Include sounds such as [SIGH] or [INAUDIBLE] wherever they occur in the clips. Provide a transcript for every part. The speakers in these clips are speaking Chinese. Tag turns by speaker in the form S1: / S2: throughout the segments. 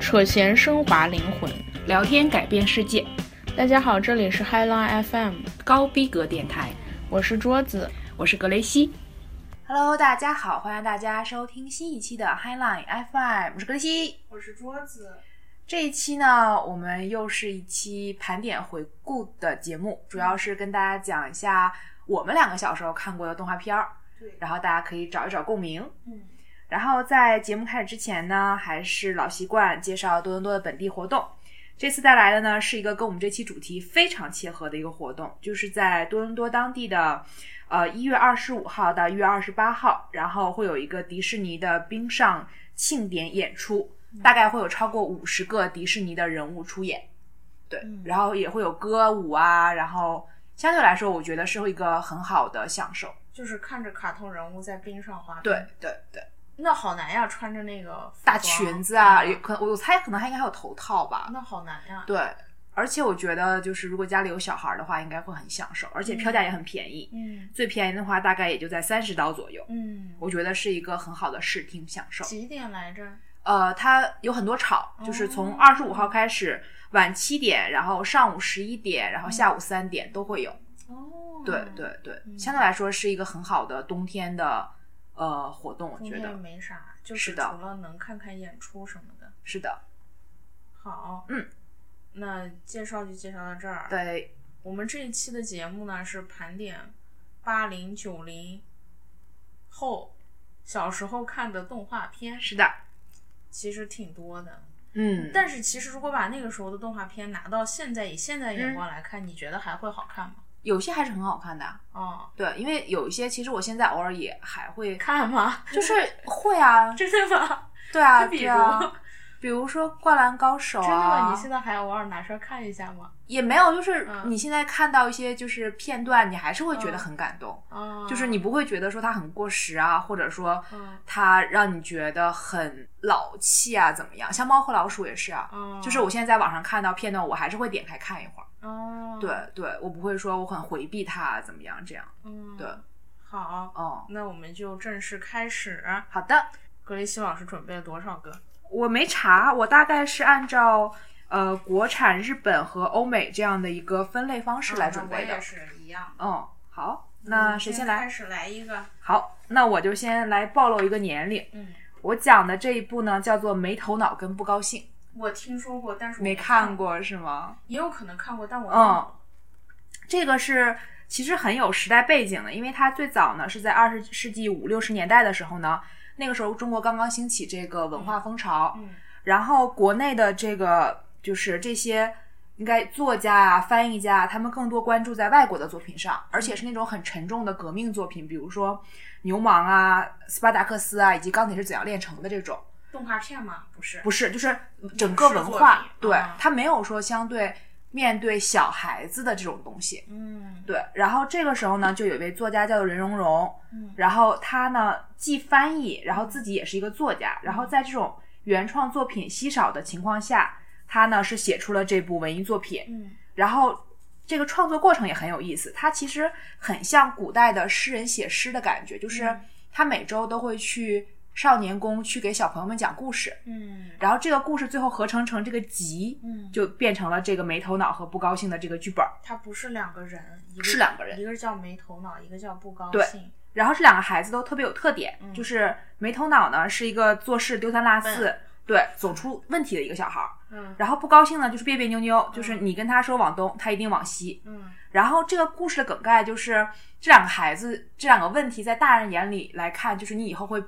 S1: 扯闲升华灵魂。
S2: 聊天改变世界，
S1: 大家好，这里是 High Line FM，
S2: 高逼格电台，
S1: 我是桌子。
S2: 我是格雷西。
S3: Hello，大家好，欢迎大家收听新一期的 Highline FM，我是格雷西。
S4: 我是桌子，
S3: 这一期呢，我们又是一期盘点回顾的节目，主要是跟大家讲一下我们两个小时候看过的动画片儿，
S4: 对，
S3: 然后大家可以找一找共鸣。
S4: 嗯，
S3: 然后在节目开始之前呢，还是老习惯介绍多伦多的本地活动。这次带来的呢是一个跟我们这期主题非常切合的一个活动，就是在多伦多当地的，呃，一月二十五号到一月二十八号，然后会有一个迪士尼的冰上庆典演出，大概会有超过五十个迪士尼的人物出演，对，然后也会有歌舞啊，然后相对来说，我觉得是一个很好的享受。
S4: 就是看着卡通人物在冰上滑冰，
S3: 对，对对，
S4: 那好难呀，穿着那个
S3: 大
S4: 服装
S3: 裙子啊，有可能我猜可能还应该还有头套吧，
S4: 那好难呀，
S3: 对，而且我觉得就是如果家里有小孩儿的话，应该会很享受，而且票价也很便宜，
S4: 嗯
S3: 最便宜的话大概也就在三十刀左右。
S4: 嗯，
S3: 我觉得是一个很好的视听享受。
S4: 几点来着？
S3: 呃，它有很多场，就是从
S4: 哦
S3: 二十五号开始，晚七点，然后上午十一点，
S4: 嗯
S3: 然后下午三点都会有。
S4: 哦，
S3: 对对对，
S4: 嗯
S3: 相对来说是一个很好的冬天的呃活动，我
S4: 中
S3: 觉
S4: 间也
S3: 得
S4: 没啥，就是
S3: 的
S4: 除了能看看演出什么的。
S3: 是的。
S4: 好，
S3: 嗯，
S4: 那介绍就介绍到这儿。，
S3: 对，
S4: 我们这一期的节目呢是盘点八零九零后小时候看的动画片，
S3: 是的，
S4: 其实挺多的。
S3: 嗯，
S4: 但是其实如果把那个时候的动画片拿到现在以现在
S3: 嗯
S4: 眼光来看，你觉得还会好看吗？
S3: 有些还是很好看的啊。
S4: 哦，
S3: 对，因为有一些其实我现在偶尔也还会
S4: 看吗？ [LAUGHS]
S3: 就是会啊，
S4: 真的吗？
S3: 对啊，
S4: 就比
S3: 对
S4: 如
S3: 啊，比如说《灌篮高手》
S4: 真的
S3: 啊，
S4: 吗？你现在还偶尔拿出来看一下吗？
S3: 也没有，就是
S4: 嗯
S3: 你现在看到一些就是片段，你还是会觉得很感动，
S4: 哦，
S3: 就是你不会觉得说它很过时啊，或者说
S4: 嗯
S3: 它让你觉得很老气啊，怎么样？像《猫和老鼠》也是啊，
S4: 哦，
S3: 就是我现在在网上看到片段，我还是会点开看一会儿，
S4: 哦，
S3: 对对，我不会说我很回避它啊怎么样这样，
S4: 嗯，
S3: 对，
S4: 好，
S3: 哦、
S4: 那我们就正式开始。
S3: 好的。
S4: 格雷西老师准备了多少个？
S3: 我没查，我大概是按照呃国产、日本和欧美这样的一个分类方式来准
S4: 嗯
S3: 备的。
S4: 那我也是一样。
S3: 嗯，好，那谁先
S4: 开
S3: 来？
S4: 始来一个，
S3: 好，那我就先来暴露一个年龄。
S4: 嗯，
S3: 我讲的这一部呢，叫做《没头脑跟不高兴
S4: 我听说过，但是》，我
S3: 没看，过是吗？
S4: 也有可能看过，但我
S3: 嗯
S4: 忘了
S3: 这个是其实很有时代背景的，因为它最早呢是在二十世纪五六十年代的时候呢，那个时候中国刚刚兴起这个文化风潮，
S4: 嗯
S3: 然后国内的这个就是这些应该作家啊、翻译家啊，他们更多关注在外国的作品上，而且是那种很沉重的革命作品，比如说《牛虻》啊、《斯巴达克斯》啊，以及《钢铁是怎样炼成的》这种。
S4: 动画片吗？不是，
S3: 不是，就是整个文化，
S4: 影视作品
S3: 对
S4: 啊
S3: 它没有说相对面对小孩子的这种东西。
S4: 嗯，
S3: 对，然后这个时候呢，就有一位作家叫做任荣荣，
S4: 嗯
S3: 然后他呢既翻译，然后自己也是一个作家，然后在这种原创作品稀少的情况下，他呢是写出了这部文艺作品，
S4: 嗯
S3: 然后这个创作过程也很有意思，它其实很像古代的诗人写诗的感觉，就是
S4: 嗯
S3: 他每周都会去少年宫去给小朋友们讲故事，
S4: 嗯
S3: 然后这个故事最后合成成这个集，
S4: 嗯，
S3: 就变成了这个没头脑和不高兴的这个剧本儿。
S4: 他不是两个人，一个
S3: 是两个人
S4: 一个叫没头脑，一个叫不高
S3: 对
S4: 兴，
S3: 然后这两个孩子都特别有特点，
S4: 嗯
S3: 就是没头脑呢是一个做事丢三落四
S4: 笨，
S3: 对，总出问题的一个小孩儿。
S4: 嗯
S3: 然后不高兴呢就是别别扭扭，就是你跟他说往东，他一定往西。
S4: 嗯
S3: 然后这个故事的梗概就是这两个孩子这两个问题在大人眼里来看，就是你以后会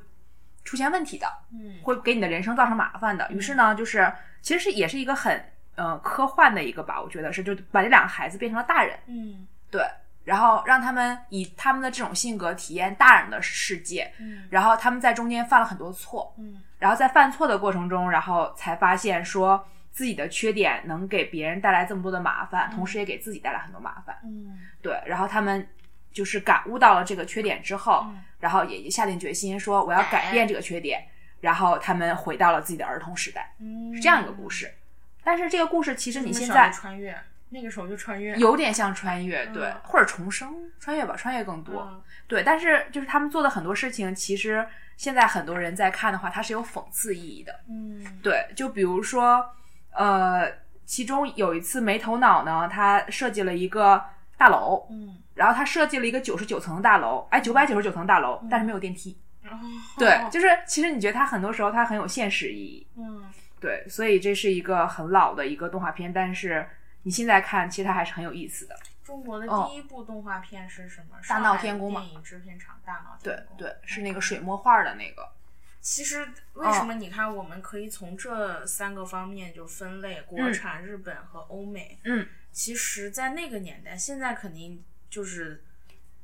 S3: 出现问题的，
S4: 嗯，
S3: 会给你的人生造成麻烦的。于是呢，就是其实是也是一个很呃科幻的一个吧，我觉得是，就把这两个孩子变成了大人。
S4: 嗯
S3: 对，然后让他们以他们的这种性格体验大人的世界，
S4: 嗯
S3: 然后他们在中间犯了很多错，
S4: 嗯
S3: 然后在犯错的过程中，然后才发现说自己的缺点能给别人带来这么多的麻烦，
S4: 嗯
S3: 同时也给自己带来很多麻烦。
S4: 嗯
S3: 对，然后他们就是感悟到了这个缺点之后，
S4: 嗯
S3: 然后也下定决心说我要改变这个缺点，然后他们回到了自己的儿童时代，
S4: 嗯，
S3: 是这样一个故。事。但是这个故事其实你
S4: 们
S3: 现
S4: 小
S3: 在
S4: 的穿越，那个时候就穿越，
S3: 有点像穿越，对，
S4: 嗯
S3: 或者重生，穿越吧，穿越更多。
S4: 嗯
S3: 对，但是就是他们做的很多事情，其实现在很多人在看的话，它是有讽刺意义的。
S4: 嗯，
S3: 对，就比如说，呃，其中有一次没头脑呢，他设计了一个大楼，
S4: 嗯，
S3: 然后他设计了一个九十九层的大楼，哎，九百九十九层大楼，但是没有电梯。
S4: 然后
S3: 对，就是其实你觉得它很多时候它很有现实意义。
S4: 嗯
S3: 对，所以这是一个很老的一个动画片，但是你现在看，其实它还是很有意思的。
S4: 中国的
S3: 哦
S4: 第一部动画片是什么？
S3: 大
S4: 上
S3: 闹
S4: 海
S3: 天宫嘛
S4: 电影制片厂《大闹
S3: 对
S4: 天宫》。嗯
S3: 对，是那个水嗯墨画的那个。
S4: 其实为什么你看，我们可以从这三个方面就分类国产、日本和欧美。
S3: 嗯，
S4: 其实，在那个年代，现在肯定就是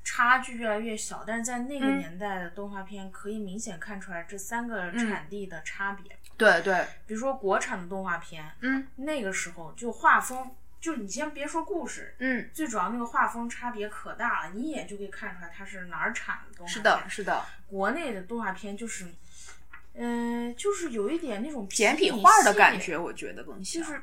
S4: 差距越来越小，但是在那个
S3: 嗯
S4: 年代的动画片可以明显看出来这三个产地的差别。
S3: 对对，
S4: 比如说国产的动画片，
S3: 嗯
S4: 那个时候就画风，就你先别说故事，
S3: 嗯，
S4: 最主要那个画风差别可大了，你一眼就可以看出来它是哪儿产的动画片。
S3: 是的，是的，
S4: 国内的动画片就是，嗯、就是有一点那种
S3: 简
S4: 皮
S3: 笔
S4: 影
S3: 画的
S4: 戏
S3: 感，觉，我觉得更像。
S4: 就是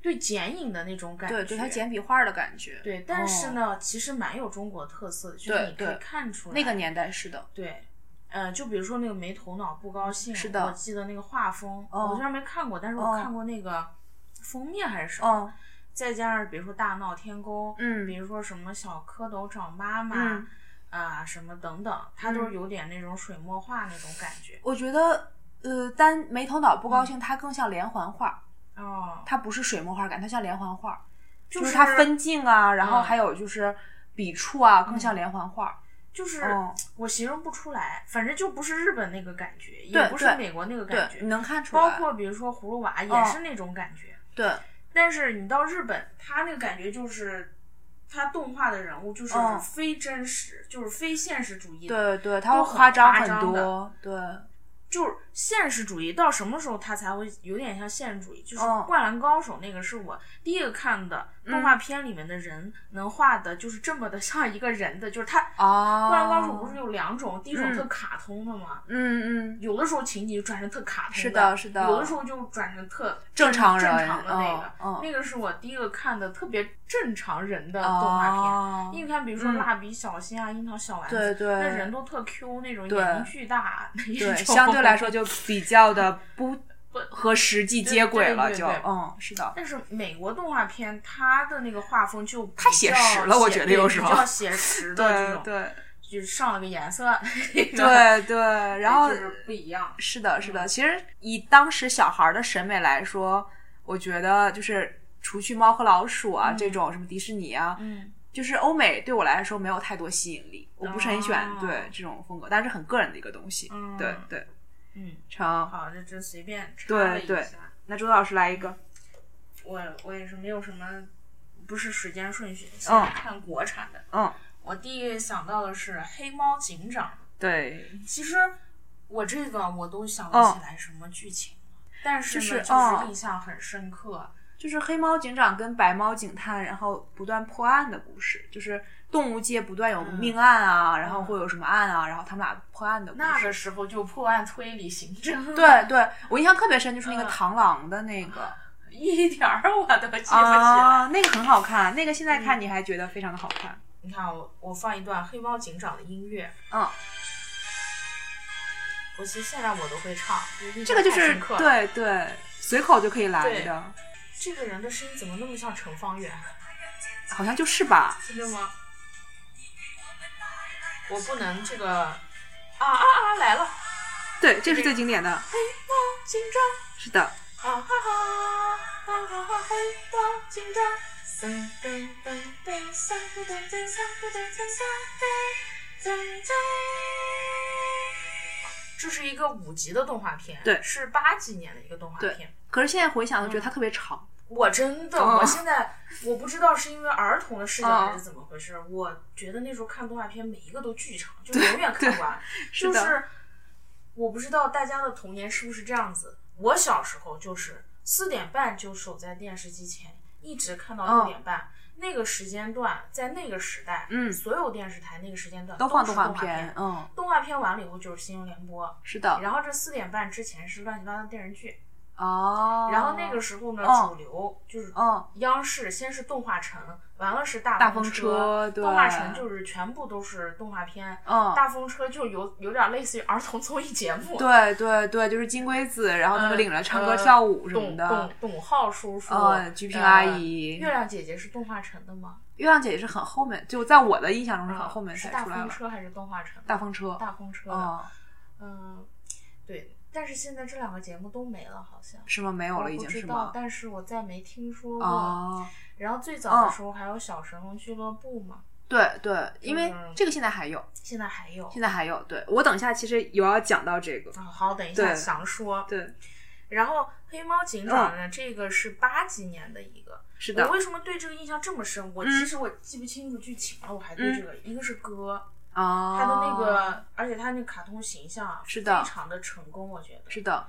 S4: 对剪影的那种感觉。
S3: 对，就它简笔画的感觉。
S4: 对，但是
S3: 哦
S4: 呢，其实蛮有中国特色的，就
S3: 对
S4: 是你可以
S3: 对
S4: 看出来
S3: 那个年代是的，
S4: 对。呃，就比如说那个没头脑不高兴，
S3: 是的
S4: 我记得那个画风，
S3: 哦
S4: 我虽然没看过，但是我
S3: 哦
S4: 看过那个封面还是什么，
S3: 嗯
S4: 再加上比如说大闹天宫，
S3: 嗯
S4: 比如说什么小蝌蚪找妈妈，
S3: 嗯
S4: 啊什么等等，它都是有点那种水墨画那种感觉。
S3: 我觉得，呃，单没头脑不高兴，它更像连环画，
S4: 哦，
S3: 它不是水墨画感，它像连环画，
S4: 就
S3: 就是
S4: 是
S3: 它分镜啊，然后
S4: 嗯
S3: 还有就是笔触啊，更像连环画。
S4: 就是
S3: 嗯
S4: 我形容不出来，反正就不是日本那个感觉，
S3: 对
S4: 也不是
S3: 对
S4: 美国那个
S3: 对
S4: 感，觉
S3: 你，能看出来。哦
S4: 包括比如说葫芦娃也是那种感觉，
S3: 对，
S4: 但是你到日本，它那个感觉就是。它动画的人物就是
S3: 嗯
S4: 非真实，就是非现实主义的，
S3: 对对，它
S4: 都
S3: 会
S4: 很
S3: 夸张
S4: 夸
S3: 很
S4: 张
S3: 多
S4: 的。
S3: 对，
S4: 就是现实主义到什么时候它才会有点像现实主义？就是
S3: 嗯
S4: 《灌篮高手》那个是我第一个看的动画片里面的人能画的，就是这么的 [LAUGHS] 像一个人的，就是他。
S3: 啊，
S4: 灌篮高手》不是有两种，第一种
S3: 嗯
S4: 特卡通的嘛，
S3: 嗯嗯，
S4: 有的时候情节转成特卡通
S3: 是的是的
S4: 有的时候就转成特
S3: 正常人
S4: 正常的那个，
S3: 嗯嗯
S4: 那个是我第一个看的特别正常人的动画片。
S3: 啊，
S4: 你看，比如说
S3: 嗯
S4: 蜡笔小新啊，樱桃小丸子，
S3: 对对
S4: 那人都特 Q 那种，
S3: 对
S4: 眼睛巨大啊那一种，
S3: 对，相对来说
S4: [LAUGHS]
S3: 就比较的不
S4: 不
S3: 和实际接轨了，
S4: 对对
S3: 就
S4: 对对
S3: 嗯，是的，
S4: 但是美国动画片它的那个画风就比较
S3: 太写实了我觉得有时候
S4: 对比较写实的这种，
S3: [LAUGHS] 对
S4: 就是上了个颜色，
S3: 对对，然后
S4: 就是不一样。
S3: 是的，是的，
S4: 嗯
S3: 其实以当时小孩的审美来说，我觉得就是除去猫和老鼠啊、这种什么迪士尼啊，
S4: 嗯，
S3: 就是欧美对我来说没有太多吸引力，我不是很喜欢
S4: 哦
S3: 对这种风格，但是很个人的一个东西，
S4: 嗯
S3: 对对，
S4: 嗯，
S3: 成。
S4: 好，这这随便插了
S3: 对
S4: 一
S3: 对
S4: 下。，
S3: 那朱老师来一个，
S4: 我我也是没有什么，不是时间顺序，先
S3: 嗯
S4: 看国产的。
S3: 嗯，
S4: 我第一个想到的是《黑猫警长
S3: 对，》，
S4: 其实我这个我都想不起来什么剧情了，但是呢，
S3: 嗯就是
S4: 就是
S3: 嗯
S4: 印象很深刻。
S3: 就是黑猫警长跟白猫警探，然后不断破案的故事，就是动物界不断
S4: 嗯
S3: 有命案啊，然后会有什么案啊，然后他们俩破案的故事。
S4: 那个时候就破案推理刑侦，
S3: 对对，我印象特别深，就是那个
S4: 嗯
S3: 螳螂的
S4: [LAUGHS]
S3: 那个、
S4: 一点儿我都记不起来。嗯
S3: 啊，那个很好看，那个现在看你还觉得非常的好看。
S4: 你看我我放一段《黑猫警长》的音乐，
S3: 嗯，
S4: 我其实现在我都会唱，因为印
S3: 这
S4: 象
S3: 个就
S4: 太
S3: 是
S4: 深刻了
S3: 对对，随口就可以来的，
S4: 这个人的声音怎么那么像程方圆？啊
S3: 好像就是吧？
S4: 真的吗？我不能这个啊啊啊来了，
S3: 对，这是最经典的，
S4: 黑猫警长
S3: 是的，
S4: 啊哈哈啊哈哈黑猫警长。噔噔噔噔噔噔噔噔噔噔噔噔噔噔。这是一个五集的动画片，
S3: 对
S4: 是八几年的一个动画
S3: 对
S4: 片。
S3: 可是现在回想，我觉得
S4: 嗯
S3: 它特别长。
S4: 我真的，
S3: 哦
S4: 我现在我不知道是因为儿童的视角
S3: 哦
S4: 还是怎么回事。我觉得那时候看动画片，每一个都巨长，就永远看不
S3: [LAUGHS]
S4: 完。
S3: 是
S4: 就
S3: 的
S4: 是我不知道大家的童年是不是这样子。我小时候就是四点半就守在电视机前，一直看到
S3: 哦
S4: 六点半。那个时间段，在那个时代，
S3: 嗯
S4: 所有电视台那个时间段
S3: 都
S4: 都
S3: 放
S4: 是
S3: 动
S4: 动
S3: 画
S4: 片
S3: 片，，哦嗯，
S4: 动画片完了以后就是新闻联播，
S3: 是的，
S4: 然后这四点半之前是乱七八糟电视剧。
S3: 哦，
S4: 然后那个时候呢，
S3: 哦
S4: 主流就是
S3: 哦
S4: 央视先是动画城，完了是大
S3: 大
S4: 风
S3: 风车对
S4: 动画城就是全部都是动画片，
S3: 嗯，
S4: 大风车就有有点类似于儿童综艺节目，
S3: 对对对，就是金龟子，然后他们领着唱歌
S4: 嗯
S3: 跳舞什么
S4: 董
S3: 的。
S4: 董董浩叔叔，
S3: 嗯鞠萍阿姨
S4: 呃月亮姐姐是动画城的吗？
S3: 月亮姐姐是很后面，就在我的印象中是嗯很后面
S4: 嗯是
S3: 才
S4: 大
S3: 出来
S4: 风
S3: 了。
S4: 车还是动画城？
S3: 大风车，
S4: 大风车的，
S3: 嗯，
S4: 嗯，对，但是现在这两个节目都没了，好像。
S3: 是吗？没有了，已
S4: 我
S3: 经
S4: 不知
S3: 是
S4: 道
S3: 吗，？
S4: 但是我再没听说过。
S3: 哦，
S4: 然后最早的
S3: 嗯
S4: 时候还有小神龙俱乐部嘛，
S3: 对对，因为
S4: 嗯
S3: 这个现在还有，
S4: 现在还有。
S3: 现在还有。对我等一下其实有要讲到这个，
S4: 啊、好，等一下
S3: 对
S4: 详说。
S3: 对，嗯
S4: 然后黑猫警长呢，这个是八几年的一个。
S3: 是
S4: 我
S3: 的，
S4: 为什么对这个印象这么深？我
S3: 嗯
S4: 其实我记不清楚剧情了，我还对这个，一个是歌，
S3: 啊，
S4: 他的那个，而且他那卡通形象啊，
S3: 是的
S4: 非常的成功，我觉得。
S3: 是哦的，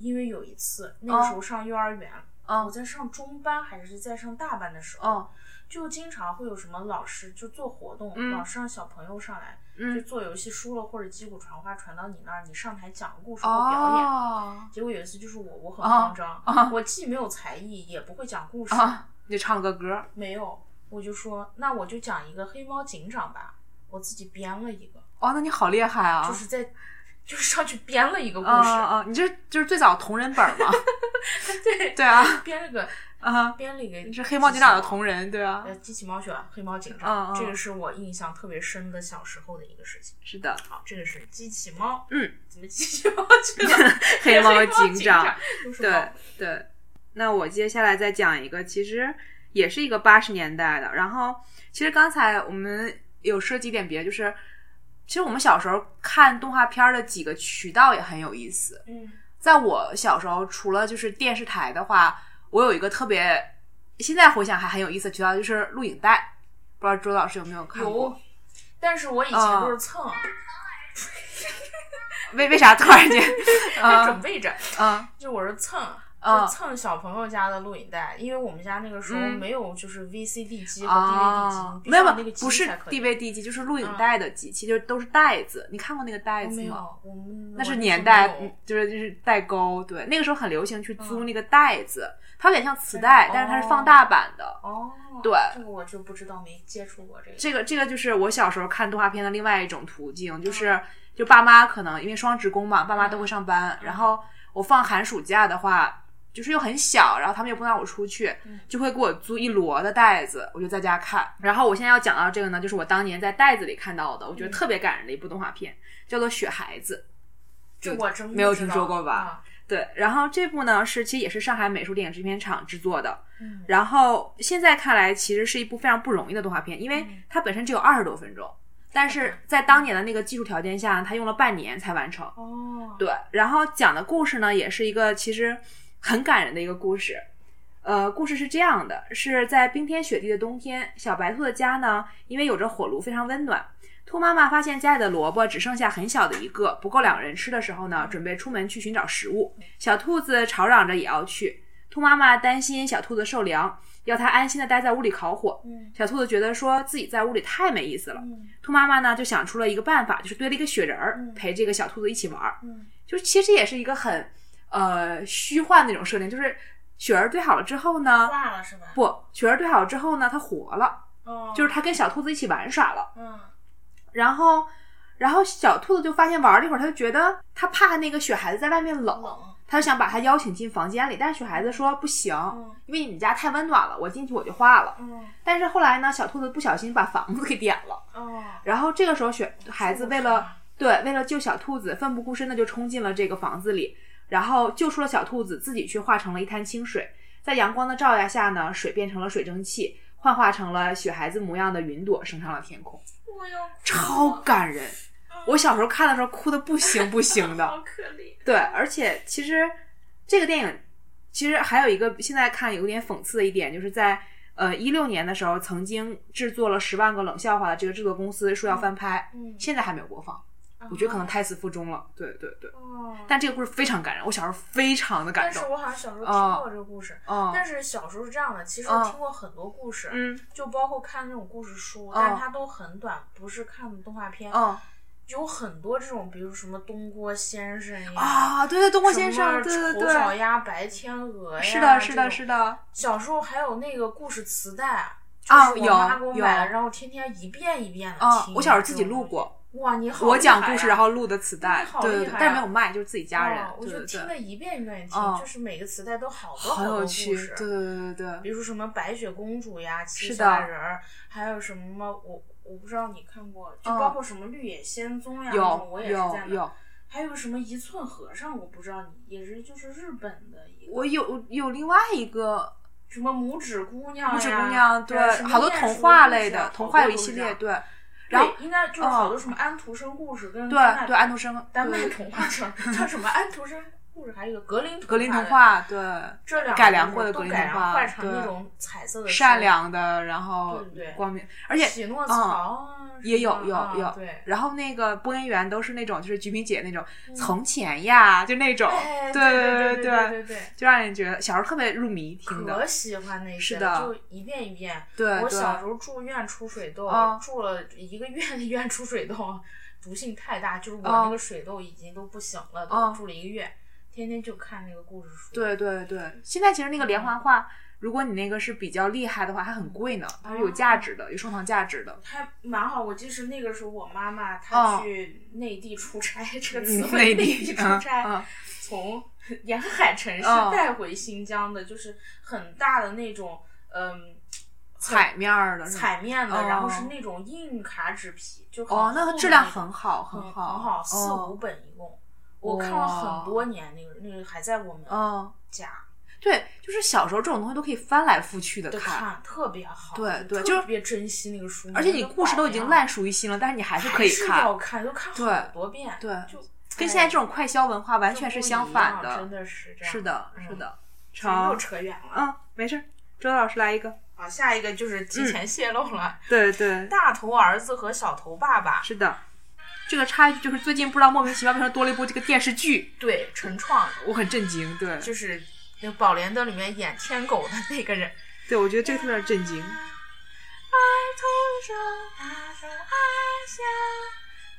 S4: 因为有一次，那个时候上幼儿园，我
S3: 嗯
S4: 在上中班还是在上大班的时候，
S3: 嗯
S4: 就经常会有什么老师就做活动，
S3: 嗯
S4: 老师让小朋友上来，就
S3: 嗯，
S4: 做游戏输了或者击鼓传花传到你那儿，你上台讲故事或表演。
S3: 哦
S4: 结果有一次就是我，我很
S3: 哦
S4: 慌张，
S3: 哦
S4: 我既没有才艺，也不会讲故事，
S3: 啊，你就唱了个歌，
S4: 没有，我就说那我就讲一个黑猫警长吧，我自己编了一个，
S3: 哦，那你好厉害啊！
S4: 就是在 [LAUGHS] 就是上去编了一个故
S3: 啊
S4: 事，
S3: 啊，啊你这就是最早同人本儿嘛？
S4: [LAUGHS] 对，
S3: 对啊，
S4: 编了个
S3: 啊，
S4: 编了一个，
S3: 你是黑猫警长的同人，对啊
S4: 呃，，机器猫学黑猫警长，
S3: 嗯嗯
S4: 这个是我印象特别深的小时候的一个事情。
S3: 是的，
S4: 好，这个是机器猫，
S3: 嗯，
S4: 怎么机器猫去了？
S3: [LAUGHS] 黑猫
S4: 警 [LAUGHS]
S3: 警长，，
S4: 都是
S3: 对
S4: 猫
S3: 对。那我接下来再讲一个，其实也是一个八十年代的。然后，其实刚才我们有涉及一点别的，就是其实我们小时候看动画片儿的几个渠道也很有意思。
S4: 嗯
S3: 在我小时候，除了就是电视台的话，我有一个特别现在回想还很有意思的渠道，就是录影带。不知道周老师有没有看过？
S4: 有，但是我以前
S3: 嗯
S4: 都是蹭，
S3: 为为啥突
S4: [LAUGHS]
S3: 然间？
S4: 就
S3: 啊
S4: 准备着，
S3: 啊
S4: 就我是蹭。
S3: 嗯
S4: 就蹭小朋友家的录影带，因为我们家那个时候
S3: 嗯
S4: 没有就是 VCD 机和 DVD 机，
S3: 啊
S4: 你！必须
S3: 没有
S4: 要那
S3: 没
S4: 个
S3: 有，
S4: 机
S3: 不是
S4: 才可以。
S3: DVD 机，就是录影带的机器，就是都是袋子。你看过那个袋
S4: 我
S3: 子
S4: 哦没
S3: 吗？
S4: 有，我们
S3: 那
S4: 我就
S3: 是年
S4: 没
S3: 代
S4: 有，
S3: 嗯就是就是代沟。对，那个时候很流行去租
S4: 嗯
S3: 那个袋子，它有点像磁带
S4: 嗯，
S3: 但是它是
S4: 哦
S3: 放大版的。
S4: 哦，
S3: 对
S4: 这个我就不知道，没接触过这个。
S3: 这个这个就是我小时候看动画片的另外一种途径，就是就爸妈可能因为双职工嘛，爸妈都会上班，然后我放寒暑假的话。就是又很小，然后他们又不能让我出去，就会给我租一摞的袋子，我就在家看。然后我现在要讲到这个呢，就是我当年在袋子里看到的，我觉得特别感人的一部动画片，叫做《雪孩子》。
S4: 这我真不
S3: 没有
S4: 知
S3: 听
S4: 道
S3: 说过吧
S4: 啊
S3: 对，然后这部呢是其实也是上海美术电影制片厂制作的，
S4: 嗯
S3: 然后现在看来其实是一部非常不容易的动画片，因为它本身只有二十多分钟，但是在当年的那个技术条件下，它用了半年才完成。
S4: 哦，
S3: 对，然后讲的故事呢也是一个其实很感人的一个故事。呃，故事是这样的：是在冰天雪地的冬天，小白兔的家呢，因为有着火炉，非常温暖。兔妈妈发现家里的萝卜只剩下很小的一个，不够两人吃的时候呢，准备出门去寻找食物。小兔子吵嚷着也要去，兔妈妈担心小兔子受凉，要它安心的待在屋里烤火。
S4: 嗯
S3: 小兔子觉得说自己在屋里太没意思了，
S4: 嗯
S3: 兔妈妈呢就想出了一个办法，就是堆了一个雪人儿
S4: 嗯
S3: 陪这个小兔子一起玩儿。
S4: 嗯
S3: 就是其实这也是一个很呃虚幻的一种设定，就是雪儿堆好了之后呢，
S4: 挂了是吧？
S3: 不，雪儿堆好了之后呢，它活了，
S4: 哦，
S3: 就是它跟小兔子一起玩耍了，
S4: 嗯
S3: 然后。然后小兔子就发现玩了一会儿，它就觉得它怕那个雪孩子在外面冷，
S4: 冷，
S3: 它就想把它邀请进房间里，但是雪孩子说不行，
S4: 嗯
S3: 因为你们家太温暖了，我进去我就化了。
S4: 嗯
S3: 但是后来呢，小兔子不小心把房子给点了，
S4: 哦，
S3: 然后这个时候雪孩子为了
S4: 是
S3: 对，为了救小兔子，奋不顾身的就冲进了这个房子里，然后救出了小兔子，自己却化成了一滩清水。在阳光的照耀下呢，水变成了水蒸气，幻化成了雪孩子模样的云朵，升上了天空，
S4: 我要哭了
S3: 超感人。我小时候看的时候哭的不行不行的。
S4: 好可怜，
S3: 对，而且其实这个电影其实还有一个现在看有点讽刺的一点，就是在呃一六年的时候，曾经制作了《十万个冷笑话》的这个制作公司说要翻拍，
S4: 嗯
S3: 现在还没有播放。我觉得可能胎死腹中了。对对对，
S4: 啊哦，
S3: 但这个故事非常感人，我小时候非常的感
S4: 但是
S3: 动。
S4: 我好像小时候听过这个故事。
S3: 嗯
S4: 但是小时候是这样的，其实我
S3: 嗯
S4: 听过很多故事，
S3: 嗯
S4: 就包括看那种故事书，
S3: 嗯
S4: 但是它都很短，不是看动画片。
S3: 嗯
S4: 有很多这种，比如什么东郭先生呀，
S3: 啊，对对，东郭先生，对对
S4: 丑小
S3: 对，
S4: 鸭、白天鹅呀，
S3: 是的，是
S4: 这
S3: 的，
S4: 种
S3: 是。的，
S4: 小时候还有那个故事磁带，
S3: 啊
S4: 就是我妈
S3: 有
S4: 给我
S3: 有
S4: 买了，然后天天一遍一遍的
S3: 啊
S4: 听。，
S3: 我小时候自己录。过，
S4: 哇，你好厉害呀！
S3: 我讲故事然后录的磁带
S4: 你，好
S3: 对对
S4: 厉
S3: 对
S4: 害，
S3: 但是
S4: 呀
S3: 没有卖，就是自己家人
S4: 哦，我
S3: 对
S4: 就
S3: 对
S4: 听
S3: 对，
S4: 了一遍一遍地
S3: 嗯
S4: 听，就是每个磁带都好多
S3: 好
S4: 多
S3: 有
S4: 故
S3: 趣，
S4: 事
S3: 对。对对对
S4: 比
S3: 对，
S4: 如什么白雪公主呀、七
S3: 是
S4: 侠
S3: 的
S4: 人儿，还有什么我我不知道你看过，就
S3: 嗯
S4: 包括什么绿野仙踪呀，那种
S3: 有
S4: 我也是在
S3: 有
S4: 那。
S3: 有，
S4: 还有什么一寸和尚，我不知道你也是就是日本的一个
S3: 我有有另外一个
S4: 什么拇指姑娘呀，
S3: 拇指姑娘，
S4: 还有
S3: 对
S4: 什，么
S3: 好多
S4: 鼹
S3: 童
S4: 鼠
S3: 话
S4: 故事啊
S3: 类的，童
S4: 好
S3: 话
S4: 多
S3: 有一
S4: 都是
S3: 系
S4: 这样
S3: 列，对，
S4: 对
S3: 然后
S4: 应该就是好
S3: 嗯
S4: 多什么安徒生故事跟丹麦
S3: 对对安徒生，
S4: 丹麦
S3: 对
S4: 童话叫叫什么安徒生故事，还有一个格林
S3: [LAUGHS] 格林童
S4: 的
S3: 话，对，
S4: 这两个
S3: 改良
S4: 都
S3: 过的
S4: 都
S3: 格林
S4: 改
S3: 童
S4: 良
S3: 话
S4: 换成那
S3: 对
S4: 种彩色的
S3: 善
S4: 书，
S3: 良的，然后
S4: 对对对
S3: 光明，而且嗯
S4: 匹诺曹啊什
S3: 也有
S4: 么
S3: 有
S4: 啊
S3: 有
S4: 对，嗯
S3: 然后那个播音员都是那种就是菊萍姐那种从前呀，就那种，
S4: 哎
S3: 对
S4: 对
S3: 对
S4: 对对对，
S3: 就让人觉得小时候特别入迷听
S4: 可
S3: 的，
S4: 喜欢那
S3: 是
S4: 些
S3: 的
S4: 了，就一遍一遍。
S3: 对
S4: 我
S3: 对
S4: 小时候住院出水痘
S3: 嗯，
S4: 住了一个月的院出水痘，毒性太大，就是我
S3: 嗯
S4: 那个水痘已经都不行了，
S3: 嗯
S4: 都住了一个月，天天就看那个故事书。
S3: 对对对。现在其实那个连环画，如果你那个是比较厉害的话，还很贵呢，它是有价值的，有收藏价值的。
S4: 还蛮好，我记是那个时候，我妈妈她
S3: 嗯
S4: 去内地出差， [LAUGHS] 这个词
S3: 嗯
S4: 汇，
S3: 内
S4: 内
S3: 地
S4: 出
S3: 嗯
S4: 差，
S3: 嗯
S4: 从沿海城市
S3: 嗯
S4: 带回新疆的，就是很大的那种，嗯，
S3: 彩面儿的是吗，
S4: 彩面的，
S3: 哦
S4: 然后是那种硬卡纸皮，就很
S3: 哦，那
S4: 厚
S3: 个
S4: 的
S3: 质量
S4: 种
S3: 很好，
S4: 很
S3: 好，很
S4: 好，四五
S3: 哦，
S4: 本一共，我看了很多年，那个那个还在我们
S3: 嗯，
S4: 家
S3: 对，就是小时候这种东西都可以翻来覆去的
S4: 的
S3: 看。
S4: 看，特别好，
S3: 对对
S4: 特别珍惜那个书，
S3: 而且你故事都已经烂熟于心了，但是你还是可以
S4: 还是
S3: 看
S4: 要，看，就看
S3: 对
S4: 好多遍，
S3: 对
S4: 就
S3: 跟现在这种快消文化完全是相反
S4: 的，
S3: 的
S4: 真。是这样，
S3: 是的，
S4: 嗯
S3: 是，的。
S4: 又
S3: 成，
S4: 扯远了，
S3: 嗯，没事儿，周老师来一个。
S4: 好，下一个就是
S3: 嗯
S4: 提前泄露了，
S3: 对对，
S4: 大头儿子和小头爸爸，
S3: 是的。这个插一句，就是最近不知道莫名其妙为什么多了一部这个电视剧，
S4: 对，陈创的
S3: 我很震惊。对，
S4: 就是那《宝莲灯》里面演天狗的那个人。
S3: 对我觉得这个特别让人震惊。
S4: 哎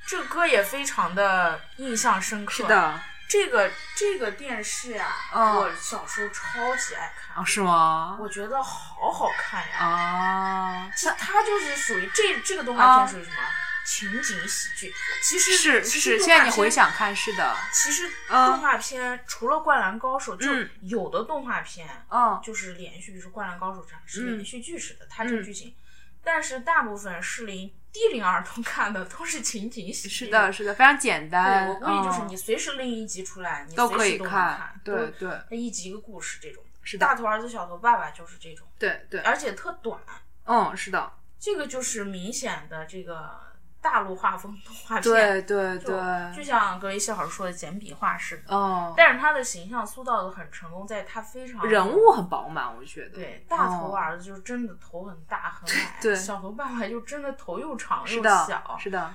S4: 这个歌也非常的印象深刻。
S3: 是，的，
S4: 这个这个电视呀、
S3: 嗯
S4: 我小时候超级爱看，
S3: 啊，是吗？哦
S4: 我觉得好好看呀。
S3: 啊，
S4: 其实它就是属于这这个动画片属于什么、情景喜剧？其实
S3: 哦是
S4: 其
S3: 是，
S4: 实
S3: 现
S4: 动
S3: 在
S4: 画
S3: 你
S4: 片
S3: 回，想看，是的，
S4: 其实
S3: 嗯
S4: 动画片除了《灌篮高手》，
S3: 嗯
S4: 就有的动画片
S3: 嗯，
S4: 就是连续，比如说《灌篮高手》这样是
S3: 嗯
S4: 连续剧式的，它这个剧情。但是大部分适龄低龄儿童看的都是情景喜剧。
S3: 是的，是的，非常简单。
S4: 对，我估计就是你
S3: 嗯
S4: 随时拎一集出来，你
S3: 都
S4: 随
S3: 可
S4: 时
S3: 以
S4: 都能
S3: 看
S4: 看，，
S3: 对，对
S4: 那一集一个故事这种。
S3: 是的
S4: 大头儿子小头爸爸就是这种，
S3: 对对，
S4: 而且特短，
S3: 嗯，是的，
S4: 这个就是明显的这个大陆画风动画片，
S3: 对对
S4: 就
S3: 对，
S4: 就像格雷西老师说的简笔画似的。
S3: 嗯，
S4: 但是他的形象塑造的很成功，在他非常
S3: 人物很饱满，我觉得。
S4: 对，大头儿子就是真的头很大很矮，
S3: 哦对
S4: 小头爸爸就真的头又长
S3: 是
S4: 又
S3: 的
S4: 小，。
S3: 是的。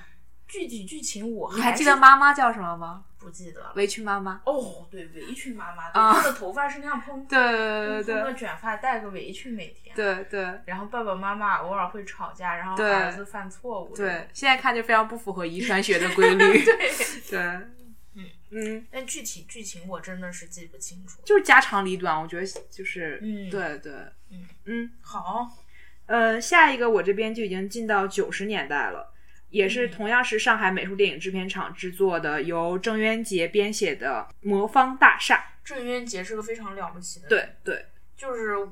S4: 具体剧情我
S3: 你还
S4: 是
S3: 记得妈妈叫什么吗？
S4: 不记得了？
S3: 围裙妈妈。
S4: 哦，对，围裙妈妈，
S3: 啊
S4: 对，她的头发是那样蓬，
S3: 对对对
S4: 蓬个
S3: 对
S4: 卷发，戴个围裙，每天。。
S3: 对对
S4: 然后爸爸妈妈偶尔会吵架，然后
S3: 对
S4: 儿子犯错误。
S3: 对，。现在看就非常不符
S4: [LAUGHS]
S3: 合遗传学的规律。 [LAUGHS] 对嗯嗯，
S4: 但具体剧情我真的是记不清楚。
S3: 就是家长里短，我觉得就是，
S4: 嗯
S3: 对对，
S4: 嗯
S3: 嗯。
S4: 好，
S3: 呃，下一个我这边就已经进到九十年代了，也是
S4: 嗯
S3: 同样是上海美术电影制片厂制作的，由郑渊洁编写的《魔方大厦》。
S4: 郑渊洁是个非常了不起的。。
S3: 对对，
S4: 就是我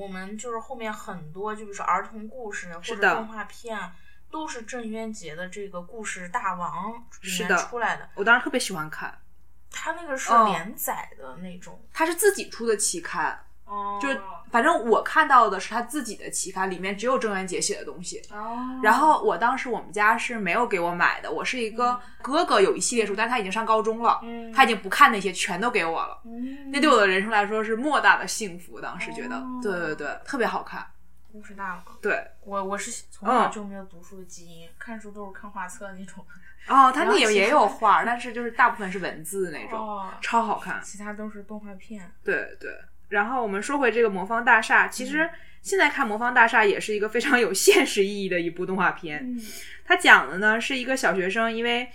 S4: 我们就是后面很多，就比如说儿童故事或
S3: 是
S4: 者
S3: 的
S4: 动画片，啊都是郑渊洁的这个故事大王里
S3: 是
S4: 面
S3: 的
S4: 出来的。
S3: 我当时特别喜欢看，
S4: 他那个是
S3: 嗯
S4: 连载的那种，
S3: 它是自己出的期刊，
S4: 哦
S3: 就是反正我看到的是他自己的期刊，里面只有郑渊洁写的东西。
S4: 哦，
S3: 然后我当时我们家是没有给我买的，我是一个哥哥有一系列书，但他已经上高中了，
S4: 嗯
S3: 他已经不看那些，全都给我了。
S4: 嗯
S3: 那对我的人生来说是莫大的幸福，当时觉得
S4: 哦，
S3: 对对对，特别好看，
S4: 故事大王，
S3: 对。嗯
S4: 我我是从小就没有读书的基因，看书都是看画册那种。
S3: 哦，它
S4: 然
S3: 那
S4: 后
S3: 也
S4: 其
S3: 也
S4: 实
S3: 有画儿，但是就是大部分是文字 [LAUGHS] 那种，
S4: 哦
S3: 超好看。
S4: 其他都是动画片。
S3: 对对。然后我们说回这个《魔方大厦》，其
S4: 嗯
S3: 实现在看《魔方大厦》也是一 [LAUGHS] 个非常有现实意义的一部动画片。
S4: 嗯
S3: 它讲的呢是一个小学生因为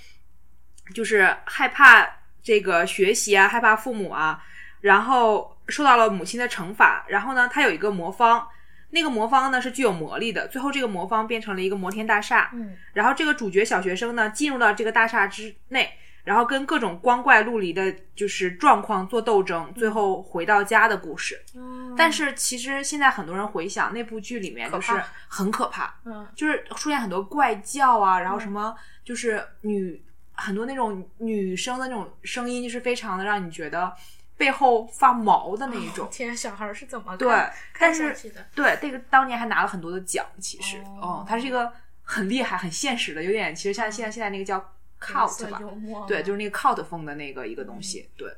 S3: 就是害怕这个学习啊，害怕父母啊，然后受到了母亲的惩罚。然后呢，他有一个魔方，那个魔方呢是具有魔力的。最后这个魔方变成了一个摩天大厦，
S4: 嗯，
S3: 然后这个主角小学生呢进入到这个大厦之内，然后跟各种光怪陆离的，就是状况做斗争，最后回到家的故事。
S4: 嗯
S3: 但是其实现在很多人回想那部剧里面就是
S4: 可怕
S3: 很可怕，
S4: 嗯
S3: 就是出现很多怪叫啊，然后什么就是女、很多那种女生的那种声音，就是非常的让你觉得背后发毛的那一种。
S4: 哦天，小孩儿是怎么看
S3: 对
S4: 看
S3: 但
S4: 下
S3: 是
S4: 去的？
S3: 对，这个当年还拿了很多的奖，其实，
S4: 哦
S3: 嗯，它是一个很厉害、很现实的，有点其实像现在现在那个叫
S4: 角色
S3: cult 吧，
S4: 幽默，
S3: 对，就是哦嗯那个 cult 风的那个一个东西，对。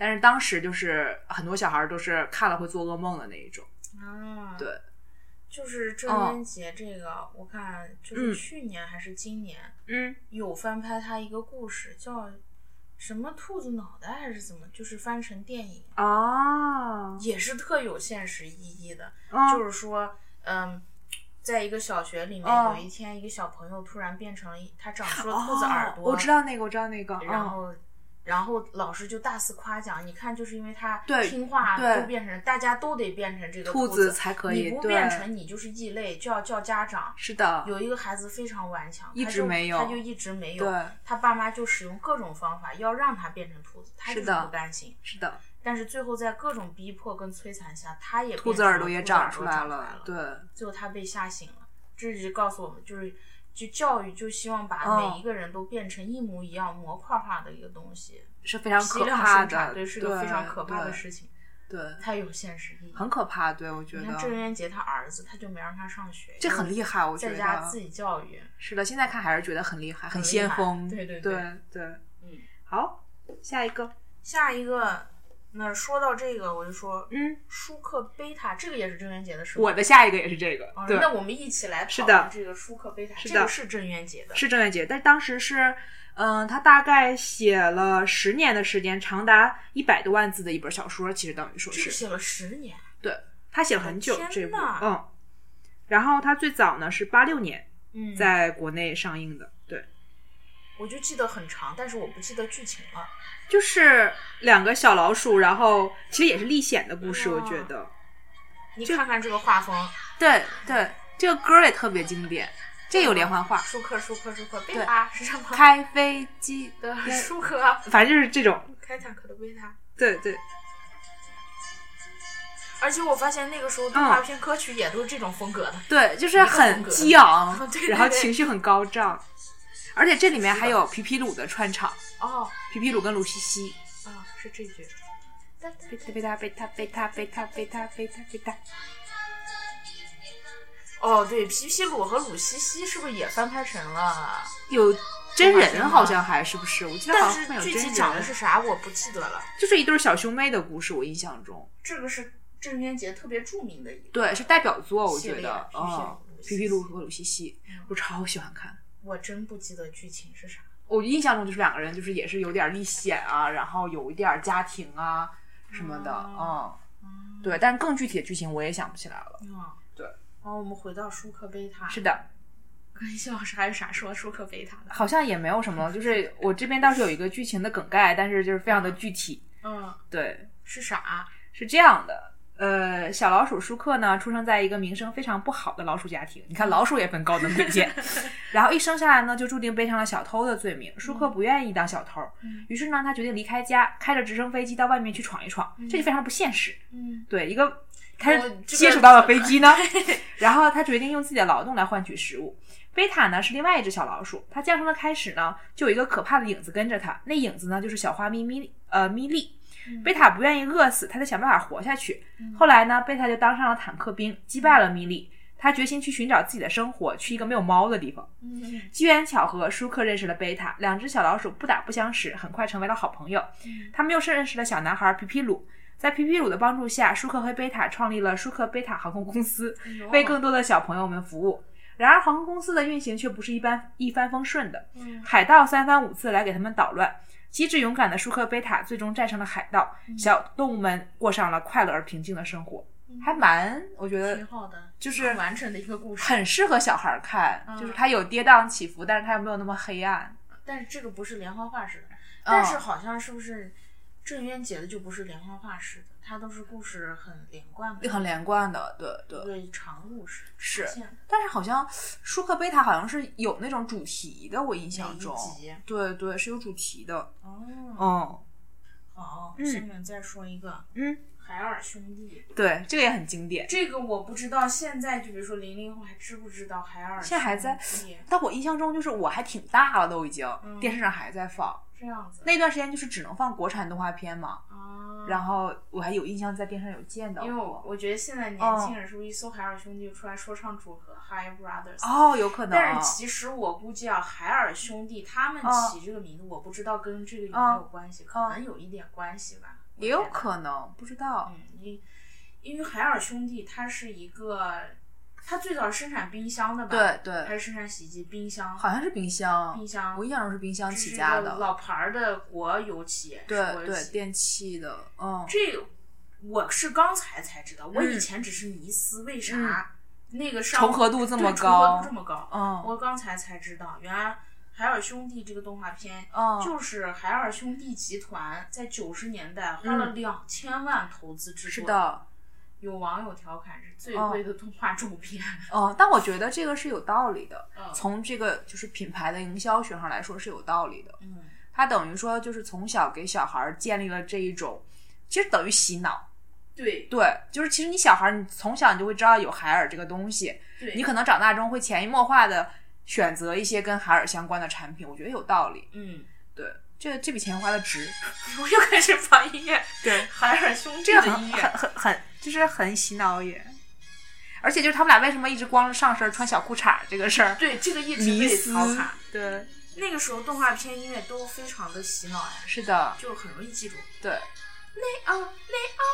S3: 但是当时就是很多小孩儿都是看了会做噩梦的那一种，
S4: 啊，
S3: 对，
S4: 就是郑
S3: 嗯
S4: 渊洁这个，我看就
S3: 嗯
S4: 是去年还是今年
S3: 嗯，
S4: 有翻拍他一个故事，叫什么兔子脑袋还是怎么，就是翻成电影，
S3: 啊，
S4: 也是特有现实意义的，
S3: 嗯
S4: 就是说，嗯。在一个小学里面，
S3: 哦
S4: 有一天，一个小朋友突然变成了一，他长出了
S3: 哦
S4: 兔子耳朵，
S3: 我知道那个，我知道那个，
S4: 然
S3: 嗯。
S4: 后，然后老师就大肆夸奖，你看，就是因为他
S3: 对
S4: 听话，
S3: 对
S4: 就变成大家都得变成这个
S3: 兔
S4: 子
S3: 子才可以
S4: 你不
S3: 对
S4: 变成你就是异类，就要叫家长。
S3: 是的，
S4: 有一个孩子非常顽强，
S3: 一
S4: 他
S3: 直
S4: 就
S3: 没有
S4: 他就一直没有，
S3: 对
S4: 他爸妈就使用各种方法要让他变成兔子，他
S3: 是
S4: 就是
S3: 的
S4: 不甘心。
S3: 是的，
S4: 但是最后在各种逼迫跟摧残下，他也
S3: 兔
S4: 变
S3: 子
S4: 成了
S3: 耳朵也长出来
S4: 来
S3: 了，对，
S4: 最后他被吓醒了。这就告诉我们，就是就教育就希望
S3: 嗯
S4: 把每一个人都变成一模一样模块化的一个东西，
S3: 是非常
S4: 批
S3: 可
S4: 量
S3: 怕
S4: 生产，
S3: 的，
S4: 对，是个非常可怕的
S3: 对
S4: 事情，
S3: 对，
S4: 它有现实意义。
S3: 很可怕，对我觉
S4: 你
S3: 得
S4: 看郑渊洁他儿子，他就没让他上学，
S3: 这很厉害，我觉
S4: 在家
S3: 得
S4: 自己教育，
S3: 是的，现在看还是觉得很厉害，
S4: 很厉
S3: 先
S4: 害
S3: 锋，
S4: 对对
S3: 对
S4: 对
S3: 对，
S4: 嗯，
S3: 好，下一个，
S4: 下一个，那说到这个，我就说
S3: 嗯，
S4: 舒克贝塔，这个也是郑渊洁的书。
S3: 我的下一个也是这个
S4: 啊，，
S3: 对，
S4: 那我们一起来
S3: 是
S4: 讨
S3: 的
S4: 论这个舒克贝塔，
S3: 是
S4: 这
S3: 的
S4: 个是郑渊洁的，
S3: 是郑渊洁，但当时是。嗯，他大概写了十年的时间，长达一百多万字的一本小说，其实等于说
S4: 这个写了十年，
S3: 他写了很久
S4: 天
S3: 这部，
S4: 呐
S3: 嗯，然后他最早呢是八六年，
S4: 嗯，
S3: 在国内上映的，对，
S4: 我就记得很长，但是我不记得剧情了。
S3: 就是两个小老鼠，然后其实也是历险的故事，
S4: 哇
S3: 我觉得，
S4: 你看看这个画风，
S3: 对对，这个歌也特别经典，这有连环画，
S4: 嗯舒克舒克舒克贝
S3: 对
S4: 塔是什么？
S3: 开飞机
S4: 的
S3: [LAUGHS] 对
S4: 舒克啊
S3: 反正就是这种，
S4: 开坦克的贝塔，
S3: 对对，
S4: 而且我发现那个时候动
S3: 嗯
S4: 画片歌曲也都是这种风格的。
S3: 对，就是很激 [LAUGHS] 昂，
S4: 对对对
S3: 然后情绪很高涨，而且这里面还有皮皮鲁的串场，
S4: 哦，
S3: 皮皮鲁跟鲁西西，
S4: 啊，是这句。
S3: 贝塔贝塔贝塔贝塔贝塔贝塔贝塔贝塔，
S4: 哦，对，皮皮鲁和鲁西西是不是也翻拍成了？
S3: 有真
S4: 动画片
S3: 人
S4: 吗
S3: 好像还是不是？我记得好
S4: 但
S3: 像会有
S4: 是具
S3: 真
S4: 体讲的
S3: 人，
S4: 是啥我不记得了。
S3: 就是一对小兄妹的故事，我印象中。
S4: 这个是郑渊洁特别著名的一个。
S3: 对，是代表作，我
S4: 系
S3: 觉
S4: 列啊
S3: 得，
S4: 皮皮鲁
S3: 嗯，皮皮鲁和鲁西西
S4: 嗯，
S3: 我超喜欢看。
S4: 我真不记得剧情是啥。
S3: 我印象中就是两个人，就是也是有点历险啊，然后有一点家庭啊什么的，嗯，
S4: 哦
S3: 对。但更具体的剧情我也想不起来了。
S4: 啊，
S3: 对。
S4: 然后我们回到舒克贝塔，
S3: 是的，
S4: 跟小啥有啥说舒克贝塔的？
S3: 好像也没有什么，就是我这边倒是有一个剧情的梗概，但是就是非常的具体。
S4: 嗯，
S3: 对，
S4: 是啥？
S3: 是这样的。呃，小老鼠舒克呢，出生在一个名声非常不好的老鼠家庭。你看，老鼠也分高等卑贱。然后一生下来呢，就注定背上了小偷的罪名。舒克不愿意当小偷，
S4: 嗯
S3: 于是呢，他决定离开家，开着直升飞机到外面去闯一闯。这就非常不现实。
S4: 嗯，
S3: 对，一个他
S4: 我这个
S3: 接触到了飞机呢，然后他决定用自己的劳动来换取食物。贝塔呢是另外一只小老鼠，它降生的开始呢，就有一个可怕的影子跟着它，那影子呢就是小花咪咪呃咪莉。贝塔不愿意饿死，他得想办法活下去。后来呢，贝塔就当上了坦克兵，击败了米莉。他决心去寻找自己的生活，去一个没有猫的地方。
S4: 嗯
S3: 机缘巧合，舒克认识了贝塔，两只小老鼠不打不相识，很快成为了好朋友。
S4: 嗯
S3: 他们又是认识了小男孩皮皮鲁。在皮皮鲁的帮助下，舒克和贝塔创立了舒克贝塔航空公司，为更多的小朋友们服务。然而，航空公司的运行却不是一般一帆风顺的，
S4: 嗯
S3: 海盗三番五次来给他们捣乱。机智勇敢的舒克贝塔最终战胜了海盗，
S4: 嗯
S3: 小动物们过上了快乐而平静的生活，还蛮我觉
S4: 嗯挺
S3: 得
S4: 好的，
S3: 就是
S4: 呃很完整的一个故事。
S3: 很适合小孩儿看，
S4: 嗯
S3: 就是它有跌宕起伏，但是它又没有那么黑暗。
S4: 但是这个不是连环画式的，但是好像是不是郑渊洁的就不是连环画式的，它都是故事很连贯的，
S3: 很连贯的，对对。
S4: 对长故事
S3: 是
S4: 长线
S3: 但是好像舒克贝塔好像是有那种主题的，我印
S4: 每
S3: 象
S4: 一
S3: 中，
S4: 集
S3: 对对是有主题的。
S4: 哦。
S3: 嗯，
S4: 好，
S3: 嗯
S4: 下面再说一个，
S3: 嗯，
S4: 海尔兄弟
S3: 对，这个也很经典。
S4: 这个我不知道，现在就比如说零零后还知不知道海尔兄弟？
S3: 现在还在但我印象中就是我还挺大了，都已经、
S4: 嗯
S3: 电视上还在放。
S4: 这样子
S3: 那段时间就是只能放国产动画片嘛，
S4: 啊。
S3: 然后我还有印象在电视上有见到
S4: 因为我
S3: 过。
S4: 我觉得现在年轻人是不是一搜海尔兄弟出来说唱组合 Hi Brothers？、
S3: 哦，有可能。
S4: 但是其实我估计啊，海尔兄弟他们
S3: 哦
S4: 起这个名字，我不知道跟这个有没有
S3: 哦
S4: 关系，可能有一点关系吧。我
S3: 也
S4: 觉
S3: 有
S4: 得
S3: 可能，不知道。
S4: 嗯，因因为海尔兄弟它是一个，它最早生产冰箱的吧？
S3: 对
S4: 还是
S3: 对，
S4: 生产洗衣机、冰箱？
S3: 好像是冰箱。
S4: 冰箱
S3: 我印象中是冰箱
S4: 这是
S3: 起
S4: 一
S3: 家
S4: 个
S3: 的。
S4: 老牌儿的国有企业，是国有
S3: 对对，
S4: 企业。
S3: 电器的。嗯，
S4: 这个我是刚才才知道，我
S3: 嗯
S4: 以前只是迷思，为啥那个上
S3: 重合度这
S4: 对
S3: 么
S4: 重合
S3: 高
S4: 度这。么高？
S3: 嗯
S4: 我刚才才知道，原来《海尔兄弟》这个动画片。
S3: 嗯，
S4: 就是海尔兄弟集团在九十年代花
S3: 嗯
S4: 了两千万投资制
S3: 是
S4: 作，
S3: 的。
S4: 有网友调侃是最
S3: 哦
S4: 贵的动画周边。
S3: 嗯，但我觉得这个是有道理的。
S4: [LAUGHS] 嗯
S3: 从这个就是品牌的营销学上来说是有道理的。
S4: 嗯，
S3: 它等于说就是从小给小孩儿建立了这一种，其实等于洗脑。
S4: 对
S3: 对，就是其实你小孩儿，你从小你就会知道有海尔这个东西，
S4: 对，
S3: 你可能长大中会潜移默化的选择一些跟海尔相关的产品，我觉得有道理。
S4: 嗯，
S3: 对，这这笔钱花的值。
S4: 我又开始放音乐，
S3: 对，
S4: 海尔兄弟
S3: 这个
S4: 的
S3: 很
S4: 音
S3: 很
S4: 乐，
S3: 很很，就是很洗脑也。而且就是他们俩为什么一直光着上身穿小裤衩儿这个事儿，
S4: 对这个一直
S3: 迷
S4: 被
S3: 思
S4: 调侃。。
S3: 对，
S4: 那个时候动画片音乐都非常的洗脑呀，
S3: 是的，
S4: 就很容易记住。
S3: 对。
S4: 雷欧，雷欧，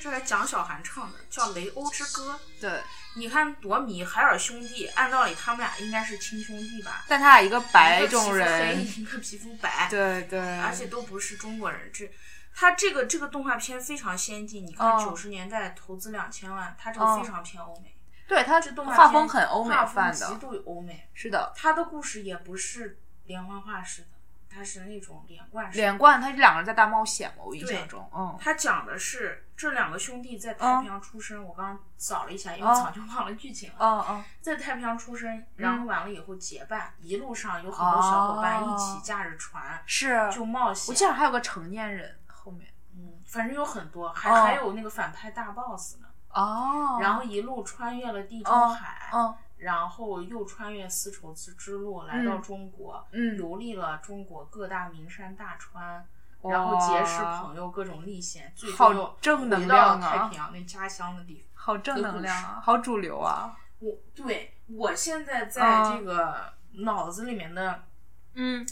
S4: 这是蒋小涵唱的，叫《雷欧之歌》。
S3: 对，
S4: 你看多迷海尔兄弟，按道理他们俩应该是亲兄弟吧？
S3: 但他俩一个白种
S4: 一个皮
S3: 人，
S4: 肤黑，一个皮肤白，
S3: 对对，
S4: 而且都不是中国人。这他这个这个动画片非常先进，你看
S3: 哦
S4: 九十年代投资两千万，他这个
S3: 哦
S4: 非常偏欧美。
S3: 对他
S4: 这动画
S3: 画
S4: 片
S3: 风很欧美
S4: 画
S3: 范
S4: 风极
S3: 的，
S4: 度欧美。
S3: 是的，
S4: 他的故事也不是连环画式的，他是那种连贯式的。
S3: 连贯，他这两个人在大冒险嘛，我印象中，嗯，
S4: 他讲的是这两个兄弟在
S3: 哦
S4: 太平洋出生，我刚扫了一下，因为
S3: 嗯
S4: 早就忘了剧情了。
S3: 嗯嗯，
S4: 在太平洋出生，然后完了以后结伴，一路上有很多小伙伴一起驾着船、
S3: 是，
S4: 就冒
S3: 哦我记
S4: 险，
S3: 得还有个成年人后面，
S4: 嗯，反正有很多，还、
S3: 哦
S4: 还有那个反派大 boss 呢。
S3: 哦，
S4: 然后一路穿越了地中
S3: 哦
S4: 海，
S3: 嗯
S4: 然后又穿越丝绸之之路来
S3: 嗯
S4: 到中国，
S3: 嗯
S4: 游历了中国各大名山大川，
S3: 哇
S4: 然后结识朋友，各种历险，最
S3: 好
S4: 终又
S3: 正能
S4: 回
S3: 量
S4: 到
S3: 啊
S4: 太平洋那家乡的地方。
S3: 好正能量啊，好主流啊，
S4: 我对我现在在
S3: 哦
S4: 这个脑子里面的
S3: 嗯，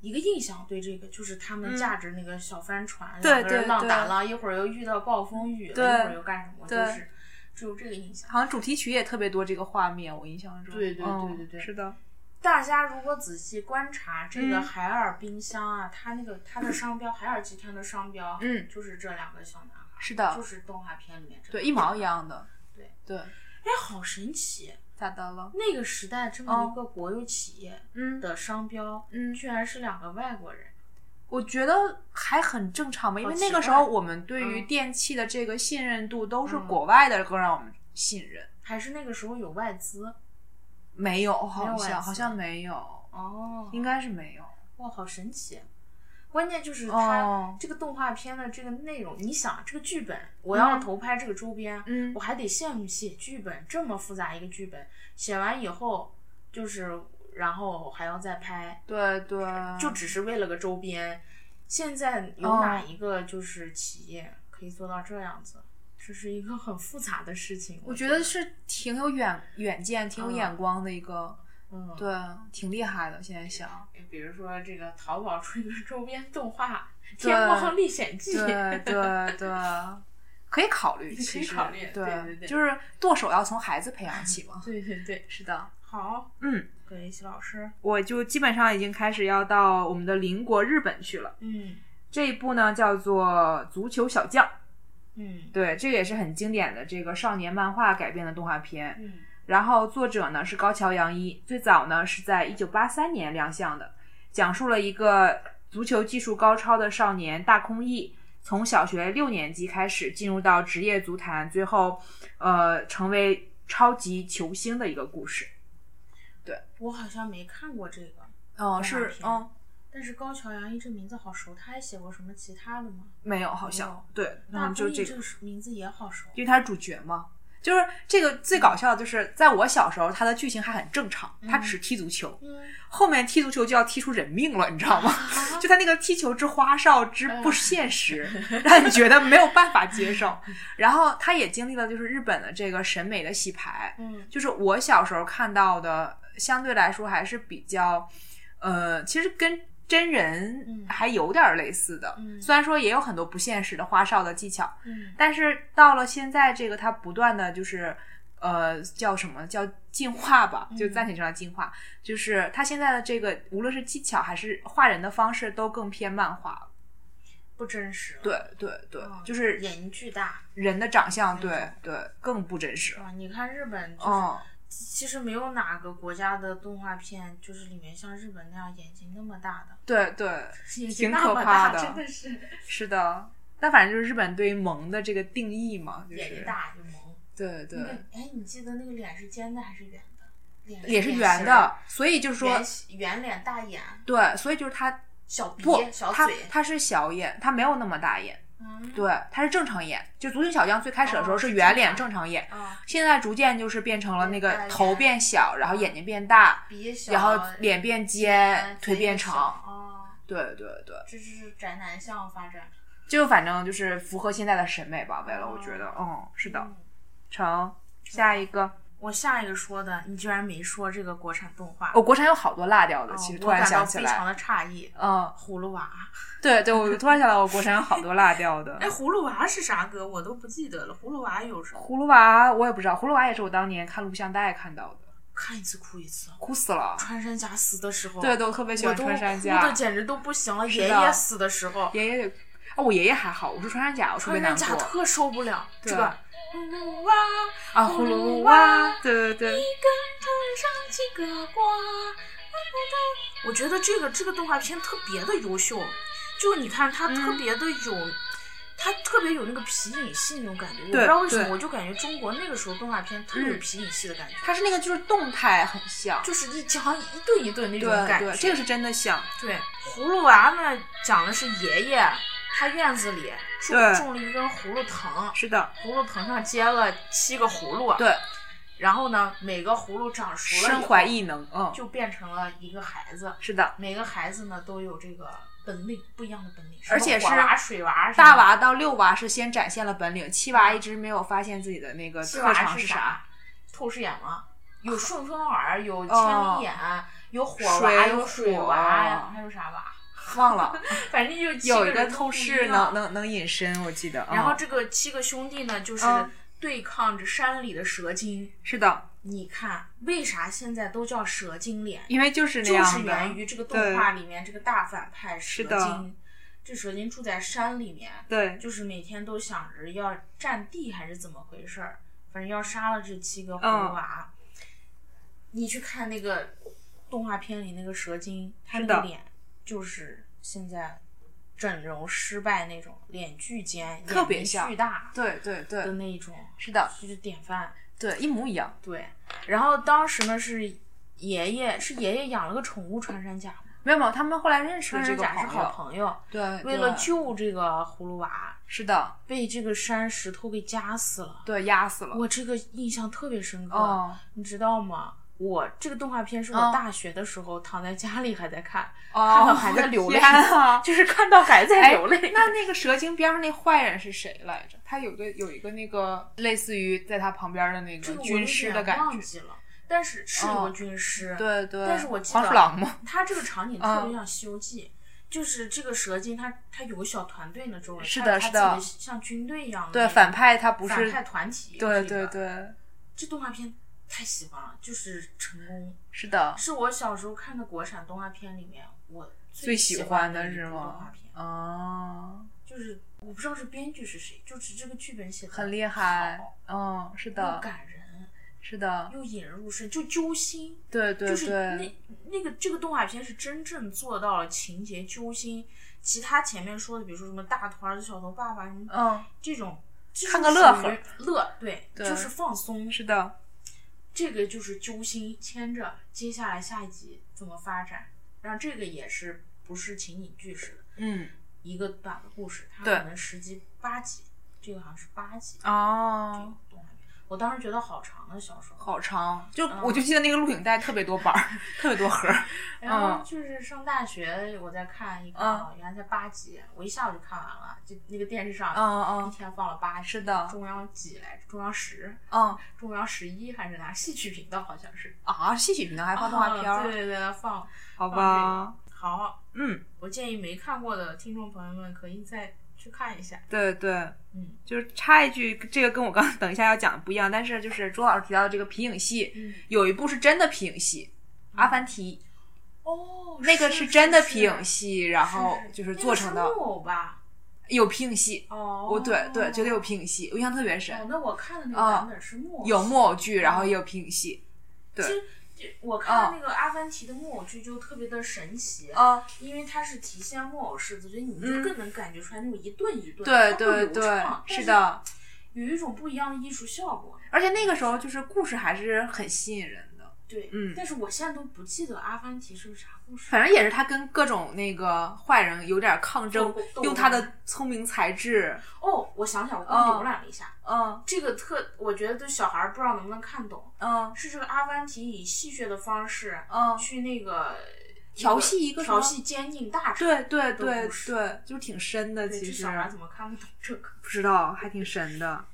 S4: 一个印象，对这个就是他们
S3: 嗯
S4: 驾着那个小帆船，
S3: 对
S4: 两个人
S3: 对
S4: 浪打
S3: 对
S4: 浪，一会儿又遇到暴风雨了，
S3: 对
S4: 一会儿又干什么，就
S3: 对
S4: 是只有这个印象。
S3: 好像主题曲也特别多这个画面，我印象中，
S4: 对对对
S3: 嗯
S4: 对对
S3: 是的，
S4: 大家如果仔细观察这个
S3: 嗯
S4: 海尔冰箱啊，它那个它的商标，海尔集团的商标，
S3: 嗯
S4: 就是这两个小男孩，
S3: 是的
S4: 就是动画片里面这
S3: 对，
S4: 两
S3: 一
S4: 个
S3: 毛一。样的，
S4: 对
S3: 对，
S4: 哎，好神奇！
S3: 咋的了？
S4: 那个时代这么
S3: 哦
S4: 一个国有企业
S3: 嗯
S4: 的商标，
S3: 嗯
S4: 居然是两个外国人。
S3: 我觉得还很正常吧，因为
S4: 好奇
S3: 那个时
S4: 怪
S3: 候我们对于
S4: 嗯
S3: 电器的这个信任度都是
S4: 嗯
S3: 国外的更让我们信任，
S4: 还是那个时候有外资
S3: 没有，
S4: 没
S3: 好
S4: 有外
S3: 像
S4: 资
S3: 好像没有，
S4: 哦
S3: 应该是没有。
S4: 哇，好神奇！关键就是它、
S3: 哦
S4: 这个动画片的这个内容，你想这个剧本，我要
S3: 嗯
S4: 投拍这个周边，
S3: 嗯
S4: 我还得现写剧本，这么复杂一个剧本，写完以后就是，然后还要再拍，
S3: 对对，
S4: 就只是为了个周边。现在有
S3: 哦
S4: 哪一个就是企业可以做到这样子？这是一个很复杂的事情，
S3: 我
S4: 觉
S3: 觉得，是挺有远远见、挺有
S4: 嗯
S3: 眼光的一个，
S4: 嗯，
S3: 对，挺厉害的。现在 [LAUGHS] 想，
S4: 比如说这个淘宝出一个周边动画《
S3: 对
S4: 天猫历险记》，
S3: 对对 [LAUGHS] 对，可以考虑，
S4: 可以
S3: 其实
S4: 考虑对对对
S3: 就是剁手要从孩子培养起嘛。
S4: 对对对，
S3: 是的，
S4: 好，
S3: 嗯，
S4: 葛雷西老师，
S3: [LAUGHS] 我就基本上已经开始要到我们的邻国日本去了。
S4: 嗯
S3: 这一部呢叫做《足球小将》，
S4: 嗯
S3: 对，这个也是很经典的这个少年漫画改编的动画片。
S4: 嗯
S3: 然后作者呢是高桥洋一，最早呢是在一九八三年亮相的，讲述了一个足球技术高超的少年大空翼，从小学六年级开始进入到职业足坛，最后呃成为超级球星的一个故事。
S4: 我好像没看过这个，
S3: 哦
S4: 是
S3: 嗯，
S4: 但是高桥洋一这名字好熟，他还写过什么其他的吗？
S3: 没有，好像、
S4: 没有
S3: 对，
S4: 大
S3: 嗯，就
S4: 公益
S3: 这
S4: 这
S3: 个。
S4: 个名字也好熟。
S3: 因为他是主角嘛。就是这个最搞笑的，就是在我小时候，他的剧情还很正常，他只是踢足球，
S4: 嗯，
S3: 后面踢足球就要踢出人命了，你知道吗？
S4: 啊嗯
S3: 就他那个踢球之花哨之
S4: [LAUGHS]
S3: 不现实，让你觉得没有办法接受。然后他也经历了就是日本的这个审美的洗牌，
S4: 嗯
S3: 就是我小时候看到的，相对来说还是比较，呃，其实跟真人
S4: 嗯
S3: 还有点儿类似的，
S4: 嗯
S3: 虽然说也有很多不现实的花哨的技巧，
S4: 嗯
S3: 但是到了现在，这个它不断的就是，呃，叫什么叫进化吧，
S4: 嗯
S3: 就暂且叫它进化，就是它现在的这个无论是技巧还是画人的方式，都更偏漫画了。
S4: 不真实。
S3: 对对对，
S4: 嗯，
S3: 就是
S4: 演绎巨大，
S3: 人的长相，对
S4: 嗯
S3: 对，更不真实
S4: 是。吧？你看日本，就是、
S3: 嗯，
S4: 其实没有哪个国家的动画片，就是里面像日本那样眼睛那么大的，
S3: 对对，
S4: 眼
S3: 挺
S4: 睛
S3: 可
S4: 那么
S3: 怕
S4: 大，
S3: 的
S4: 真的是
S3: 是的。但反正就是日本对萌的这个定义嘛，就
S4: 眼睛
S3: 是
S4: 大又萌。
S3: 对对
S4: 那，个哎，你记得那个脸是尖的还是圆的？脸
S3: 也是
S4: 脸
S3: 圆
S4: 型
S3: 的，，所以就是说
S4: 圆，圆脸大眼，
S3: 对，所以就是它
S4: 小鼻
S3: 不，
S4: 小
S3: 它
S4: 嘴，
S3: 它是小眼，它没有那么大眼。
S4: 嗯，
S3: 对，它是正常眼，就足球小将最开始的时候
S4: 哦
S3: 是
S4: 是
S3: 圆
S4: 正
S3: 脸
S4: 常
S3: 正常眼，
S4: 啊，
S3: 现在逐渐就是变成了
S4: 变
S3: 那
S4: 大
S3: 个
S4: 了
S3: 头
S4: 眼
S3: 变小，然后眼
S4: 嗯
S3: 睛变大，
S4: 鼻小，
S3: 然后脸变尖
S4: 嗯，
S3: 腿变
S4: 小
S3: 长。
S4: 啊，
S3: 对对对，
S4: 这就是宅男向发展。
S3: 就反正就是符合现在的审美吧，为了我觉得，
S4: 哦
S3: 嗯，是的。成，下一个，
S4: 我下一个说的，你居然没说这个国产动画，
S3: 我、国产有好多辣掉的，
S4: 哦
S3: 哦其实突
S4: 我
S3: 然
S4: 感
S3: 想
S4: 到
S3: 起
S4: 非常
S3: 来，
S4: 的诧异。
S3: 嗯，
S4: 葫芦娃，。
S3: 对对，我突然想到我国产有好多辣掉的
S4: [LAUGHS] 哎，葫芦娃是啥歌？我都不记得了。葫芦娃有啥？
S3: 葫芦娃我也不知道，葫芦娃也是我当年看录像带看到的，
S4: 看一次哭一次。
S3: 哭死了。
S4: 穿山甲死的时候，
S3: 对，都特别喜欢
S4: 哦我都
S3: 穿山
S4: 哭
S3: 甲
S4: 的。简直都不行了。
S3: 是
S4: 爷
S3: 的
S4: 爷死的时候，
S3: 爷爷，啊，我爷爷还好，我是穿山甲，我特别
S4: 穿
S3: 难
S4: 山甲
S3: 过
S4: 特受不了
S3: 对
S4: 这个。葫芦娃，
S3: 啊，葫芦
S4: 啊
S3: 娃，对对对，
S4: 一根头上几个瓜。我觉得这个这个动画片特别的优秀，就你看它特别的有，它特别有那个皮影戏那种感觉。我不
S3: 嗯对
S4: 知道为什么，
S3: 对嗯
S4: 我就感觉中国那个时候动画片特别有皮影戏的感觉，
S3: 它是那个就是动态很像，
S4: 就是一好像一顿一顿那
S3: 对
S4: 种感觉。
S3: 对，这个是真的像，
S4: 对，葫芦娃呢讲的是爷爷，他院子里种
S3: 对
S4: 种了一根葫芦藤，
S3: 是的，
S4: 葫芦藤上结了七个葫芦，
S3: 对，
S4: 然后呢每个葫芦长熟了以后
S3: 身怀异能，嗯，
S4: 就变成了一个孩子，
S3: 是的，
S4: 每个孩子呢都有这个本领，不一样的本领，
S3: 而且
S4: 什么
S3: 是
S4: 火娃、水娃、
S3: 大、娃到六娃是先展现了本领，七娃一直没有发现自己的那个
S4: 七
S3: 特
S4: 娃
S3: 长
S4: 是
S3: 是啥，？哦
S4: 透视眼吗？有顺风耳，有千里眼，有火娃，
S3: 水
S4: 有水
S3: 火
S4: 娃呀，还有啥娃？
S3: 忘
S4: [LAUGHS]
S3: 了，
S4: 反正就七
S3: 有一
S4: 个
S3: 个
S4: 人都
S3: 透
S4: 不一
S3: 视
S4: 样
S3: 能能能隐身，我记得，嗯
S4: 然后这个七个兄弟呢，就是
S3: 嗯
S4: 对抗着山里的蛇精。
S3: 是的，
S4: 你看，为啥现在都叫蛇精脸？
S3: 因为就是那
S4: 就
S3: 样
S4: 是
S3: 的，
S4: 源于这个动画里面这个大反派蛇
S3: 是的
S4: 精。这蛇精住在山里面，
S3: 对，
S4: 就是每天都想着要占地还是怎么回事儿，反正要杀了这七个葫
S3: 嗯
S4: 芦娃。你去看那个动画片里那个蛇精，他
S3: 是
S4: 那
S3: 的
S4: 个脸就是现在整容失败那种，脸巨尖，
S3: 特别
S4: 眼睛
S3: 像
S4: 巨大
S3: 对对
S4: 的
S3: 对，
S4: 那一种，
S3: 是的，
S4: 就是典范。
S3: 对，一模一样，
S4: 对，然后当时呢是爷爷是爷爷养了个宠物穿山甲嘛，
S3: 没有没有，他们后来认识
S4: 穿
S3: 了这
S4: 山
S3: 个
S4: 甲是
S3: 朋
S4: 好
S3: 友，
S4: 朋友，
S3: 对，
S4: 为了
S3: 对
S4: 救这个葫芦娃，
S3: 是的，
S4: 被这个山石头给夹死了。
S3: 对，压死了。
S4: 我这个印象特别深刻， [LAUGHS]
S3: 哦
S4: 你知道吗？我这个动画片是我
S3: 嗯
S4: 大学的时候躺在家里还在看，
S3: 哦，
S4: 看到还在流泪，
S3: 天啊！
S4: 就是看到 [LAUGHS] 还在
S3: 哎
S4: 流泪。
S3: 那那个蛇精边上那坏人是谁来着？他有个有一个那个类似于在他旁边的那
S4: 这
S3: 个
S4: 个我有
S3: 军师的
S4: 点
S3: 感
S4: 忘
S3: 觉。
S4: 记了，但是是有
S3: 哦
S4: 个军师，
S3: 对对，
S4: 但是我记得嗯
S3: 黄鼠狼嗯吗？
S4: 他这个场景特别像《西游记》就是这个蛇精他他有个小团队呢，周围
S3: 是
S4: 他
S3: 的
S4: 有他
S3: 是的
S4: 自己像军队一样的
S3: 对，
S4: 那种
S3: 反派他不
S4: 反
S3: 是
S4: 派，团体，
S3: 对
S4: 这
S3: 对
S4: 个，
S3: 对，
S4: 这动画片太喜欢了，就是成功，
S3: 是的，
S4: 是我小时候看的国产动画片里面我
S3: 最喜
S4: 喜
S3: 欢
S4: 的
S3: 的
S4: 一
S3: 是
S4: 部动画
S3: 吗
S4: 片？
S3: 哦，
S4: 就是我不知道这编剧是谁，就是这个剧本写的
S3: 很厉害，嗯，是
S4: 又
S3: 的，
S4: 感人，
S3: 是的，
S4: 又引人入胜，就揪心。
S3: 对对
S4: 就是
S3: 对
S4: 那，那个这个动画片是真正做到了情节揪心，其他前面说的，比如说什么大头儿子、小头爸爸什么、
S3: 嗯，
S4: 这种，这
S3: 看
S4: 就
S3: 个乐
S4: 属于
S3: 呵
S4: 乐，对，
S3: 对
S4: 就是放松。
S3: 是的，
S4: 这个就是揪心，牵着接下来下一集怎么发展，然后这个也是不是情景剧式的
S3: 嗯，
S4: 一个短的故事，它
S3: 对
S4: 可能十集八集，这个好像是八集这
S3: 哦
S4: 个，动画片，我当时觉得好长的小时候。
S3: 好长，就
S4: 嗯
S3: 我就记得那个录影带特别多板儿， [LAUGHS] 特别多盒儿，
S4: 然后就是上大学，我在看一个，
S3: 嗯
S4: 原来在八集，我一下午就看完了，就那个电视上、一
S3: 嗯嗯
S4: 天放了八集，
S3: 是的
S4: 中央几来着？中央十、
S3: 嗯，
S4: 中央十一还是哪？戏曲频道好像是
S3: 啊，戏曲频道还放动画片
S4: 啊对
S3: 儿，
S4: 对对，放
S3: 好
S4: 放
S3: 吧，
S4: 好。
S3: 嗯，
S4: 我建议没看过的听众朋友们可以再去看一下。
S3: 对对。
S4: 嗯
S3: 就是插一句，这个跟我刚等一下要讲的不一样，但是就是朱老师提到的这个皮影戏，
S4: 嗯，
S3: 有一部是真的皮影戏，阿凡提》，
S4: 哦，
S3: 那个
S4: 嗯是
S3: 真的
S4: 是
S3: 皮影戏，然后
S4: 是
S3: 就是做成的
S4: 那个是木偶吧？
S3: 有皮影戏，
S4: 哦，
S3: 我对对，觉得有皮影戏，我印象特别深
S4: 哦，，那我看的那个
S3: 啊
S4: 版本是哦木偶戏，
S3: 有木偶剧，然后也有皮影戏，对
S4: 其实这我看那个《阿凡提》的木偶剧就特别的神奇，
S3: 啊，
S4: 因为它是体现木偶式的，所以你就
S3: 嗯
S4: 更能感觉出来那种一顿一顿，
S3: 对
S4: 它会
S3: 对
S4: 流
S3: 对
S4: 畅，，
S3: 是，的，
S4: 有一种不一样的艺术效果。
S3: 而且那个时候就是故事还是很吸引人的，
S4: 对，
S3: 嗯
S4: 但是我现在都不记得《阿凡提》是个啥故事，
S3: 反正也是他跟各种那个坏人有点抗争
S4: 斗斗，
S3: 用他的聪明才智，
S4: 哦，我想起来，我刚
S3: 哦
S4: 浏览了一下，
S3: 嗯
S4: 这个特，我觉得小孩儿不知道能不能看懂，
S3: 嗯
S4: 是这个阿凡提以戏谑的方式
S3: 嗯，
S4: 去那个
S3: 调戏一个什么
S4: 调戏监禁大臣，
S3: 对对
S4: 都
S3: 对
S4: 不是
S3: 对，就挺深的，
S4: 对，
S3: 其
S4: 这
S3: 实
S4: 小孩儿怎么看不懂这个？
S3: 不知道，还挺深的。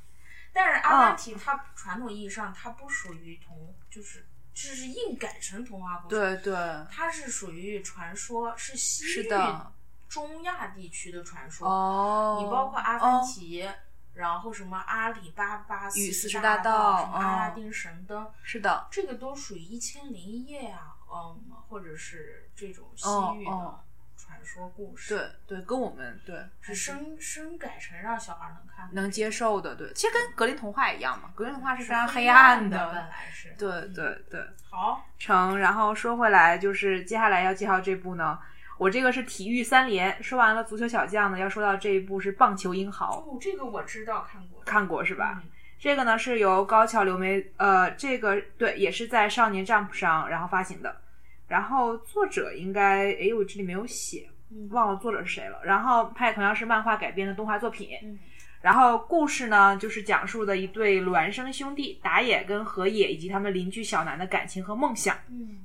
S4: 但是
S3: 啊
S4: 阿凡提它传统意义上它不属于童，就是这是硬改成童话故事，
S3: 对对，
S4: 它是属于传说，是西
S3: 是
S4: 域
S3: 的
S4: 中亚地区的传说。
S3: 哦
S4: 你包括阿凡提，然后什么阿里巴巴
S3: 与
S4: 四
S3: 四十
S4: 大
S3: 大盗
S4: 什么阿拉
S3: 嗯
S4: 丁神灯，
S3: 是的，
S4: 这个都属于一千零一夜啊，嗯，或者是这种西
S3: 哦
S4: 域的
S3: 哦
S4: 传说故事，
S3: 对对，跟我们对
S4: 是深深改成让小孩能看懂，
S3: 能接受的，对，其实跟格林童话一样嘛，格林童话是
S4: 是
S3: 非常
S4: 黑
S3: 暗
S4: 的，
S3: 的
S4: 本，来是嗯
S3: 对对对。
S4: 好，
S3: 成，然后说回来，就是接下来要介绍这部呢，我这个是体育三连，说完了足球小将呢，要说到这一部是棒球英豪，
S4: 哦，这个我知道看过，
S3: 看过是
S4: 是
S3: 吧？？这个呢是由高桥留美，呃，这个对也是在少年 Jump 上然后发行的，然后作者应该，诶，我这里没有写，
S4: 嗯，
S3: 忘了作者是谁了。然后它也同样是漫画改编的动画作品。
S4: 嗯
S3: 然后故事呢，就是讲述的一对孪生兄弟打野跟河野以及他们邻居小南的感情和梦想。
S4: 嗯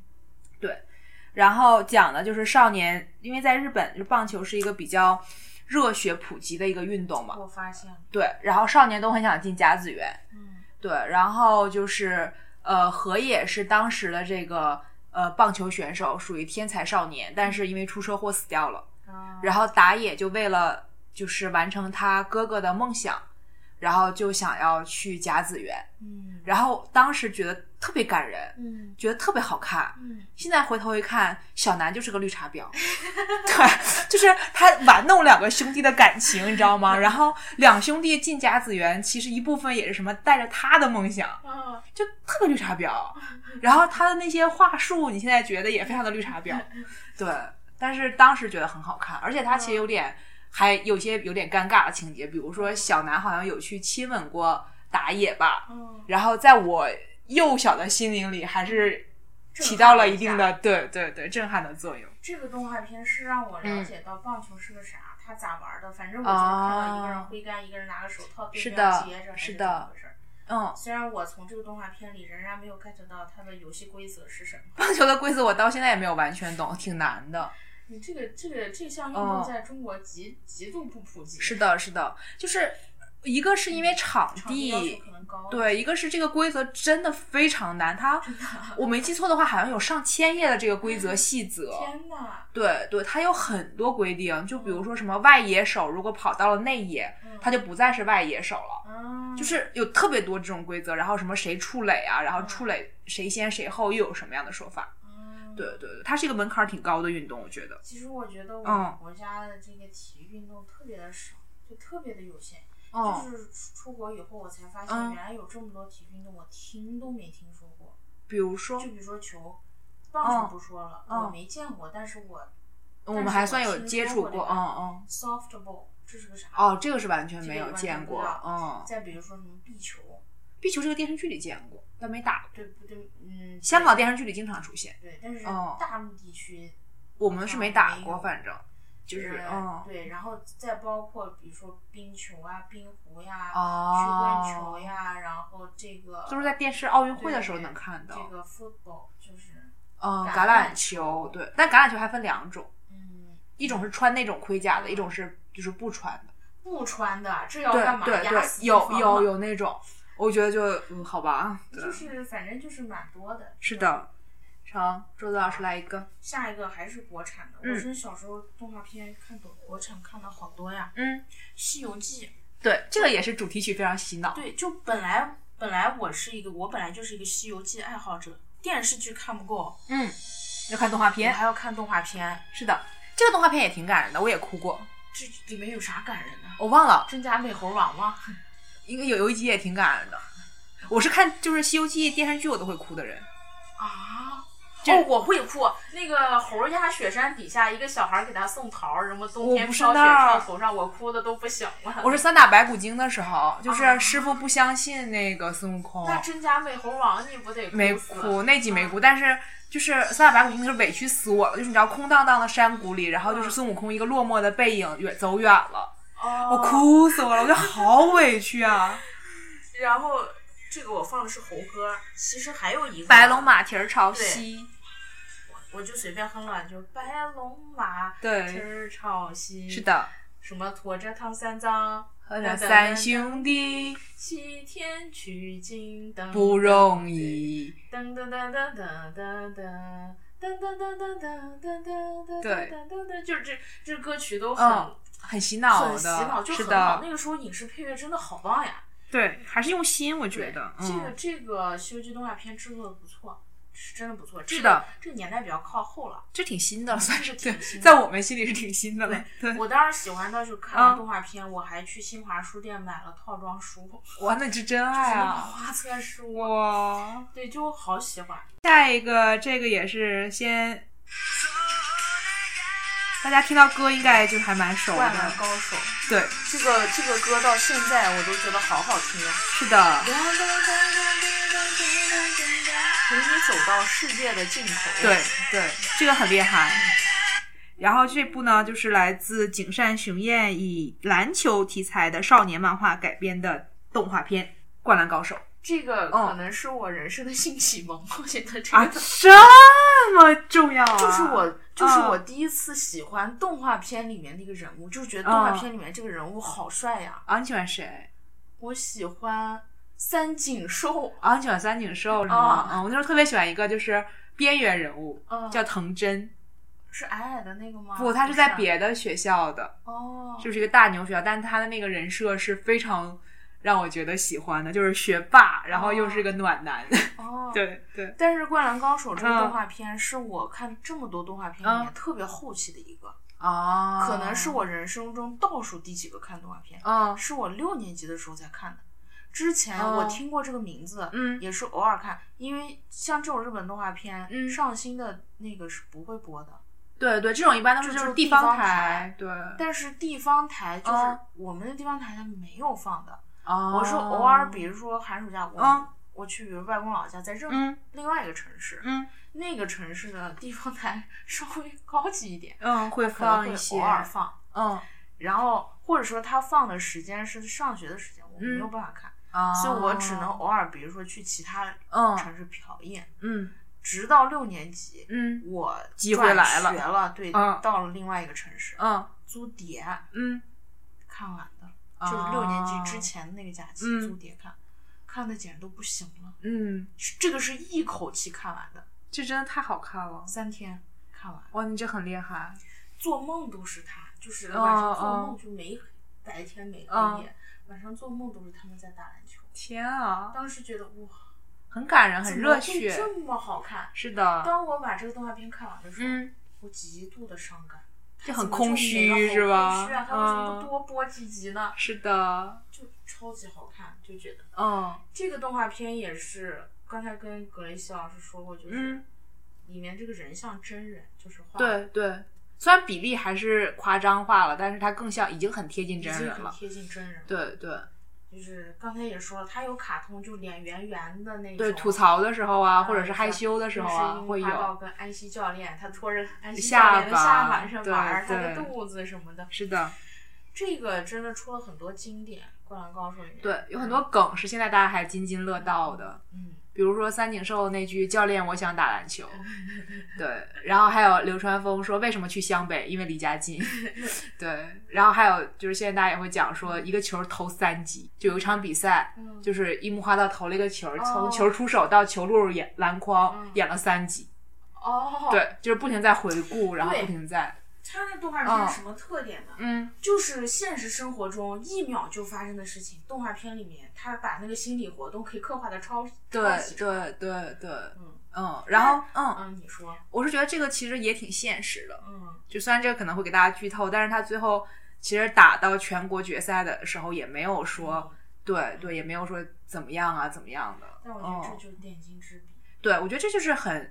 S3: 然后讲的就是少年，因为在日本，棒球是一个比较热血普及的一个运动嘛，
S4: 我发现了，
S3: 对。然后少年都很想进甲子园，
S4: 嗯
S3: 对，然后就是呃，河野是当时的这个呃棒球选手，属于天才少年，但是因为出车祸死掉了。
S4: 啊，
S3: 然后打野就为了就是完成他哥哥的梦想，然后就想要去甲子园。
S4: 嗯
S3: 然后当时觉得特别感人，
S4: 嗯
S3: 觉得特别好看。
S4: 嗯，
S3: 现在回头一看，小南就是个绿茶婊， [LAUGHS] 对，就是他玩弄两个兄弟的感情，你知道吗？然后两兄弟进甲子园，其实一部分也是什么带着他的梦想，
S4: 啊，
S3: 就特别绿茶婊。然后他的那些话术，你现在觉得也非常的绿茶婊，对。但是当时觉得很好看，而且他其实有点，还有些有点尴尬的情节，比如说小南好像有去亲吻过打野吧，
S4: 嗯，
S3: 然后在我幼小的心灵里，还是起到了一定的对对对震撼的作用。
S4: 这个动画片是让我
S3: 嗯
S4: 了解到棒球是个啥，他咋玩的，反正我就是看到一个人挥杆，一个人拿个手套对
S3: 啊是
S4: 面
S3: 的
S4: 接着，还
S3: 是
S4: 怎么
S3: 的
S4: 回事儿？
S3: 嗯，
S4: 虽然我从这个动画片里仍然没有 get 到它的游戏规则是什么，
S3: 棒球的规则我到现在也没有完全懂，挺难的。
S4: 你这个这个这项运动
S3: 哦
S4: 在中国极极度不普及，
S3: 是的，是的，就是一个是因为场
S4: 场地要求
S3: 地
S4: 可能高，
S3: 对，一个是这个规则真的非常难，它我没记错的话，好像有上千页的这个规则细则。
S4: 天哪，
S3: 对对，它有很多规定，就比如说什么外野手如果跑到了内野，
S4: 嗯
S3: 他就不再是外野手了，
S4: 啊，
S3: 就是有特别多这种规则。然后什么谁触垒啊，然后触垒谁先谁后，又有什么样的说法？
S4: 嗯
S3: 对对对，它是一个门槛儿挺高的运动，我觉得。
S4: 其实我觉得我们
S3: 嗯
S4: 国家的这个体育运动特别的少，就特别的有限。
S3: 哦
S4: 就是出国以后我才发现，
S3: 嗯
S4: 原来有这么多体育运动我听都没听说过。
S3: 比如说
S4: 就比如说球，棒
S3: 嗯
S4: 球不说了，
S3: 嗯
S4: 我没见过，但是我
S3: 我们还算有接触
S4: 但是我
S3: 过，
S4: 听
S3: 嗯
S4: 说
S3: 嗯。
S4: softball 这是个啥？
S3: 哦，这个是完全
S4: 这个
S3: 没有
S4: 完全
S3: 见
S4: 不
S3: 过
S4: 知道，
S3: 嗯。
S4: 再比如说什么壁球，
S3: 壁球这个电视剧里见过，但没打过。
S4: 对不对？嗯，
S3: 香港电视剧里经常出现，
S4: 对，但是
S3: 哦
S4: 大陆地区
S3: 我们是没打过，
S4: 嗯
S3: 反正就是嗯，
S4: 对，然后再包括比如说冰球啊、冰壶呀、
S3: 哦
S4: 曲棍球呀，然后这个
S3: 都是在电视奥运会的
S4: 对
S3: 时候能看到。
S4: 这个 football 就是
S3: 嗯，
S4: 橄
S3: 橄
S4: 榄
S3: 榄
S4: 球
S3: 球对，但橄榄球还分两种，
S4: 嗯
S3: 一种是穿那种盔甲的，一种是就是不穿的。
S4: 不穿的，这要
S3: 对
S4: 干嘛？
S3: 对
S4: 压死
S3: 对，
S4: 对
S3: 有
S4: 方
S3: 有
S4: 吗，
S3: 有那种，我觉得就嗯，好吧，对
S4: 就是反正就是蛮多的。
S3: 是的。成，周子老师来一个，
S4: 下一个还是国产的，
S3: 嗯
S4: 我是小时候动画片看懂，国产看的好多呀，
S3: 嗯，
S4: 《西游记
S3: 对，这个也是主题曲，非常洗》脑。
S4: 对，就本来本来我是一个我本来就是一个《西游记》爱好者，电视剧看不够，
S3: 嗯，要看动画
S4: 我
S3: 片，
S4: 还要看动画片，
S3: 是的，这个动画片也挺感人的，我也哭过，
S4: 这里面有啥感人的？
S3: 我忘了，
S4: 真假美猴王吗？
S3: 应该有有一集也挺感人的。我是看就是《西游记》电视剧我都会哭的人，
S4: 啊！
S3: 这
S4: 哦，我会哭。那个猴压雪山底下，一个小孩给他送桃儿，什么冬
S3: 我
S4: 天
S3: 不是
S4: 飘雪
S3: 那儿
S4: 到头上，我哭的都不行了。
S3: 我是三打白骨精的时候，就是
S4: 啊
S3: 师傅不相信那个孙悟空，
S4: 那真假美猴王，你不得
S3: 没
S4: 死啊
S3: 哭那集没哭，但是就是三打白骨精那是委屈死我了，就是你知道空荡荡的山谷里，然后就是
S4: 嗯
S3: 孙悟空一个落寞的背影远走远了，
S4: 哦，
S3: 我。哭死我了，我觉得好委屈啊！
S4: 然后这个我放的是猴歌，其实还有一个
S3: 白龙，马蹄儿朝西，
S4: 我就随便哼了，就是白龙马蹄
S3: 对，
S4: 儿朝西。
S3: 哎是，的，
S4: 什么驮着唐三藏，
S3: 和这三兄弟
S4: 西天取经等
S3: 不容易。
S4: 噔噔噔噔噔噔噔噔噔噔噔噔噔噔噔噔噔噔噔噔噔，就是这这歌曲都很
S3: 嗯很洗脑
S4: 很
S3: 的，
S4: 洗脑，就是很好。
S3: 的，
S4: 那个时候影视配乐真的好棒呀！
S3: 对，还是用心，我觉得，
S4: 这个
S3: 嗯，
S4: 这个《西游记》动画片制作的不错，是真的不错。
S3: 是的，
S4: 这个年代比较靠后了。
S3: 这挺新的，算是
S4: 这
S3: 对
S4: 挺，新的
S3: 在我们心里是挺新的了。对，
S4: 我当时喜欢到就是看
S3: 啊
S4: 完动画片，我还去新华书店买了套装书，
S3: 哇，那是真
S4: 就是
S3: 爱
S4: 那个
S3: 啊！
S4: 花册书，
S3: 哇，
S4: 对，就好喜欢。
S3: 下一个这个也是先，大家听到歌应该就还蛮熟
S4: 灌篮
S3: 的，
S4: 高手，
S3: 对，
S4: 这个这个歌到现在我都觉得好好听呀。啊
S3: 是的，
S4: 陪你走到世界的尽头。
S3: 对对，这个很厉害。然后这部呢，就是来自井上雄彦以篮球题材的少年漫画改编的动画片《灌篮高手》。
S4: 这个
S3: 嗯
S4: 可能是我人生的性启蒙，我觉得这
S3: 啊，
S4: [LAUGHS] 个。
S3: 这么重要啊！
S4: 就是我，就是我第一次喜欢动画片里面的一个人物，就觉得动画片里面这个人物好帅呀！
S3: 啊，你喜欢谁？
S4: 我喜欢三井寿，
S3: 啊，你喜欢三井寿是吗
S4: 啊？
S3: 嗯，我那时候特别喜欢一个就是边缘人物，
S4: 嗯
S3: 叫藤真。
S4: 是矮矮的那个吗？
S3: 不，他是在
S4: 啊
S3: 别的学校的，
S4: 哦，
S3: 就是一个大牛学校，但他的那个人设是非常让我觉得喜欢的，就是学霸，然后又是个暖男。
S4: 哦，。
S3: [LAUGHS] 对对，
S4: 但是《灌篮高手》这
S3: 嗯
S4: 个动画片是我看这么多动画片里面
S3: 嗯
S4: 特别后期的一个，
S3: 啊
S4: 可能是我人生中倒数第几个看动画片，
S3: 嗯
S4: 是我六年级的时候才看的。之前
S3: 哦
S4: 我听过这个名字，
S3: 嗯
S4: 也是偶尔看，因为像这种日本动画片，
S3: 嗯
S4: 上新的那个是不会播的。
S3: 对对，这种一般都是
S4: 这就是
S3: 地
S4: 地方
S3: 台
S4: 台，
S3: 对。
S4: 但是地方台就是
S3: 哦
S4: 我们的地方台它没有放的。
S3: 哦
S4: 我是偶尔，比如说寒暑假我、
S3: 嗯
S4: 我去比如外公老家，在任、
S3: 嗯
S4: 另外一个城市，
S3: 嗯
S4: [LAUGHS] 那个城市的地方台 [LAUGHS] 稍微高级一点，
S3: 嗯会
S4: 可能
S3: 放
S4: 会
S3: 一些，
S4: 偶尔放。
S3: 嗯
S4: 然后或者说他放的时间是上学的时间，
S3: 嗯
S4: 我没有办法看，
S3: 啊，
S4: 所以我只能偶尔，比如说去其他
S3: 嗯
S4: 城市瞟一眼，
S3: 嗯
S4: 直到六年级。
S3: 嗯
S4: 我
S3: 机会来了
S4: 转学了，对，
S3: 嗯
S4: 到了另外一个城市，
S3: 嗯
S4: 租碟
S3: 嗯，
S4: 看完的，
S3: 啊
S4: 就是六年级之，前的那个假期、
S3: 嗯
S4: 租碟看，看的简直都不行了。
S3: 嗯，
S4: 这个是一口气看完的，
S3: 这真的太好看了，
S4: 三天看完，
S3: 哇，你这很厉害，
S4: 做梦都是他，就是
S3: 哦
S4: 晚上做
S3: 哦
S4: 梦就没白天没
S3: 嗯
S4: 黑夜，晚上做梦都是他们在打篮球。
S3: 天啊，
S4: 当时觉得哇，
S3: 很感人，很
S4: 怎么
S3: 热
S4: 会
S3: 血，
S4: 这么好看。
S3: 是的，
S4: 当我把这个动画片看完的时候，
S3: 嗯
S4: 我极度的伤感，
S3: 就很
S4: 怎么
S3: 空
S4: 就
S3: 虚
S4: 没了好空
S3: 是吧
S4: 虚啊，他为什么
S3: 嗯
S4: 不多播几集呢？
S3: 是的，
S4: 就超级好看，就觉得
S3: 嗯
S4: 这个动画片也是刚才跟葛雷西老师说过，就是
S3: 嗯，
S4: 里面这个人像真人，就是画的
S3: 对对。虽然比例还是夸张化了，但是它更像已经很贴近
S4: 已
S3: 真
S4: 经
S3: 人
S4: 很
S3: 了。
S4: 贴近真人。，
S3: 对对
S4: 就是刚才也说了，他有卡通，就脸圆圆的那种。
S3: 对，吐槽的时候啊，
S4: 嗯
S3: 或者是害羞的时候啊，
S4: 就是
S3: 会
S4: 樱花道
S3: 有。
S4: 跟安西教练，他拖着安西
S3: 下
S4: 教练的下
S3: 巴
S4: 巴上
S3: 对
S4: 玩儿他的
S3: 对
S4: 肚子什么的。
S3: 是的，
S4: 这个真的出了很多经典，《灌篮高手》里面
S3: 对，有很多梗是现在大家还津津乐道的，
S4: 嗯，
S3: 比如说三井寿那句“教练，我想打篮 [LAUGHS] 球”，对，然后还有流川枫说为什么去湘北，因为离家 [LAUGHS] 近，对，然后还有就是现在大家也会讲说一个球投三级，就有一场比赛，
S4: 嗯
S3: 就是樱木花道投了一个球，从
S4: 哦
S3: 球出手到球落入眼篮筐
S4: 嗯
S3: 演了三级，
S4: 哦，，
S3: 对，就是不停在回顾，然后
S4: 对
S3: 不停在，
S4: 他那动画片是什么特点呢？
S3: 嗯，
S4: 就是现实生活中一秒就发生的事情，动画片里面他把那个心理活动可以刻画的超
S3: 对
S4: 超级出来
S3: 对对对，
S4: 嗯
S3: 嗯，然后嗯，
S4: 嗯，你说，
S3: 我是觉得这个其实也挺现实的，
S4: 嗯，
S3: 就虽然这个可能会给大家剧透，但是他最后其实打到全国决赛的时候也没有
S4: 嗯
S3: 说，对对，也没有说怎么样啊怎么样的。
S4: 但我觉得这
S3: 嗯、
S4: 哦就是点睛之笔，
S3: 对我觉得这就是很，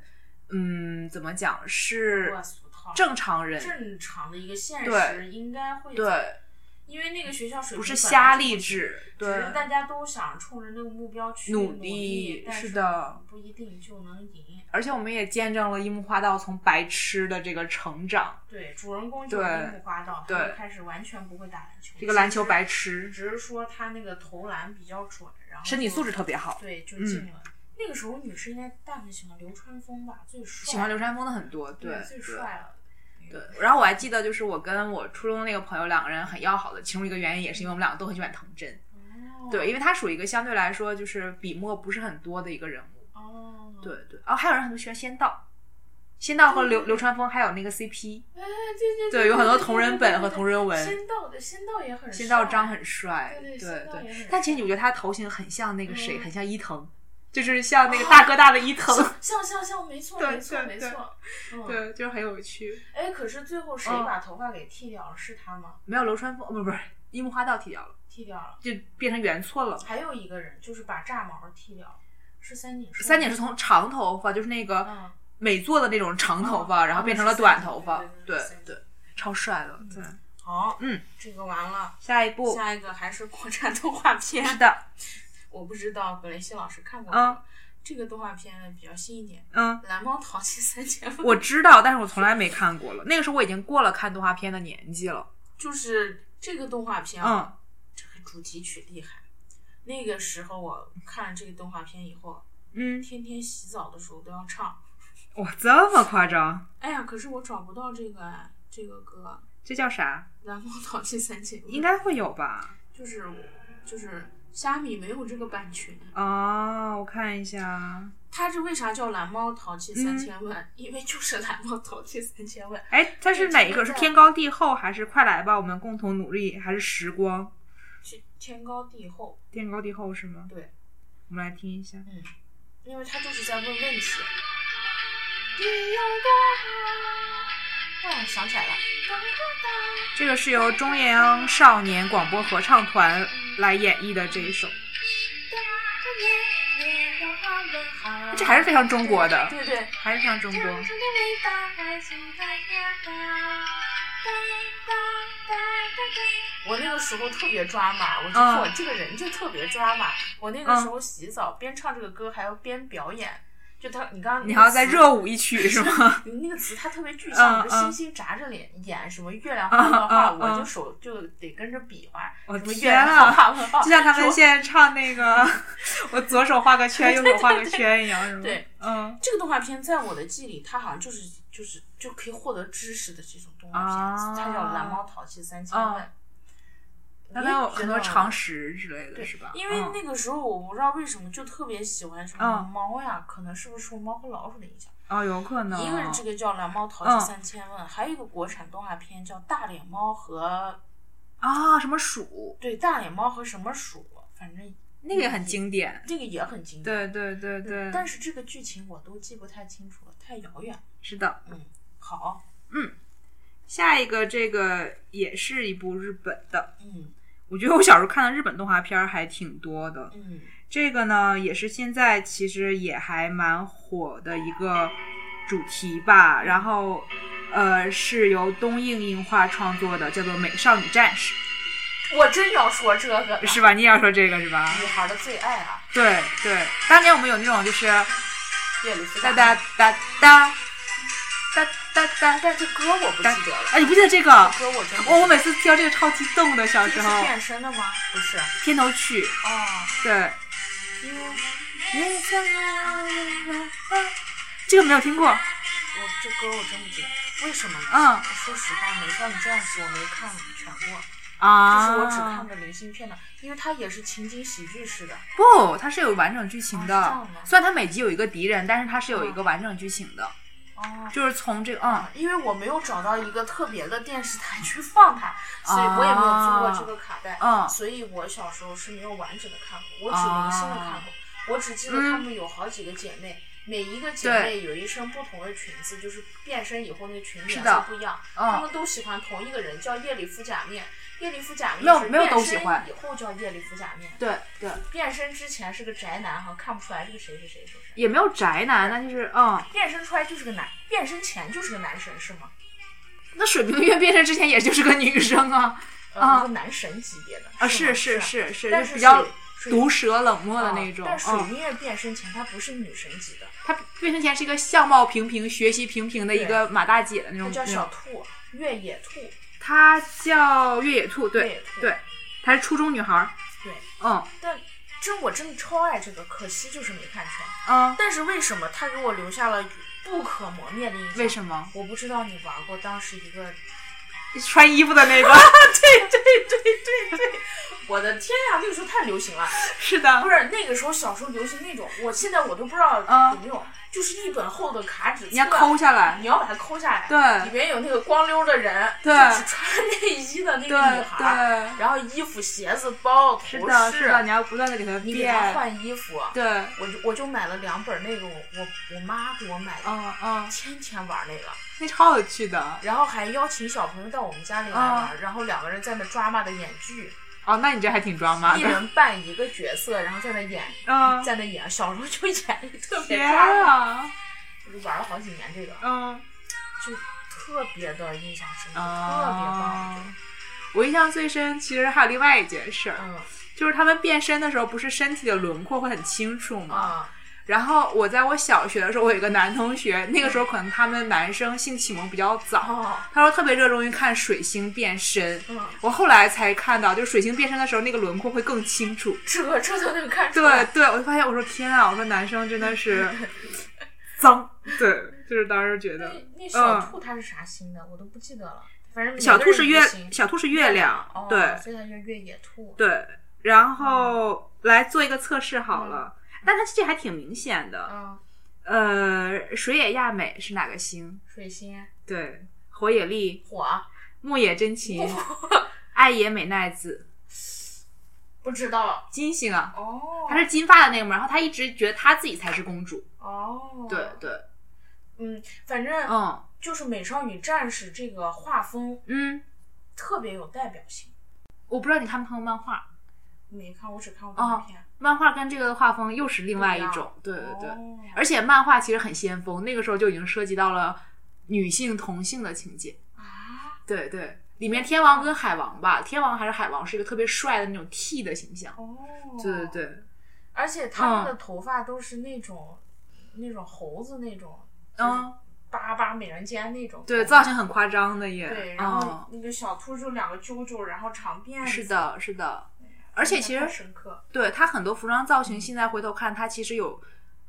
S3: 嗯，怎么讲是
S4: 过俗套，
S3: 正常人
S4: 正常的一个现
S3: 对
S4: 实应该会，
S3: 对，
S4: 因为那个学校水平
S3: 不是
S4: 本来
S3: 瞎
S4: 就
S3: 励
S4: 不
S3: 志，
S4: 只
S3: 对
S4: 是大家都想冲着那个目标去
S3: 努力
S4: 力，但
S3: 是的，
S4: 不一定就能赢。
S3: 而且我们也见证了樱木花道从白痴的这个成长，
S4: 对，主人公就是
S3: 对
S4: 樱木花道，
S3: 对
S4: 他一开始完全不会打篮球，
S3: 这个篮球白
S4: 其实
S3: 痴，
S4: 只是说他那个投篮比较准，然后
S3: 身体
S4: 就
S3: 素质特别好。
S4: 对，就
S3: 嗯
S4: 进了。那个时候女士应该大部分喜欢流川枫吧，最帅，
S3: 喜欢流川枫的很多，
S4: 对，
S3: 对
S4: 最帅了。
S3: 对，然后我还记得，就是我跟我初中那个朋友两个人很要好的，其中一个原因也是因为我们两个都很喜欢藤真。
S4: 哦，
S3: 对，因为他属于一个相对来说就是笔墨不是很多的一个人物。
S4: 哦，
S3: 对对，哦，还有人很多喜欢仙道，仙道和
S4: 对
S3: 流流川枫还有那个 CP，
S4: 哎，对对
S3: 对，有很多同人本和同人文。
S4: 仙道的仙道也很
S3: 仙道
S4: 帅
S3: 章很帅，
S4: 对对仙
S3: 对
S4: 道也很
S3: 但其实我觉得他的头型很像那个谁，
S4: 嗯哦
S3: 很像伊藤，就是像那个大哥大的
S4: [LAUGHS]
S3: 伊藤。
S4: 像像像，没错
S3: 对
S4: 没错
S3: 对
S4: 没
S3: 对
S4: 错，嗯，
S3: 对，就是很有趣。
S4: 哎，可是最后谁
S3: 嗯
S4: 把头发给剃掉了？是他吗？
S3: 没有流川枫，哦不不是樱木花道剃掉了，
S4: 剃掉了。
S3: 就变成圆寸了。
S4: 还有一个人就是把炸毛剃掉了，是三井寿吗。
S3: 三井是从长头发，就是那个
S4: 嗯，
S3: 美作的那种长头发，
S4: 哦
S3: 然后变成了短头发
S4: 哦，
S3: 嗯对
S4: 对对对
S3: 对，超帅的。对，
S4: 好，
S3: 嗯，
S4: 这个完了。
S3: 下一步
S4: 下一个还是国产动画片， [LAUGHS]
S3: 是的，
S4: 我不知道本雷西老师看过
S3: 嗯
S4: 吗？这个动画片比较新一点，
S3: 嗯，
S4: 《蓝猫淘气三千问》，
S3: 我知道，但是我从来没看过了。那个时候我已经过了看动画片的年纪了。
S4: [LAUGHS] 就是这个动画片啊，
S3: 嗯，
S4: 这个主题曲厉害。那个时候我看了这个动画片以后，
S3: 嗯，
S4: 天天洗澡的时候都要唱。
S3: 哇，这么夸张？
S4: 哎呀，可是我找不到这个哎这个歌，
S3: 这叫啥？
S4: 《蓝猫淘气三千问》
S3: 应该会有吧？
S4: 就是就是虾米没有这个版权，
S3: 哦，我看一下。
S4: 它是为啥叫蓝猫淘
S3: 嗯
S4: 气三千问？ [LAUGHS] 因为就是蓝猫淘气三千问，
S3: 哎，它是哪一个？
S4: 这
S3: 是
S4: 个
S3: 天高地厚，还是快来吧，我们共同努力，还是时光？
S4: 去天高地厚。
S3: 天高地厚是吗？
S4: 对，
S3: 我们来听一下。
S4: 嗯，因为他就是在问问题。哦，想起来了，
S3: 这个是由中央少年广播合唱团来演绎的这一首，这还是非常中国的，
S4: 对对，
S3: 还是非常中国。
S4: 我那个时候特别抓马，我就
S3: 嗯
S4: 说我这个人就特别抓马。我那个时候洗澡边唱这个歌还要边表演，就他你刚刚那个
S3: 你还要再
S4: 词
S3: 热舞一曲是
S4: [LAUGHS]
S3: 吗？
S4: 你那个词它特别具象，
S3: 嗯
S4: 你就星
S3: 嗯
S4: 星眨着脸演什么月亮画画画，
S3: 嗯嗯
S4: 我就
S3: 嗯
S4: 手就得跟着比划，
S3: 我
S4: 什么月
S3: 天
S4: 亮
S3: 啊
S4: 画画画画，
S3: 就像他们
S4: 说
S3: 现在唱那个 [LAUGHS] “我左手画个圈，右手画个圈”一样是吗？
S4: 对，
S3: 嗯
S4: 这个动画片在我的记忆里，它好像就是就是就可以获得知识的这种动画片，
S3: 啊
S4: 它叫《蓝猫淘气三千问》我
S3: 嗯他
S4: 也觉得。
S3: 们有很多常识之类的
S4: 对
S3: 是吧？
S4: 因为
S3: 嗯
S4: 那个时候我不知道为什么就特别喜欢什么
S3: 嗯
S4: 猫呀，可能是不是受《猫和老鼠》的影响？
S3: 哦，有可能
S4: 一个是这个叫《蓝猫淘
S3: 嗯
S4: 气三千问》，还有一个国产动画片叫《大脸猫和
S3: 啊，什么鼠
S4: 对大脸猫和什么鼠》，反正
S3: 那个也很经典。
S4: 这个也很经典。
S3: 对对对对，
S4: 但是这个剧情我都记不太清楚了，太遥远了。
S3: 是的。
S4: 嗯，好，
S3: 嗯，下一个这个也是一部日本的，
S4: 嗯
S3: 我觉得我小时候看的日本动画片儿还挺多的。
S4: 嗯，
S3: 这个呢，也是现在其实也还蛮火的一个主题吧。然后，呃，是由东映映画创作的，叫做《美少女战士
S4: 我真要说这个了》，
S3: 是吧？你也要说这个是吧？
S4: 女孩的最爱啊，
S3: 对对，当年我们有那种就是
S4: 叶里斯
S3: 哒哒哒哒哒哒哒哒
S4: 但这歌我不
S3: 哒
S4: 记得，了，
S3: 哎，你不记得这个？
S4: 歌我真不记
S3: 我我
S4: 得。
S3: 每次听到这个超激动的，小
S4: 这
S3: 时
S4: 个
S3: 候
S4: 是变身的吗？不是，
S3: 片头曲，
S4: 哦，
S3: 对，
S4: 因为
S3: 这个没有听过，
S4: 我这歌我真不记得，为什么呢？
S3: 嗯
S4: 说实话，《美少女战士》我没看全过，
S3: 啊，
S4: 就是我只看的明信片的，因为它也是情景喜剧式的。
S3: 不，它是有完整剧情的。
S4: 哦是这样吗嗯
S3: 虽然它每集有一个敌人，但是它是有一个完整剧情的，
S4: 哦，
S3: 就是从这个嗯。
S4: 因为我没有找到一个特别的电视台去放
S3: [LAUGHS]
S4: 它，所以我也没有租过这个卡带，
S3: 嗯
S4: 所以我小时候是没有完整的看过，我只零星的看
S3: 啊
S4: 过，我只记得她们有好几个姐妹，每一个姐妹有一身不同的裙子，就是变身以后那裙子
S3: 是
S4: 颜
S3: 的
S4: 色不一样，
S3: 嗯
S4: 她们都喜欢同一个人，叫夜里服假面。夜里服假面
S3: 没有
S4: 是
S3: 没有都
S4: 变
S3: 喜
S4: 身
S3: 欢
S4: 以后叫夜里服假面。
S3: 对对，
S4: 变身之前是个宅男，好像看不出来这个谁是谁，是不是？
S3: 也没有宅男，那就是嗯，
S4: 变身出来就是个男，变身前就是个男神是吗？
S3: 那水瓶月变身之前也就是个女生啊
S4: 呃，一个男神级别的
S3: 啊，
S4: 是吗
S3: 是是
S4: 是
S3: 是是，
S4: 但
S3: 就是比较
S4: 水水
S3: 毒舌冷漠的
S4: 啊
S3: 那种。
S4: 但水
S3: 嗯，
S4: 蜜月变身前，她不是女神级的，
S3: 她变身前是一个相貌平平、学习平平的一个马大姐的那
S4: 她
S3: 种。
S4: 叫
S3: 那
S4: 小
S3: 种
S4: 兔、越野兔。
S3: 她叫越野兔，
S4: 越
S3: 对
S4: 野兔
S3: 对，她是初中女孩儿。
S4: 对，
S3: 嗯
S4: 但真我真的超爱这个，可惜就是没看全。 [LAUGHS]
S3: 嗯，
S4: 但是为什么她给我留下了不可磨灭的印象？
S3: 为什么
S4: 我不知道你玩过当时一
S3: [LAUGHS]
S4: 个，
S3: 穿衣服的那个？
S4: 对对对对对，我的天呀，那个时候太流行了。
S3: [LAUGHS] 是的
S4: 不，是那个时候小时候流行那种，我现在我都不知道
S3: 嗯
S4: 有没有，就是一本厚的卡纸册，啊
S3: 你要抠下来。
S4: 你要把它抠下来，
S3: 对
S4: 里面有那个光溜的人，
S3: 对
S4: 就只穿内衣的那
S3: 对
S4: 个女孩儿，
S3: 对。
S4: 然后衣服、鞋子、包、
S3: 是
S4: 头
S3: 的，是的，
S4: 饰，
S3: 你要不断的给它
S4: 你给她
S3: 变。
S4: 换衣服，
S3: 对，
S4: 我就我就买了两本那个，我我我妈给我买的，
S3: 嗯嗯，
S4: 天天玩那个，
S3: 那超有趣的。
S4: 然后还邀请小朋友到我们家里来
S3: 嗯
S4: 玩，然后两个人在那抓马的演剧，
S3: 哦，那你这还挺抓马
S4: 一
S3: 的。
S4: 人扮一个角色，然后在那演，
S3: [LAUGHS] 嗯，
S4: 在那演，小时候就演得特别
S3: 天
S4: 抓马。
S3: 啊，
S4: 我就玩了好几年这个，
S3: 嗯
S4: 就特别的印象深刻，特别棒，我觉
S3: 啊
S4: 得。。
S3: 我印象最深，其实还有另外一件事儿，
S4: 嗯
S3: 就是他们变身的时候，不是身体的轮廓会很清楚吗？
S4: 啊，
S3: 然后我在我小学的时候，我有一个男同学，那个时候可能他们男生性启蒙比较早，
S4: 哦，
S3: 他说特别热衷于看水星变身。
S4: 嗯，
S3: 我后来才看到，就是水星变身的时候，那个轮廓会更清楚。
S4: 这个这都能看出
S3: [LAUGHS] 对
S4: 来。
S3: 对，我就发现我说天啊，我说男生真的是 [LAUGHS] 脏，对，就是当时觉
S4: 那
S3: 得
S4: 那小兔它是啥星的，我都不记得了。反正每个
S3: 小兔
S4: 人
S3: 是
S4: 一
S3: 月
S4: 个星
S3: 小兔是月亮，
S4: 哦，
S3: 对
S4: 所以它叫越野兔。
S3: 对，然
S4: 哦
S3: 后来做一个测试好了，但它这还挺明显的，
S4: 嗯，
S3: 呃，水野亚美是哪个星？
S4: 水星
S3: 对，火野丽、
S4: 火
S3: 木野真琴、
S4: [LAUGHS]
S3: 爱野美奈子，
S4: 不知道
S3: 金星啊，
S4: 哦
S3: 她是金发的那个嘛，然后她一直觉得她自己才是公主，
S4: 哦，
S3: 对对，
S4: 嗯，反正
S3: 嗯
S4: 就是《美少女战士》这个画风
S3: 嗯，
S4: 特别有代表性。
S3: 我不知道你看没看过漫画。
S4: 没看，我只看过
S3: 哦
S4: 动画片。
S3: 漫画跟这个画风又是另外一种，对对对，
S4: 哦
S3: 而且漫画其实很先锋，那个时候就已经涉及到了女性同性的情节，
S4: 啊，
S3: 对对，里面天王跟海王吧，天王还是海王是一个特别帅的那种 T 的形象，
S4: 哦，
S3: 对对嗯对，
S4: 而且他们的头发都是那种、那种猴子那种，就是
S3: 嗯，
S4: 巴巴美人尖那种头发，
S3: 对，造型很夸张的也，
S4: 对，然后
S3: 嗯，
S4: 那个小兔就两个揪揪，然后长辫子，
S3: 是，的，是的，而且其实
S4: 深刻，
S3: 对它很多服装造
S4: 嗯
S3: 型，现在回头看，它其实有，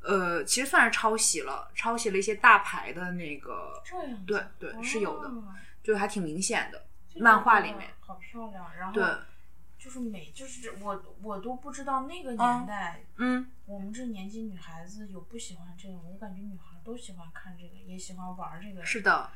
S3: 呃，其实算是抄袭了，抄袭了一些大牌的那个，
S4: 这样子
S3: 对对是有的，
S4: 哦
S3: 就还挺明显的，
S4: 这个
S3: 漫画里面，
S4: 好漂亮，然后
S3: 对，
S4: 就是美，就是我我都不知道那个年代。
S3: 嗯。
S4: 我们这年纪女孩子有不喜欢这个，我感觉女孩都喜欢看这个，也喜欢玩这个。
S3: 是的，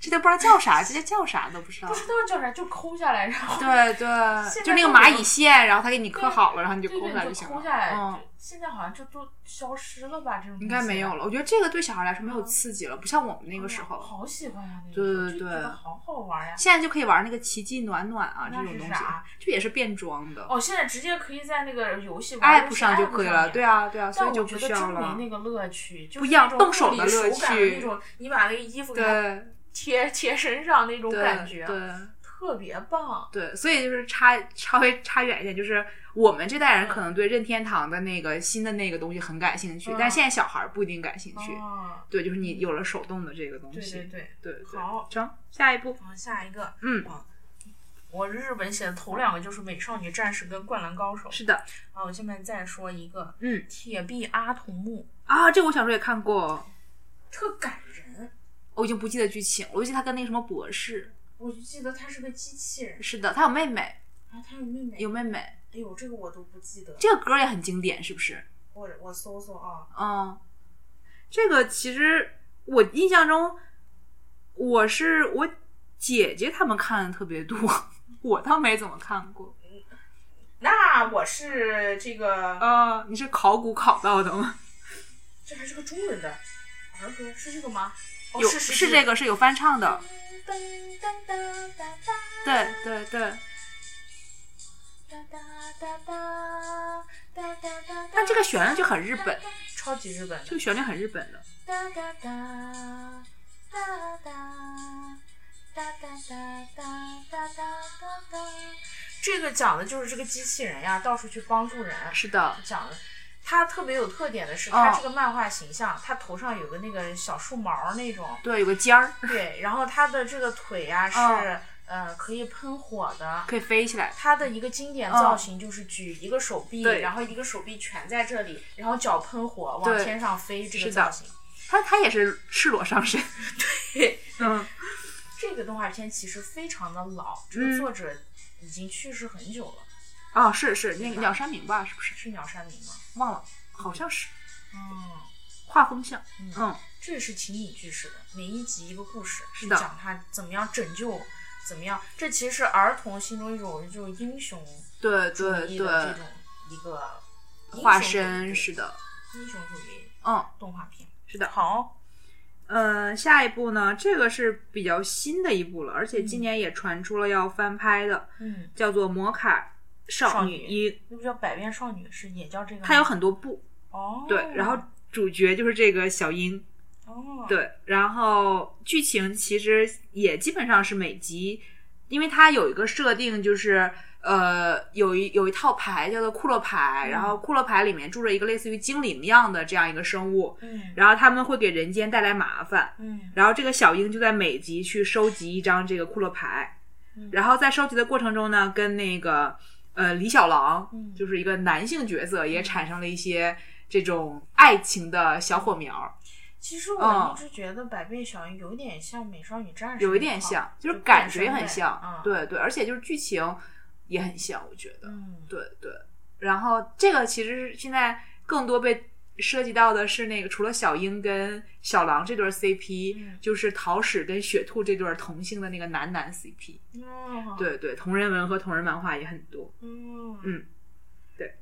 S3: 这都不知道叫啥，这些叫啥都不知道
S4: 不。知道叫啥，就抠下来，然后 [LAUGHS]
S3: 对
S4: 现在
S3: 对，就
S4: 都
S3: 那个
S4: 有
S3: 蚂蚁线，然后他给你刻好了，然后你
S4: 对对，
S3: 就抠
S4: 你
S3: 出来
S4: 就
S3: 行
S4: 抠
S3: 了。
S4: 下来。
S3: 嗯，
S4: 就现在好像就都消失了吧？这种
S3: 应该没有
S4: 了。
S3: 了。我哦觉得这个对小孩来说没有刺激了，不像我们那个时
S4: 哎呀
S3: 候。
S4: 好喜欢呀、那个
S3: 对
S4: 时候
S3: 对
S4: 就觉
S3: 对
S4: 得好好玩呀、
S3: 现在就可以玩那个奇迹暖暖啊这
S4: 那
S3: 种
S4: 是
S3: 东西
S4: 啥，
S3: 就也是变装的
S4: 哦，现在直接可以在那个游戏玩游
S3: ，app
S4: 戏
S3: 上就
S4: app
S3: 可以
S4: 上
S3: 了。
S4: 面
S3: 对啊，对啊，所
S4: 但
S3: 以
S4: 我
S3: 就
S4: 觉
S3: 不
S4: 得
S3: 需
S4: 真
S3: 要
S4: 没
S3: 了。
S4: 那个乐趣，就是
S3: 不一样
S4: 那种
S3: 动手
S4: 物
S3: 的
S4: 理
S3: 乐
S4: 手感的那
S3: 趣
S4: 种你把那个衣服给它
S3: 对
S4: [LAUGHS] 贴贴身上那种感
S3: 对
S4: 觉，
S3: 对。
S4: 特别棒。
S3: 对，所以就是差稍微差远一点，就是我们这代人
S4: 嗯
S3: 可能对任天堂的那个新的那个东西很感兴趣，
S4: 嗯
S3: 但现在小孩儿不一定感兴趣。
S4: 啊，
S3: 对，就是你有了手动的这个东
S4: 对对
S3: 西。
S4: 对，
S3: 对对
S4: 好
S3: 成，下一步，
S4: 然后下一个，哦
S3: 嗯，
S4: 我日本写的头两个就是《美少女战士》跟《灌篮高手》
S3: 是的，
S4: 啊，我下面再说一个，
S3: 嗯
S4: 铁臂阿童木，
S3: 啊，这个我小时候也看过，
S4: 特感人。
S3: 我已经不记得剧情，我就记得他跟那个什么博士，
S4: 我就记得他是个机器人，
S3: 是的，他有妹妹，
S4: 啊，他有妹妹，
S3: 有妹妹，
S4: 哎呦，这个我都不记得，
S3: 这个歌也很经典，是不是？
S4: 我我搜搜啊，
S3: 嗯，这个其实我印象中，我是我姐姐他们看的特别多， [LAUGHS] 我倒没怎么看过。
S4: 那我是这个呃
S3: 啊，你是考古考到的吗？
S4: 这还是个中文的儿歌，是这个吗？哦，
S3: 有
S4: 是
S3: 是这。个是有翻唱的，
S4: 噔噔噔噔噔
S3: 对对对。
S4: 哒哒哒哒哒哒哒。
S3: 但这个旋律就很日本，
S4: 超级日本
S3: 这
S4: 的。
S3: 个旋律很日本的。
S4: 哒哒哒哒哒。哒哒哒哒哒哒哒哒，这个讲的就是这个机器人呀，到处去帮助人。
S3: 是的，
S4: 讲的，它特别有特点的是，
S3: 哦
S4: 它这个漫画形象，它头上有个那个小树毛那种，
S3: 对，有个尖儿
S4: 对，然后它的这个腿呀、是
S3: 哦
S4: 呃可以喷火的。
S3: 可以飞起来。
S4: 它的一个经典造型就是举一个手臂，
S3: 对
S4: 然后一个手臂全在这里，然后脚喷火往
S3: 对
S4: 天上飞，这个
S3: 是的
S4: 造型。
S3: 他他也是赤裸上身。 [LAUGHS]
S4: [LAUGHS] 对，
S3: 嗯，
S4: 这个动画片其实非常的老，这个
S3: 嗯
S4: 作者已经去世很久了，
S3: 哦，是是那个鸟山明吧？是不是？
S4: 是鸟山明吗？
S3: 忘了，好像是
S4: 嗯
S3: 画风像。
S4: 嗯，
S3: 嗯，
S4: 这是情景剧式的，每一集一个故事，
S3: 是的
S4: 讲他怎么样拯救，怎么样，这其实是儿童心中一种就是英雄
S3: 对
S4: 主
S3: 对
S4: 义的
S3: 对
S4: 这，种一个英雄
S3: 化
S4: 主义
S3: 身是的，
S4: 英雄主义
S3: 嗯，
S4: 动画片。
S3: 是的。
S4: 好，
S3: 嗯，下一部呢，这个是比较新的一部了，而且今年也传出了要翻拍的，
S4: 嗯，
S3: 叫做《魔卡少女一》，
S4: 那不叫百变少女是也叫这个吗？
S3: 它有很多部，
S4: 哦，
S3: 对，然后主角就是这个小樱，
S4: 哦，，
S3: 对，然后剧情其实也基本上是每集，因为它有一个设定就是。呃，有一有一套牌叫做库洛牌，然
S4: 嗯
S3: 后库洛牌里面住着一个类似于精灵一样的这样一个生物，
S4: 嗯
S3: 然后他们会给人间带来麻烦，
S4: 嗯
S3: 然后这个小樱就在每集去收集一张这个库洛牌
S4: 嗯，
S3: 然后在收集的过程中呢，跟那个呃李小狼
S4: 嗯，
S3: 就是一个男性角色，也产生了一些这种爱情的小火苗，
S4: 其实我一直觉得百变小樱有点像美少女战士那块儿，
S3: 嗯有一点像，就是
S4: 变
S3: 感觉
S4: 身
S3: 很
S4: 呗
S3: 像
S4: 啊，，
S3: 对嗯对，而且就是剧情也很像，我觉得，
S4: 嗯，
S3: 对对。然后这个其实是现在更多被涉及到的是那个，除了小樱跟小狼这对儿 CP，、
S4: 嗯
S3: 就是桃矢跟雪兔这对儿同性的那个男男 CP。
S4: 嗯，
S3: 对对，同人文和同人漫画也很多。
S4: 嗯
S3: 嗯，对，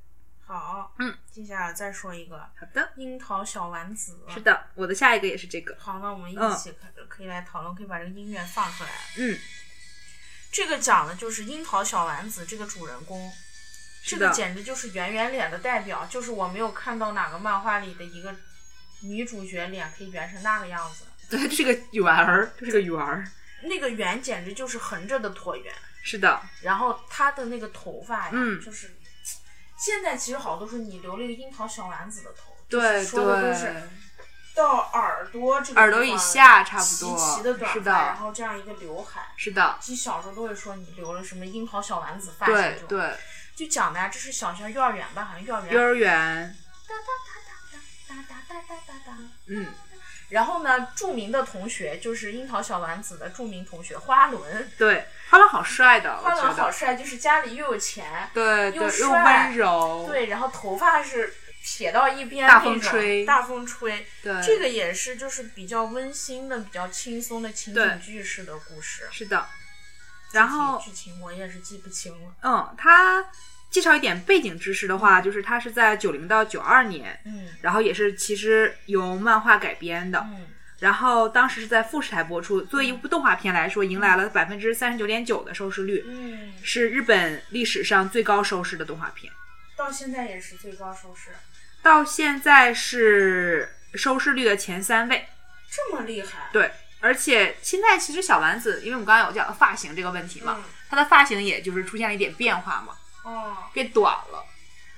S4: 好，
S3: 嗯，
S4: 接下来再说一个
S3: 好的，
S4: 樱桃小丸子，
S3: 是。的，我的下一个也是这个。
S4: 好，那我们一
S3: 嗯
S4: 起可、可以来讨论，可以把这个音乐放出来。
S3: 嗯，
S4: 这个讲的就是樱桃小丸子这个主人公，这
S3: 是
S4: 个
S3: 的，
S4: 简直就是圆圆脸的代表，就是我没有看到哪个漫画里的一个女主角脸可以圆成那个样子，
S3: 对，这个圆儿，这是个圆儿。
S4: 那个圆简直就是横着的椭圆，
S3: 是的，
S4: 然后她的那个头发呀，
S3: 嗯
S4: 就是现在其实好多时候你留了一个樱桃小丸子的头，就是
S3: 对
S4: 说的都是
S3: 对，
S4: 到耳朵这个
S3: 耳朵以下差不多
S4: 齐齐的短发，
S3: 是的
S4: 然后这样一个刘海。
S3: 是的，
S4: 其实小时候都会说你留了什么樱桃小丸子发
S3: 对
S4: 这种，
S3: 对，
S4: 就讲的啊呀，这是想象幼儿园吧，好像幼儿园。
S3: 幼儿园，
S4: 哒哒哒哒哒哒。
S3: 嗯，
S4: 然后呢，著名的同学就是樱桃小丸子的著名同学花轮，
S3: 对，花轮好帅的，哦我
S4: 花轮
S3: 觉
S4: 好
S3: 得，
S4: 帅，就是家里又有钱，
S3: 对对，
S4: 又
S3: 又
S4: 帅
S3: 温柔，
S4: 对，然后头发是撇到一边
S3: 大
S4: 那
S3: 风
S4: 种
S3: 吹
S4: 大风吹，
S3: 对，
S4: 这个也是就是比较温馨的、比较轻松的情
S3: 对
S4: 景剧式的故事。
S3: 是的。然后
S4: 具体剧情我也是记不清了。
S3: 嗯，他介绍一点背景知识的话，就是他是在九零到九二年，
S4: 嗯
S3: 然后也是其实由漫画改编的，
S4: 嗯
S3: 然后当时是在富士台播出，作为一部动画片来说，迎来了百分之三十九点九的收视率，
S4: 嗯，
S3: 是日本历史上最高收视的动画片，
S4: 到现在也是最高收视，
S3: 到现在是收视率的前三位。
S4: 这么厉害。
S3: 对，而且现在其实小丸子，因为我们刚刚有讲到发型这个问题嘛，
S4: 嗯
S3: 她的发型也就是出现了一点变化嘛，
S4: 哦
S3: 变短了。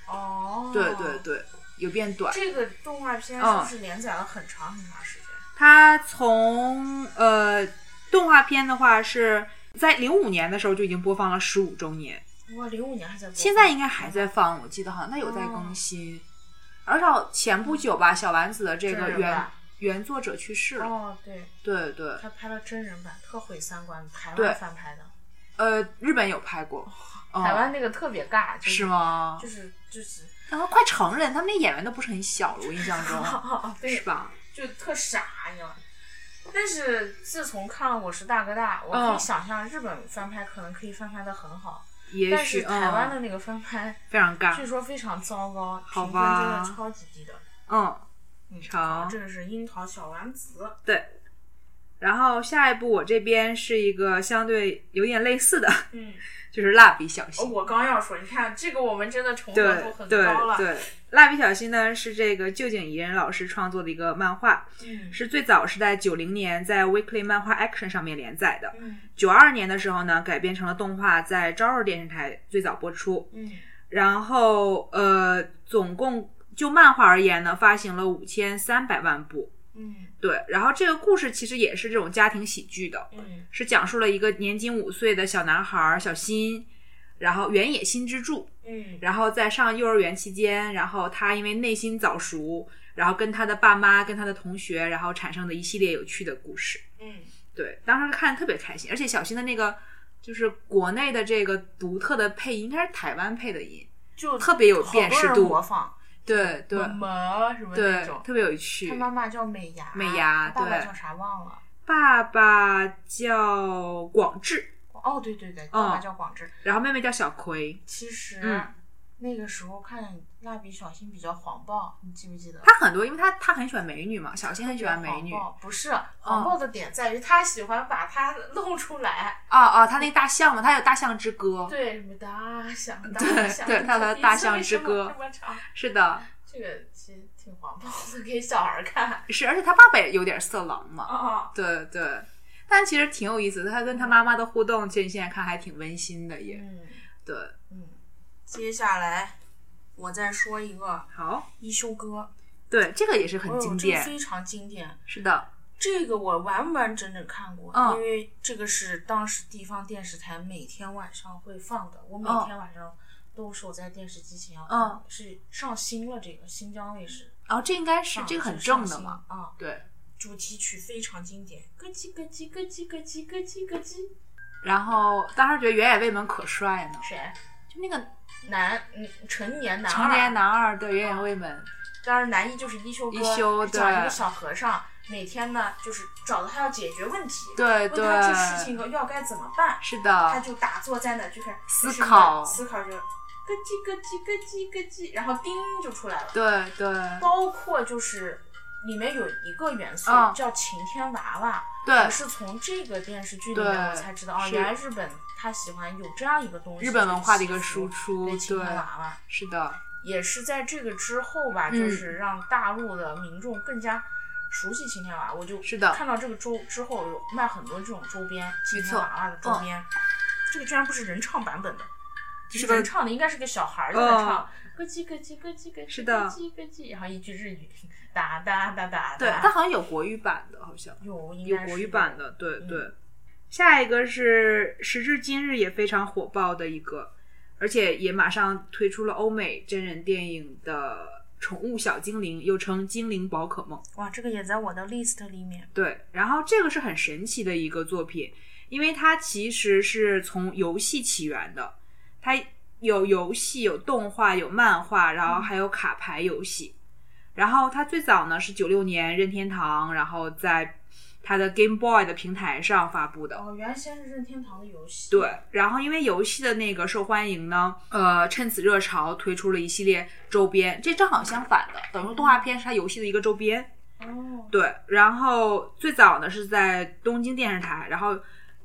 S4: 哦，
S3: 对对对，有变短。
S4: 这个动画片是
S3: 嗯
S4: 不是连载了很长很长时间？
S3: 它从呃动画片的话是在零五年的时候就已经播放了十五周年，
S4: 我零五年还在播放，
S3: 现在应该还在放，我记得好像它有在
S4: 哦
S3: 更新。而且前不久吧，小丸子的这个
S4: 真人
S3: 原
S4: 版
S3: 原作者去世了。
S4: 哦，对，
S3: 对对，
S4: 他拍了真人版，特毁三观，台
S3: 对
S4: 湾翻拍的，
S3: 呃，日本有拍过，嗯？
S4: 哦台湾那个特别尬，就是
S3: 吗？
S4: 就是就是， [LAUGHS]
S3: 然后快成人，他们那演员都不是很小了，我印象中
S4: 哦 [LAUGHS] 对
S3: 哦是，吧？
S4: 就特傻，你知道吗。但是自从看了《我是大哥大》，我
S3: 嗯
S4: 可以想象日本翻拍可能可以翻拍的很好，
S3: 也
S4: 但是
S3: 许
S4: 台湾的
S3: 嗯、
S4: 那个翻拍
S3: 非常尬
S4: 据，说非常糟糕，
S3: 好
S4: 评分真
S3: 吧
S4: 的超级低的。
S3: 嗯。
S4: 嗯，
S3: 好
S4: 这个是樱桃小丸子，
S3: 对。然后下一步我这边是一个相对有点类似的， [LAUGHS]
S4: 嗯，
S3: 就是蜡笔小
S4: 哦
S3: 新。
S4: 我刚要说，你看这个我们真的重合
S3: 对
S4: 度很
S3: 对
S4: 高了，
S3: 对，蜡笔小新呢是这个旧井宜人老师创作的一个漫画，
S4: 嗯
S3: 是最早是在九零年在 Weekly 漫画 Action 上面连载的，
S4: 嗯
S3: 九二年的时候呢改编成了动画，在朝日电视台最早播出。
S4: 嗯
S3: 然后呃，总共就漫画而言呢，发行了五千三百万部。
S4: 嗯
S3: 对，然后这个故事其实也是这种家庭喜剧的，
S4: 嗯
S3: 是讲述了一个年仅五岁的小男孩儿小新，然后原野新之助，
S4: 嗯
S3: 然后在上幼儿园期间，然后他因为内心早熟，然后跟他的爸妈、跟他的同学，然后产生的一系列有趣的故事。
S4: 嗯
S3: 对，当时看得特别开心，而且小新的那个就是国内的这个独特的配音，应该是台湾配的音，
S4: 就
S3: 特别有
S4: 好
S3: 辨
S4: 多
S3: 识
S4: 人
S3: 度
S4: 模仿
S3: 对对
S4: 什么什么嗯那
S3: 对
S4: 种，。
S3: 特别有趣
S4: 他。妈妈叫美伢，
S3: 美伢
S4: 他爸爸
S3: 对
S4: 叫啥忘了。
S3: 爸爸叫广志，
S4: 哦，对对对，爸爸
S3: 嗯
S4: 叫广志。
S3: 然后妹妹叫小葵，
S4: 其实、
S3: 嗯
S4: 那个时候看蜡笔小新比较黄暴，你记不记得？
S3: 他很多，因为他他很喜欢美女嘛，小新很喜欢美女。
S4: 黄
S3: 嗯
S4: 暴不是黄暴的点在于他喜欢把它弄出来，
S3: 哦哦，他那大象嘛，他有大象之歌。
S4: 对啊什么大象，大
S3: 对
S4: 象，
S3: 对他的
S4: 鼻子
S3: 大象
S4: 为
S3: 之
S4: 什么
S3: 歌
S4: 这么长
S3: 是的，
S4: 这个其实挺黄暴的，给小孩看
S3: 是，而且他爸爸也有点色狼嘛。
S4: 啊。
S3: 对对，但其实挺有意思的，他跟他妈妈的互动，其实你现在看还挺温馨的也。
S4: 嗯
S3: 对，
S4: 嗯，接下来我再说一个
S3: 好，
S4: 一休哥，
S3: 对，这个也是
S4: 哎
S3: 很
S4: 呦
S3: 经
S4: 这个
S3: 典。
S4: 非常经典。
S3: 是的，
S4: 这个我完完整整看过，
S3: 嗯
S4: 因为这个是当时地方电视台每天晚上会放的，我每
S3: 嗯
S4: 天晚上都守在电视机前要看，
S3: 嗯
S4: 是上新了这个新疆卫视，
S3: 然、后哦这应该是
S4: 上
S3: 这个很
S4: 上
S3: 正的
S4: 新
S3: 嘛。
S4: 啊、
S3: 对，
S4: 主题曲非常经典，咯叽咯叽咯叽咯叽咯叽咯叽，
S3: 然后当时觉得原野未门可帅呢，
S4: 谁？
S3: 就那个
S4: 男，啊嗯，成年男，
S3: 成年，男二，对，原野未门，
S4: 当然男一就是一休哥，
S3: 一休
S4: 是讲一
S3: 对
S4: 个小和尚，每天呢就是找到他要解决问题，问
S3: 对
S4: 他这事
S3: 对，
S4: 情要该怎么办，
S3: 是
S4: 他
S3: 的，
S4: 就打坐在那就是
S3: 啊思考
S4: 思考就咯叽咯叽咯叽咯叽，然后叮就出来了。
S3: 对对
S4: 包括就是里面有一个元素
S3: 嗯
S4: 叫晴天娃娃，
S3: 对
S4: 我，是从这个电视剧里
S3: 对
S4: 面我才知道哦，
S3: 是
S4: 原来日本他喜欢有这样一个东西，
S3: 日本文化的一个
S4: 就是
S3: 输
S4: 西服
S3: 出，
S4: 对晴
S3: 对
S4: 天，娃娃。
S3: 是的，
S4: 也是在这个之后吧，
S3: 嗯
S4: 就是让大陆的民众更加熟悉晴天娃娃。我就是
S3: 的
S4: 看到这个周之后有卖很多这种周边，晴天
S3: 错嗯
S4: 娃娃的周边。这个居然不是人唱版本的，
S3: 就是个
S4: 人唱的，应该是个小孩儿在那唱，咯叽咯叽咯叽咯叽，
S3: 是的
S4: 咯叽咯叽，然后一句日语，哒哒哒哒
S3: 对，
S4: 哒
S3: 它好像有国语版的，好像。
S4: 有应
S3: 有
S4: 该是
S3: 国语版的，对
S4: 嗯
S3: 对。下一个是时至今日也非常火爆的一个，而且也马上推出了欧美真人电影的《宠物小精灵》，又称《精灵宝可梦》。
S4: 哇，这个也在我的 list 里面，
S3: 对，然后这个是很神奇的一个作品，因为它其实是从游戏起源的，它。有游戏、有动画、有漫画，然后还有卡牌游戏。然后它最早呢是九六年任天堂，然后在它的 Game Boy 的平台上发布的。
S4: 哦，原来先是任天堂的游戏。
S3: 对，然后因为游戏的那个受欢迎呢，呃，趁此热潮推出了一系列周边，这正好相反的，等于说动画片是它游戏的一个周边。
S4: 哦，
S3: 对，然后最早呢是在东京电视台，然后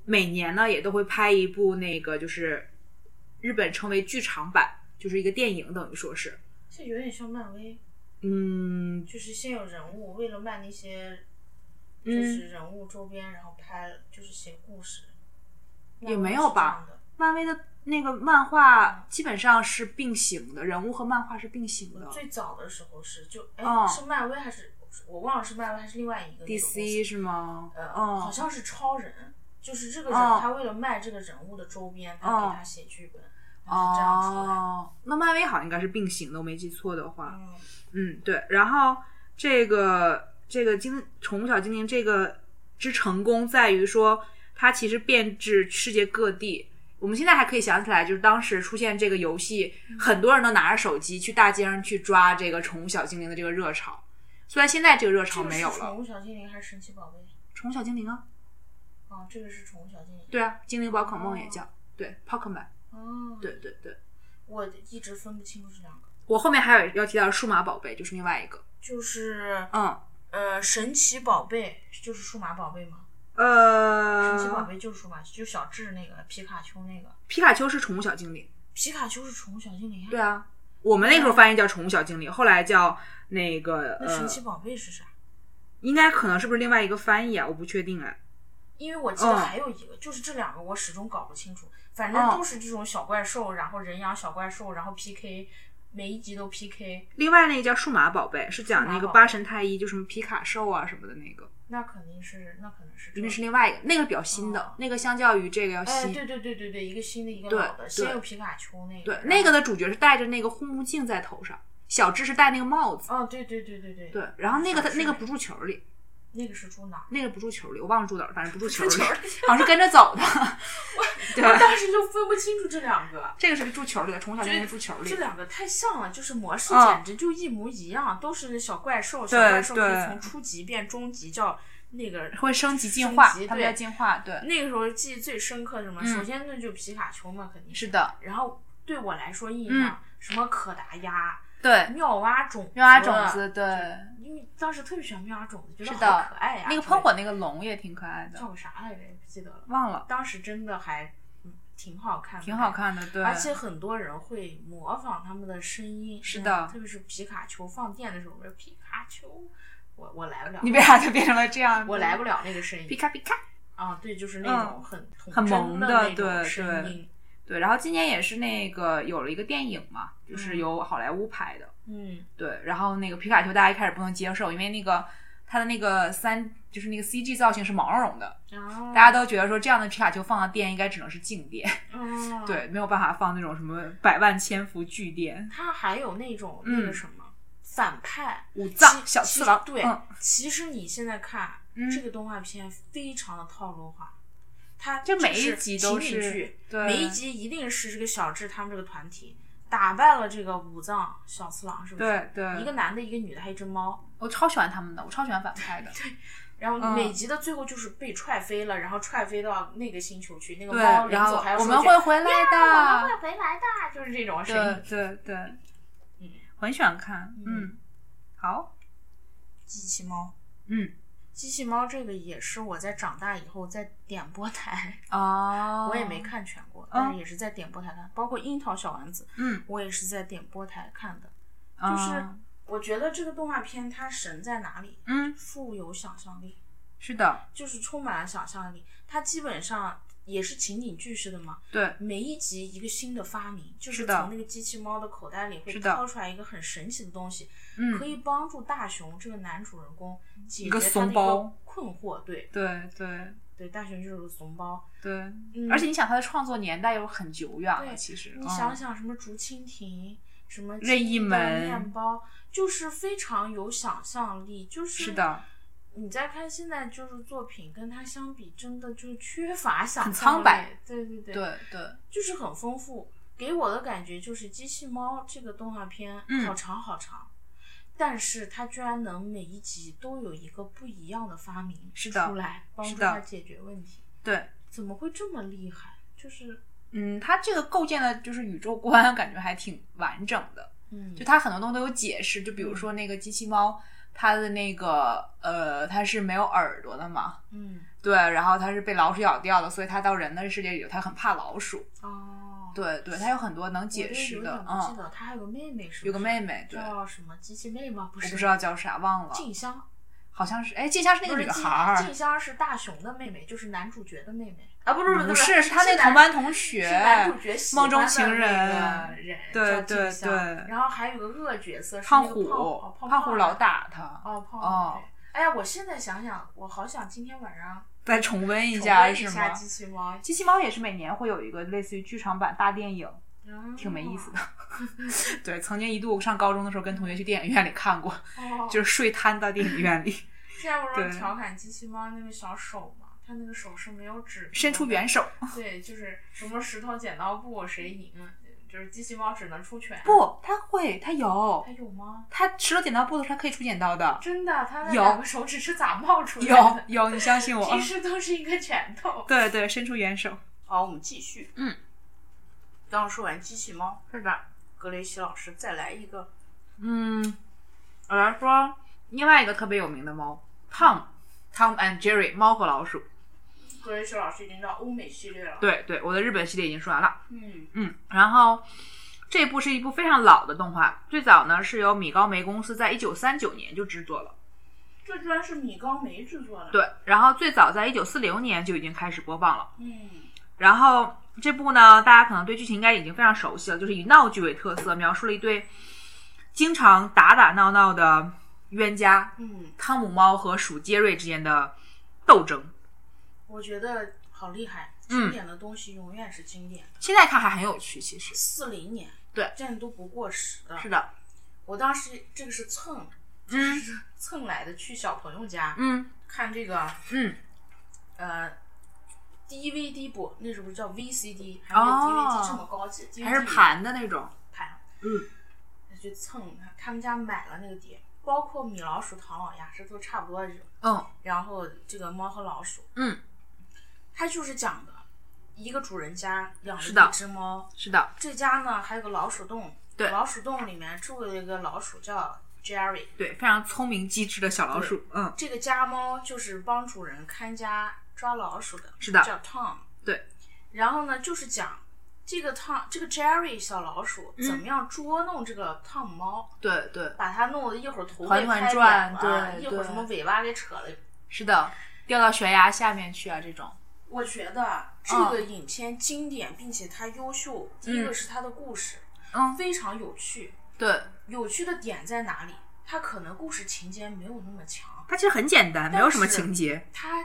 S3: 每年呢也都会拍一部那个就是日本称为剧场版，就是一个电影，等于说是，
S4: 这有点像漫威，
S3: 嗯，
S4: 就是先有人物，为了卖那些就
S3: 嗯
S4: 是人物周边，然后拍就是写故事。
S3: 也没有吧漫威的那个漫画基本上是并行的，人物和漫画是并行
S4: 漫威是这样的？我最早
S3: 的
S4: 的时候是就哎、
S3: 嗯哦
S4: 是漫威还是我忘了是漫威还是另外一个那个公司
S3: ，DC 是吗？
S4: 呃、
S3: 嗯
S4: 好像是超人，就是这个人、
S3: 哦
S4: 他为了卖这个人物的周边，他
S3: 哦
S4: 给他写剧本，然后这样出来的。
S3: 哦，那漫威好像应该是并行的，我没记错的话。
S4: 嗯，
S3: 嗯，对。然后这个这个精宠物小精灵这个之成功在于说，它其实遍至世界各地。我们现在还可以想起来，就是当时出现这个游戏，
S4: 嗯
S3: 很多人都拿着手机去大街上去抓这个宠物小精灵的这个热潮。虽然现在这个热潮
S4: 这个
S3: 没
S4: 是
S3: 有
S4: 宠
S3: 了，
S4: 物小精灵还是神奇宝贝？
S3: 宠物小精灵啊，
S4: 啊，这个是宠物小精灵。
S3: 对啊，精灵宝可梦也叫、对 Pokemon，
S4: 哦，
S3: 对，对对。
S4: 我一直分不清楚这两个，
S3: 我后面还有要提到数码宝贝，就是另外一个，
S4: 就是
S3: 嗯
S4: 呃，神奇宝贝就是数码宝贝吗？
S3: 呃，
S4: 神奇宝贝就是数码，就小智那个皮卡丘那个，
S3: 皮卡丘是宠物小精灵。
S4: 皮卡丘是宠物小精灵。
S3: 对，啊，我们那时候翻译叫宠物小精灵，后来叫那个
S4: 那
S3: 呃
S4: 神，奇宝贝是啥？
S3: 应该可能是不是另外一个翻译啊？我不确定哎。
S4: 因为我记得
S3: 嗯
S4: 还有一个，就是这两个我始终搞不清楚，反
S3: 嗯
S4: 正都是这种小怪兽，然后人养小怪兽，然后 PK，每一集都 PK，
S3: 另外那个叫数码宝贝，是讲那
S4: 数
S3: 个
S4: 码宝贝哦
S3: 八神太一，就什么皮卡兽啊什么的那个，
S4: 那肯定是那可能是这
S3: 那
S4: 个
S3: 是另外一个，那个比较新的
S4: 哦，
S3: 那个相较于这个要
S4: 哎，
S3: 新。
S4: 对对对对对，一个新的，一个
S3: 对
S4: 老的，先
S3: 对
S4: 有皮卡丘那个，
S3: 对
S4: 然，后
S3: 那个的主角是戴着那个护目镜在头上，小智是戴那个帽子。
S4: 哦，对对对对对，
S3: 对，然后那个他
S4: 是
S3: 那个不住球里，
S4: 那个是住哪儿？
S3: 那个不住球里，我忘了住哪儿，反正不住球里，
S4: 住球 [LAUGHS]
S3: 好
S4: 里
S3: 像是跟着走
S4: [LAUGHS]
S3: 的。对，
S4: 我当时就分不清楚这两个，
S3: 这个是住球里的，宠物小精灵
S4: 这
S3: 住球里
S4: 这。两个太像了，就是模式
S3: 嗯
S4: 简直就一模一样，都是小怪兽，小
S3: 对
S4: 怪兽可
S3: 对
S4: 以从初级变中级，叫那个
S3: 会升级进
S4: 升
S3: 化
S4: 级，
S3: 他们
S4: 对嗯
S3: 叫进化，对，
S4: 那个时候记忆最深刻是什么？
S3: 嗯
S4: 首先那就皮卡丘嘛，肯定
S3: 是。的，嗯
S4: 然后对我来说印象、什么可达鸭、
S3: 对，
S4: 妙蛙种子、
S3: 妙蛙种子，，对，
S4: 哎因为当时特别喜欢妙蛙种子，觉得
S3: 是
S4: 好
S3: 的
S4: 可爱呀、
S3: 那个喷火那个龙也挺可爱
S4: 对
S3: 的
S4: 叫，个啥来着？也不记得了。
S3: 忘了，
S4: 当时真的还嗯挺好看的，
S3: 挺好。看的，对，
S4: 哎而且很多人会模仿他们的声音，
S3: 是
S4: 嗯
S3: 的
S4: 特别是皮卡丘放电的时候，我说皮卡丘，我我来不了，
S3: 你为啥就变成了这样？
S4: 我来不了那个声音，
S3: 皮卡皮卡，
S4: 啊，对，就是那种
S3: 嗯
S4: 很、
S3: 很萌
S4: 的
S3: 的
S4: 那种
S3: 对
S4: 声
S3: 对
S4: 音，
S3: 对，然后今年也是那个有了一个电影嘛，就是由好莱坞拍的，
S4: 嗯，
S3: 对，然后那个皮卡丘大家一开始不能接受，因为那个它的那个三就是那个 CG 造型是毛茸茸的，
S4: 大
S3: 大家都觉得说这样的皮卡丘放的电应该只能是静电，
S4: 嗯，
S3: 对，没有办法放那种什么百万千伏巨电，
S4: 他还有那种
S3: 嗯
S4: 那个什么、反派
S3: 五藏
S4: 其
S3: 小
S4: 其
S3: 次郎，
S4: 对，
S3: 嗯
S4: 其实你现在看、
S3: 嗯
S4: 这个动画片非常的套路化，它
S3: 就每
S4: 是
S3: 一集都
S4: 情
S3: 是
S4: 景剧，
S3: 对
S4: 每一集一定是这个小智他们这个团体打败了这个武藏小次郎，是不是？
S3: 对对，
S4: 一个男的，一个女的，还有一只猫，
S3: 我超喜欢他们的，我超喜欢反派的。
S4: 然后
S3: 嗯
S4: 每集的最后就是被踹飞了，然后踹飞到那个星球去，那个
S3: 对
S4: 猫，临
S3: 然
S4: 走
S3: 后
S4: 还要
S3: 我
S4: 说
S3: 们
S4: 一句
S3: 会回来
S4: 呀我们
S3: 的。
S4: 会回来的，就是这种声
S3: 对
S4: 音。
S3: 对对，
S4: 嗯
S3: 我很喜欢看。嗯，好，
S4: 机器猫，
S3: 嗯，
S4: 机器猫这个也是我在长大以后在点播台，
S3: 哦，
S4: 我也没。看全过，但
S3: 哦
S4: 是也是在点播台看，包括《樱桃小丸子》，
S3: 嗯，哦
S4: 我也是在点播台看的。
S3: 就
S4: 就是我觉得这个动画片它神在哪里？
S3: 嗯，
S4: 富有想象力，
S3: 是的，
S4: 就是充满了想象力。它基本上也是情景剧式的嘛，
S3: 对
S4: 每一集一个新的发明，就是
S3: 是的
S4: 从那个机器猫的口袋里会
S3: 是的
S4: 掏出来一个很神奇的东西，
S3: 嗯
S4: 可以帮助大雄这个男主人公解决
S3: 一个
S4: 他的
S3: 怂
S4: 一个
S3: 包
S4: 困惑。对
S3: 对对
S4: 对，大雄就是个怂包。
S3: 对。
S4: 嗯
S3: 而且你想，他的创作年代又很久远了，
S4: 对
S3: 其实。
S4: 你想想，什么竹蜻蜓，什么
S3: 嗯任意
S4: 记忆的
S3: 门
S4: 面包，就是非常有想象力，就是
S3: 是的，
S4: 你再看现在就是作品，跟它相比，真的就是缺乏想象力，
S3: 很苍白。
S4: 对对对，
S3: 对对
S4: 就是很丰富。给我的感觉就是《机器猫》这个动画片
S3: 嗯
S4: 好长好长，但是它居然能每一集都有一个不一样的发明
S3: 是的
S4: 出来，帮
S3: 是
S4: 助
S3: 的
S4: 它解决问题，
S3: 对，
S4: 怎么会这么厉害？就是
S3: 嗯，它这个构建的就是宇宙观，感觉还挺完整的。
S4: 嗯
S3: 就它很多东西都有解释，就比如说那个机器猫，它的那个呃，它是没有耳朵的嘛，
S4: 嗯
S3: 对，然后它是被老鼠咬掉的，所以它到人的世界里，它很怕老鼠。
S4: 哦，
S3: 对对，它有很多能
S4: 我
S3: 解
S4: 就
S3: 释
S4: 有
S3: 的
S4: 点，不记
S3: 嗯，
S4: 得，它还有个妹妹是不是？
S3: 有个妹妹，对，我
S4: 叫什么机器妹吗？不是，
S3: 不知道叫啥，忘了，
S4: 静香，
S3: 好像是，哎，静香是那
S4: 不
S3: 个
S4: 是
S3: 女
S4: 静
S3: 孩儿
S4: 静，香是大雄的妹妹，就是男主角的妹妹啊，不是
S3: 不
S4: 是，
S3: 是，是她那
S4: 男
S3: 同班同
S4: 是
S3: 学，
S4: 男主角喜欢
S3: 梦
S4: 的
S3: 中情人
S4: 那个人，
S3: 对
S4: 叫静香
S3: 对对
S4: 然后还有个恶角色，是
S3: 胖
S4: 那个
S3: 虎
S4: 哦，胖
S3: 胖虎老
S4: 的，
S3: 打她，
S4: 哦，胖
S3: 哦
S4: 虎。哎呀，我现在想想，我好想今天晚上
S3: 再重温一
S4: 重
S3: 下
S4: 温
S3: 是
S4: 一
S3: 吗
S4: 下？机器猫，
S3: 机器猫也是每年会有一个类似于剧场版大电影，
S4: 嗯
S3: 挺没意思
S4: 的。
S3: 的。 [LAUGHS] 对，曾经一度上高中的时候跟同学去电影院里看过，
S4: 哦
S3: 就是睡瘫到电影院里，
S4: 现在不
S3: 对
S4: 是调侃机器猫那个小手嘛，它那个手是没有指头的，
S3: 伸出援手。
S4: 对，就是什么石头剪刀布谁赢，就是机器猫只能出拳。，
S3: 嗯
S4: 哎
S3: 不，它会，它有
S4: 还，有吗？
S3: 它石头剪刀布的时候它可以出剪刀的，
S4: 真的，它那
S3: 有
S4: 两个手指是咋冒出来
S3: 有
S4: 的？
S3: 有，你相信我。
S4: 平时都是一个拳头。
S3: 对对，伸出援手。
S5: 好，我们继续。
S3: 嗯，
S5: 刚刚说完机器猫，是的，格雷西老师再来一个。
S3: 嗯，我来说另外一个特别有名的猫，Tom，Tom and Jerry，猫和老鼠。
S5: 格雷西老师已经到欧美系列了。
S3: 对对，我的日本系列已经说完了。
S5: 嗯，
S3: 嗯，然后这部是一部非常老的动画，最早呢是由米高梅公司在一九三九年就制作了，
S5: 这居然是米高梅制作的。，
S3: 对，然后最早在一九四零年就已经开始播放了。
S5: 嗯，
S3: 然后这部呢，大家可能对剧情应该已经非常熟悉了，就是以闹剧为特色，描述了一对经常打打闹闹的冤家，
S4: 嗯，
S3: 汤姆猫和鼠杰瑞之间的斗争。
S4: 我觉得好厉害，
S3: 嗯
S4: 经典的东西永远是经典的。
S3: 现在看还很有趣，其实
S4: 四零年，
S3: 对
S4: 这样都不过时的。
S3: 的，
S4: 我当时这个是蹭，
S3: 嗯
S4: 蹭来的，去小朋友家
S3: 嗯
S4: 看这个
S3: 嗯，
S4: 呃 DVD 不，那时候叫 VCD，还没有 DVD 这么高级，
S3: 哦嗯还是盘的那种，
S4: 盘，
S3: 嗯，
S4: 去蹭他们家买了那个碟，包括米老鼠、唐老鸭，这都差不多的。
S3: 嗯
S4: 然后这个猫和老鼠，
S3: 嗯，
S4: 它就是讲的一个主人家养
S3: 是
S4: 了
S3: 的
S4: 一只猫，
S3: 是的，
S4: 这家呢还有个老鼠洞，
S3: 对
S4: 老鼠洞里面住了一个老鼠叫 Jerry，
S3: 对，非常聪明机智的小老鼠，嗯，
S4: 这个家猫就是帮主人看家抓老鼠的，
S3: 是的
S4: 叫 Tom。
S3: 对，
S4: 然后呢，就是讲这个 Tom 这个 Jerry 小老鼠
S3: 嗯
S4: 怎么样捉弄这个 Tom 猫，
S3: 对对，
S4: 把它弄得一会儿头
S3: 呃团
S4: 被
S3: 团
S4: 拍扁
S3: 转
S4: 了，
S3: 对嗯
S4: 一会儿
S3: 对
S4: 什么尾巴给扯了。
S3: 是的，掉到悬崖下面去啊，这种，
S4: 我觉得这个影片经典，并且它优秀。第一个是它的故事，
S3: 嗯
S4: 非常有趣。
S3: 对，
S4: 有趣的点在哪里？它可能故事情节没有那么强，
S3: 它其实很简单，
S4: 但
S3: 没有什么
S4: 是
S3: 情节，
S4: 它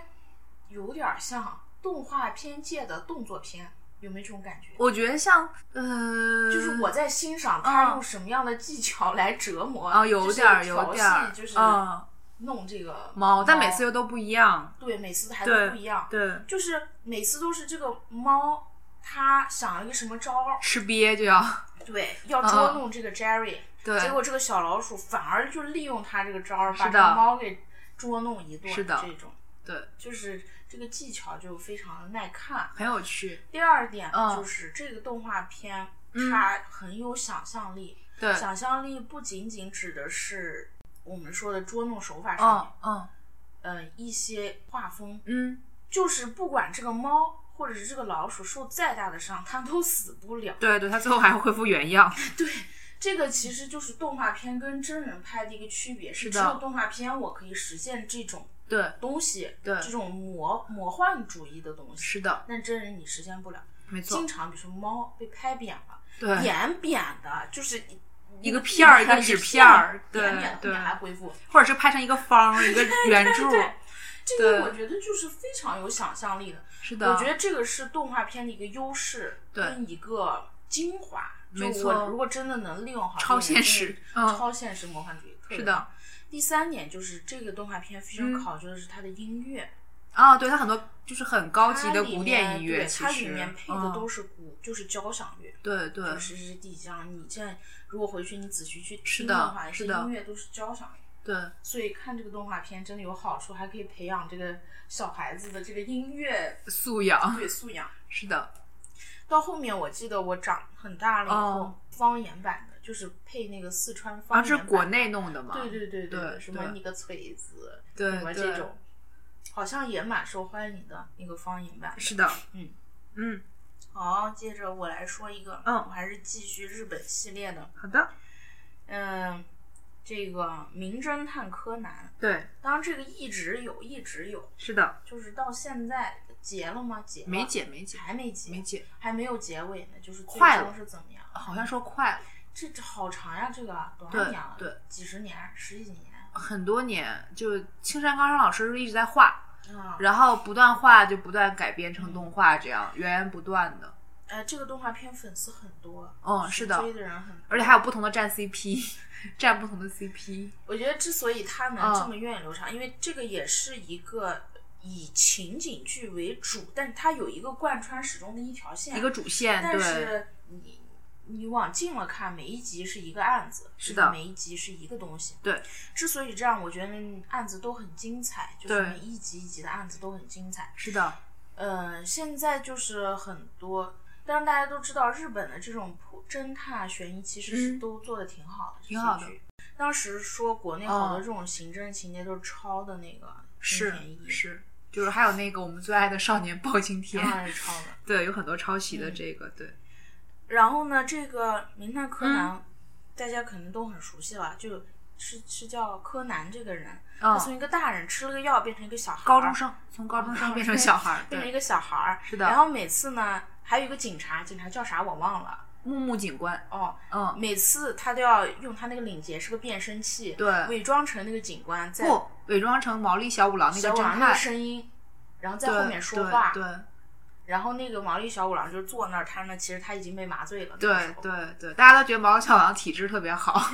S4: 有点儿像动画片界的动作片，有没有这种感觉？
S3: 我觉得像呃，
S4: 就是我在欣赏他
S3: 嗯
S4: 用什么样的技巧来折磨
S3: 啊，有
S4: 就是
S3: 点儿
S4: 调
S3: 有点儿
S4: 戏，就是
S3: 嗯，
S4: 弄这个
S3: 猫，但每次又都不一样，
S4: 对每次还
S3: 对
S4: 都不一样，
S3: 对，
S4: 就是每次都是这个猫，它想了一个什么招儿，
S3: 吃瘪就要，
S4: 对，要捉弄这个 Jerry，、
S3: 对，
S4: 结果这个小老鼠反而就利用它这个招儿
S3: 嗯是
S4: 把
S3: 的
S4: 这个猫给捉弄一顿，
S3: 是的
S4: 这种
S3: 对，
S4: 就是这个技巧就非常耐看。
S3: [LAUGHS] 很有趣，
S4: 第二点
S3: 嗯
S4: 就是这个动画片，
S3: 嗯
S4: 它很有想象力。
S3: 对，
S4: 想象力不仅仅指的是我们说的捉弄手法上面
S3: 嗯，嗯
S4: 嗯、一些画风，
S3: 嗯，
S4: 就是不管这个猫或者是这个老鼠受再大的伤，它都死不了。
S3: 对对，它最后还会恢复原样，
S4: 这个其实就是动画片跟真人拍的一个区别，是
S3: 是
S4: 只
S3: 的
S4: 有动画片我可以实现这种
S3: 对，
S4: 东西，
S3: 对
S4: 这种魔魔幻主义的东西，
S3: 是的，
S4: 但真人你实现不了。
S3: 没错
S4: 经，常比如说猫被拍扁了，
S3: 对，
S4: 扁扁的，就是一
S3: 哎一个片儿
S4: 一个
S3: 一个纸片儿
S4: 扁
S3: 对
S4: 扁的，后
S3: 对
S4: 面还恢复。
S3: 或者是拍成一个方儿
S4: [LAUGHS]
S3: 一个圆柱，
S4: 这个我
S3: 对
S4: 觉得就是非常有想象力的。
S3: 是的，
S4: 我觉得这个是动画片的一个优势，
S3: 对
S4: 跟一个精华。就
S3: 没错
S4: 我如果真的能利用好，
S3: 超现实，
S4: 嗯，
S3: 嗯，
S4: 超现实魔幻主义特别
S3: 是的
S4: 棒。第三点就是这个动画片非常
S3: 嗯
S4: 考究的是它的音乐，
S3: 啊，对，它很多就是很高级
S4: 它
S3: 的
S4: 里
S3: 古典
S4: 面
S3: 音乐，
S4: 对
S3: 其
S4: 它里
S3: 实嗯
S4: 面配的都是古，就是交响乐，
S3: 对对
S4: 就是是地窖。你现在如果回去你仔细去
S3: 是
S4: 听
S3: 的
S4: 话，
S3: 是
S4: 这
S3: 的
S4: 音乐都是交响乐。
S3: 对，
S4: 所以看这个动画片真的有好处，还可以培养这个小孩子的这个音乐
S3: 素养
S4: 对素养。
S3: 是的，
S4: 到后面我记得我长很大了以后，
S3: 哦
S4: 方言版的，就是配那个四川方
S3: 啊，
S4: 言
S3: 这
S4: 版。
S3: 是国内弄的嘛？
S4: 对对对
S3: 对
S4: 什么
S3: 对
S4: 你个锤子，
S3: 对
S4: 什么
S3: 对
S4: 这种，好像也蛮受欢迎的那个方言版的。
S3: 是的，
S4: 嗯
S3: 嗯，
S4: 好，接着我来说一个，
S3: 嗯
S4: 我还是继续日本系列的，
S3: 好的，
S4: 嗯，这个《名侦探柯南
S3: 对，》，
S4: 当然这个一直有，一直有，
S3: 是的，
S4: 就是到现在结了吗？结了啊
S3: 没，解没解
S4: 还没结，
S3: 没解，
S4: 还没有结尾呢，就是最
S3: 快
S4: 终
S3: 了
S4: 是怎么样？
S3: 好像说快了
S4: 这这好长呀，这个啊多
S3: 对
S4: 少年了？
S3: 对，啊
S4: 几十年，十几年
S3: 很多年，就青山刚昌老师一直在画，
S4: 啊。
S3: 然后不断画就不断改编成动画，这样源源不断的，
S4: 呃，这个动画片粉丝很多，
S3: 嗯，是的，
S4: 追的人很多。
S3: 而且还有不同的站 CP，站 [LAUGHS] 不同的 CP，
S4: 我觉得之所以它
S3: 嗯
S4: 能这么源远流长，因为这个也是一个以情景剧为主，但它有一个贯穿始终的一条线。
S3: 一个，主线，
S4: 但
S3: 对，
S4: 是你你往近了看，每一集是一个案子，就
S3: 是的
S4: 每一集是一个东西。
S3: 对，
S4: 之所以这样，我觉得案子都很精彩，就是
S3: 对
S4: 每一集一集的案子都很精彩。
S3: 是的，
S4: 呃，现在就是很多，当然大家都知道，日本的这种普侦探悬疑其实是
S3: 嗯
S4: 都做的挺好的，这
S3: 挺
S4: 些
S3: 好的
S4: 剧。当时说国内好多
S3: 嗯
S4: 这种刑侦情节都是抄的那个
S3: 是
S4: 金田一，
S3: 是，就是还有那个我们最爱的少年包青天
S4: 当，然是抄的。
S3: 对，有很多抄
S4: 嗯
S3: 袭的这个，对，
S4: 然后呢，这个名探
S3: 嗯
S4: 柯南，大家可能都很熟悉了，就是是叫柯南这个人，他从
S3: 嗯，
S4: 一个大人吃了个药变成一个小孩儿，
S3: 高中生从高中生变成小孩儿，
S4: [LAUGHS] 变成一个
S3: 对，
S4: 小孩儿。
S3: 是的
S4: 然后每次呢，还有一个警察，警察叫啥我忘了
S3: 木木警官，
S4: 哦。
S3: 嗯，
S4: 每次他都要用他那个领结是个变声器，
S3: 对
S4: 伪装成那个警官，在
S3: 不伪装成毛利小五郎那个
S4: 小五
S3: 侦
S4: 郎那个
S3: 探，
S4: 声音，然后在
S3: 对
S4: 后面说话，
S3: 对
S4: 然后那个毛利小五郎就坐那儿瘫着，其实他已经被麻醉了，那个
S3: 对
S4: 时候
S3: 对对对，大家都觉得毛利小五郎体质特
S4: [LAUGHS]
S3: 别好，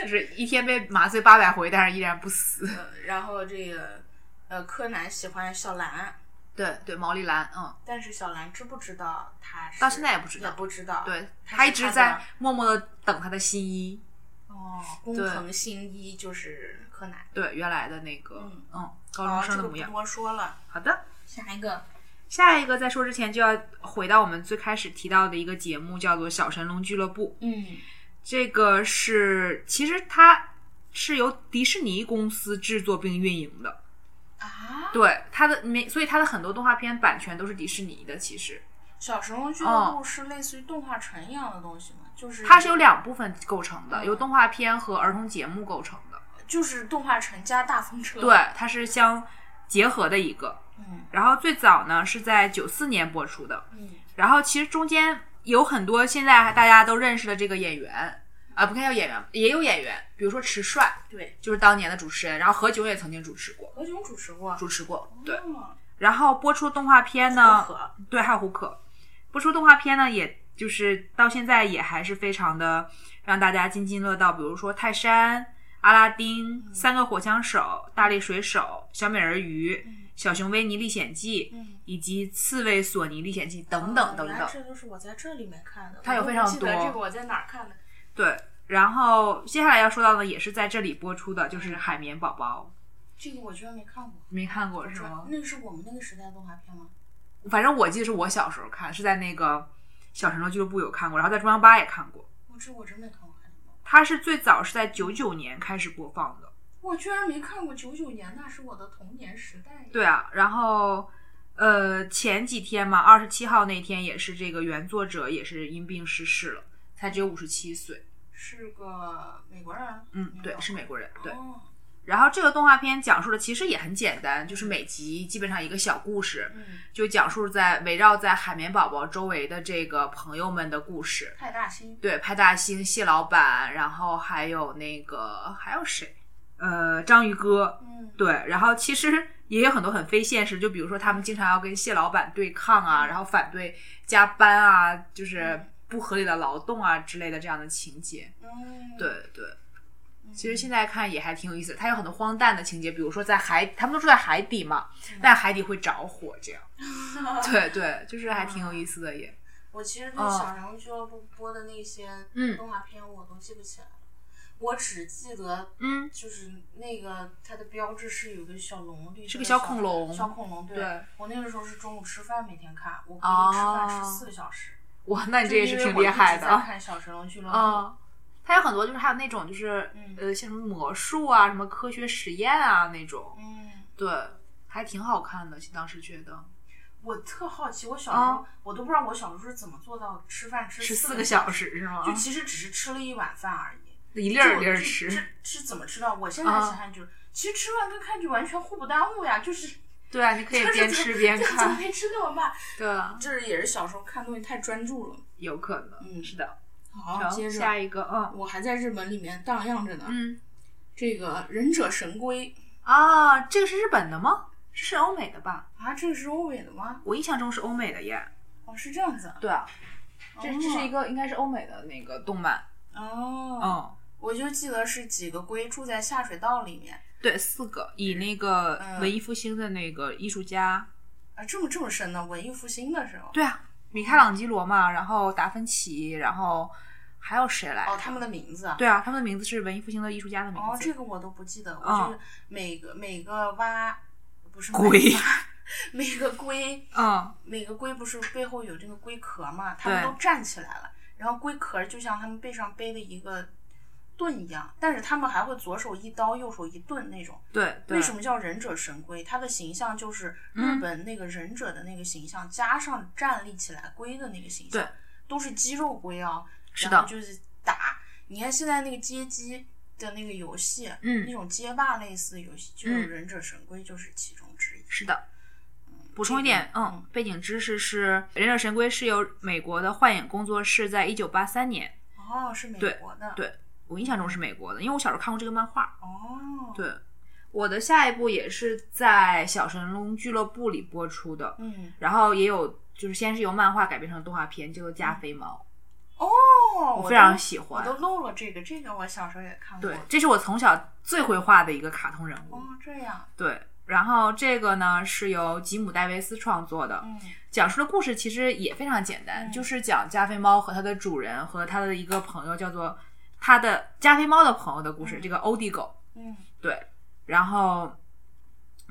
S3: 就是一天被麻醉八百回，但是依然不死。
S4: 呃然后这个呃柯南喜欢小兰，
S3: 对对，毛利兰，嗯，
S4: 但是小兰知不知道他是
S3: 到现在也不知道
S4: 也不知道，
S3: 对
S4: 他
S3: 他
S4: 是
S3: 一直
S4: 的
S3: 在默默的等他的新一，
S4: 哦，工
S3: 对
S4: 藤新一就是柯南，
S3: 对原来的那个，
S4: 嗯
S3: 嗯，高
S4: 好，
S3: 中
S4: 这
S3: 生
S4: 个
S3: 的
S4: 不
S3: 模样。
S4: 多说了，
S3: 好的，
S4: 下一个
S3: 下一个在说之前就要回到我们最开始提到的一个节目，叫做《小神龙俱乐部》。
S4: 嗯
S3: 这个是其实它是由迪士尼公司制作并运营的，
S4: 啊，
S3: 对它的没，所以它的很多动画片版权都是迪士尼的。其实
S4: 小神龙俱乐部是类似于动画城一样的东西吗？就是
S3: 哦它是由两部分构成的，
S4: 嗯
S3: 由动画片和儿童节目构成的。
S4: 就是动画城加大风车。，
S3: 对，它是相结合的一个。
S4: 嗯
S3: 然后最早呢是在九四年播出的，
S4: 嗯，
S3: 然后其实中间有很多现在大家都认识的这个演员啊，不看叫演员，也有演员，比如说迟帅，
S4: 对，
S3: 就是当年的主持人，然后何炅也曾经主持过，
S4: 何炅主持过。
S3: 主持过，对。
S4: 哦
S3: 然后播出动画片呢，
S4: 不可
S3: 对，还有胡可，播出动画片呢，也就是到现在也还是非常的让大家津津乐道，比如说泰山、阿拉丁、
S4: 嗯
S3: 三个火枪手、大力水手、小美人鱼、小熊维尼历险记，
S4: 嗯
S3: 以及刺猬索尼历险记等等等
S4: 哦原
S3: 等
S4: 来。这就是我在这里面看的。
S3: 它有
S4: 我都
S3: 非常
S4: 不记得
S3: 多
S4: 这个我在哪儿看的？
S3: 对，然后接下来要说到的也是在这里播出的，就是《海绵宝宝》，
S4: 这个我居然没看过。
S3: 没看过
S4: 我
S3: 是
S4: 知道
S3: 吗？
S4: 那个是我们那个时代的动画片吗？
S3: 反正我记得是我小时候看，是在那个《小神龙俱乐部》有看过，然后在中央八也看过。
S4: 我这我真没看过海绵宝宝。
S3: 它是最早是在九九年开始播放的，
S4: 我居然没看过九九年，那是我的童年时代。
S3: 对，啊，然后呃前几天嘛，二十七号那天也是这个原作者也是因病逝世了，才只有五十七岁，
S4: 是个美国人。啊
S3: 嗯，对，是美国人，对。
S4: 哦
S3: 然后这个动画片讲述的其实也很简单，就是每集基本上一个小故事，
S4: 嗯，
S3: 就讲述在围绕在海绵宝宝周围的这个朋友们的故事。
S4: 派大星。
S3: 对，派大星、蟹老板，然后还有那个还有谁？呃，章鱼哥。
S4: 嗯，
S3: 对，然后其实也有很多很非现实，就比如说他们经常要跟蟹老板对抗啊，然后反对加班啊，就是不合理的劳动啊之类的这样的情节。
S4: 嗯，
S3: 对对，
S4: 嗯
S3: 其实现在看也还挺有意思的，它有很多荒诞的情节，比如说在海，他们都住在海底嘛，
S4: 嗯
S3: 但海底会着火，这
S4: [LAUGHS]
S3: 样，对对，就是还挺有意思的也。
S4: 我其实对小人物俱乐部播的那些
S3: 哦嗯
S4: 动画片我都记不起来了，我只记得
S3: 嗯，
S4: 就是那个它的标志是有个小龙，绿色的
S3: 是个小恐龙
S4: 小恐龙。对
S3: 对
S4: 我那个时候是中午吃饭每天看，我估
S3: 哦
S4: 计吃饭吃四个小时。
S3: 哇，那你这也是
S4: 就因为
S3: 挺
S4: 我
S3: 厉
S4: 一
S3: 害的
S4: 直在
S3: 啊。
S4: 看小神龙俱乐部，
S3: 嗯，它有很多，就是还有那种就是、
S4: 嗯
S3: 呃，像什么魔术啊、什么科学实验啊那种，
S4: 嗯，
S3: 对，还挺好看的。当时觉得
S4: 我特好奇，我小时候、我都不知道我小时候是怎么做到吃饭吃
S3: 是啊四
S4: 四
S3: 个
S4: 小
S3: 小时是吗？
S4: 就其实只是吃了一碗饭而已。
S3: 一粒
S4: 就
S3: 儿
S4: 我
S3: 一粒儿
S4: 这
S3: [LAUGHS] 吃，
S4: 这是怎么吃到？我现在
S3: 啊
S4: 想想就是，其实吃饭跟看剧完全互不耽误呀，就是
S3: 对啊，你可以
S4: 就是
S3: 边
S4: 怎么
S3: 吃边
S4: 就怎么
S3: 看，
S4: 没吃那么慢？
S3: 对啊，
S4: 这也是小时候看东西太专注了。
S3: 有可能，
S4: 嗯
S3: 是的。
S4: 好，接
S3: 成，
S4: 着
S3: 下一个，嗯
S4: 我还在日本里面荡漾着呢。
S3: 嗯
S4: 这个忍者神龟
S3: 啊，这个是日本的吗？是欧美的吧？
S4: 啊，这个是欧美的吗？
S3: 我印象中是欧美的耶。
S4: 哦，是这样子啊。
S3: 对啊，这这是一
S4: 个
S3: 个应该是欧美的那个动漫，
S4: 哦，
S3: 嗯，
S4: 我就记得是几个龟住在下水道里面
S3: 对，四个以那个
S4: 嗯
S3: 文艺复兴的那个艺术家，
S4: 啊，这么这么深呢？文艺复兴的时候。
S3: 对啊，米开朗基罗嘛，然后达芬奇，然后还有谁来着？
S4: 哦，他们的名字啊。
S3: 对啊，他们的名字是文艺复兴的艺术家的名字。
S4: 哦，这个我都不记得，我
S3: 嗯
S4: 就是每个每个蛙，不是
S3: 龟
S4: 每个蛙， [LAUGHS] 每个龟，
S3: 嗯，
S4: 每个龟不是背后有这个龟壳嘛？它们
S3: 对
S4: 都站起来了，然后龟壳就像它们背上背的一个盾一样，但是它们还会左手一刀，右手一盾那种。
S3: 对对。嗯
S4: 为什么叫忍者神龟？它的形象就是日本那个忍者的那个形象，加上站立起来龟的那个形象，
S3: 对
S4: 都是肌肉龟啊。
S3: 是
S4: 然
S3: 的
S4: 后就是打。你看现在那个街机的那个游戏，
S3: 嗯
S4: 那种街霸类似的游戏，就
S3: 嗯
S4: 是忍者神龟就是其中之一。
S3: 是的。补充一点，
S4: 这个
S3: 嗯，背景知识是《忍者神龟》是由美国的幻影工作室在一九八三年，
S4: 哦，是美
S3: 对
S4: 国的，
S3: 对我印象中是美国的，因为我小时候看过这个漫画。
S4: 哦，，
S3: 对，我的下一部也是在《小神龙俱乐部》里播出的，
S4: 嗯，
S3: 然后也有就是先是由漫画改编成动画片，叫做《加菲猫
S4: 哦，》，
S3: 我非常
S4: 都
S3: 喜欢
S4: 我。都漏了这个，这个我小时候也看过。
S3: 对，这是我从小最会画的一个卡通人物。
S4: 哦，这样，
S3: 对，然后这个呢是由吉姆·戴维斯创作的，
S4: 嗯
S3: 讲述的故事其实也非常简单，
S4: 嗯
S3: 就是讲加菲猫和它的主人和它的一个朋友叫做它的加菲猫的朋友的故事，
S4: 嗯
S3: 这个欧弟狗。
S4: 嗯
S3: 对，然后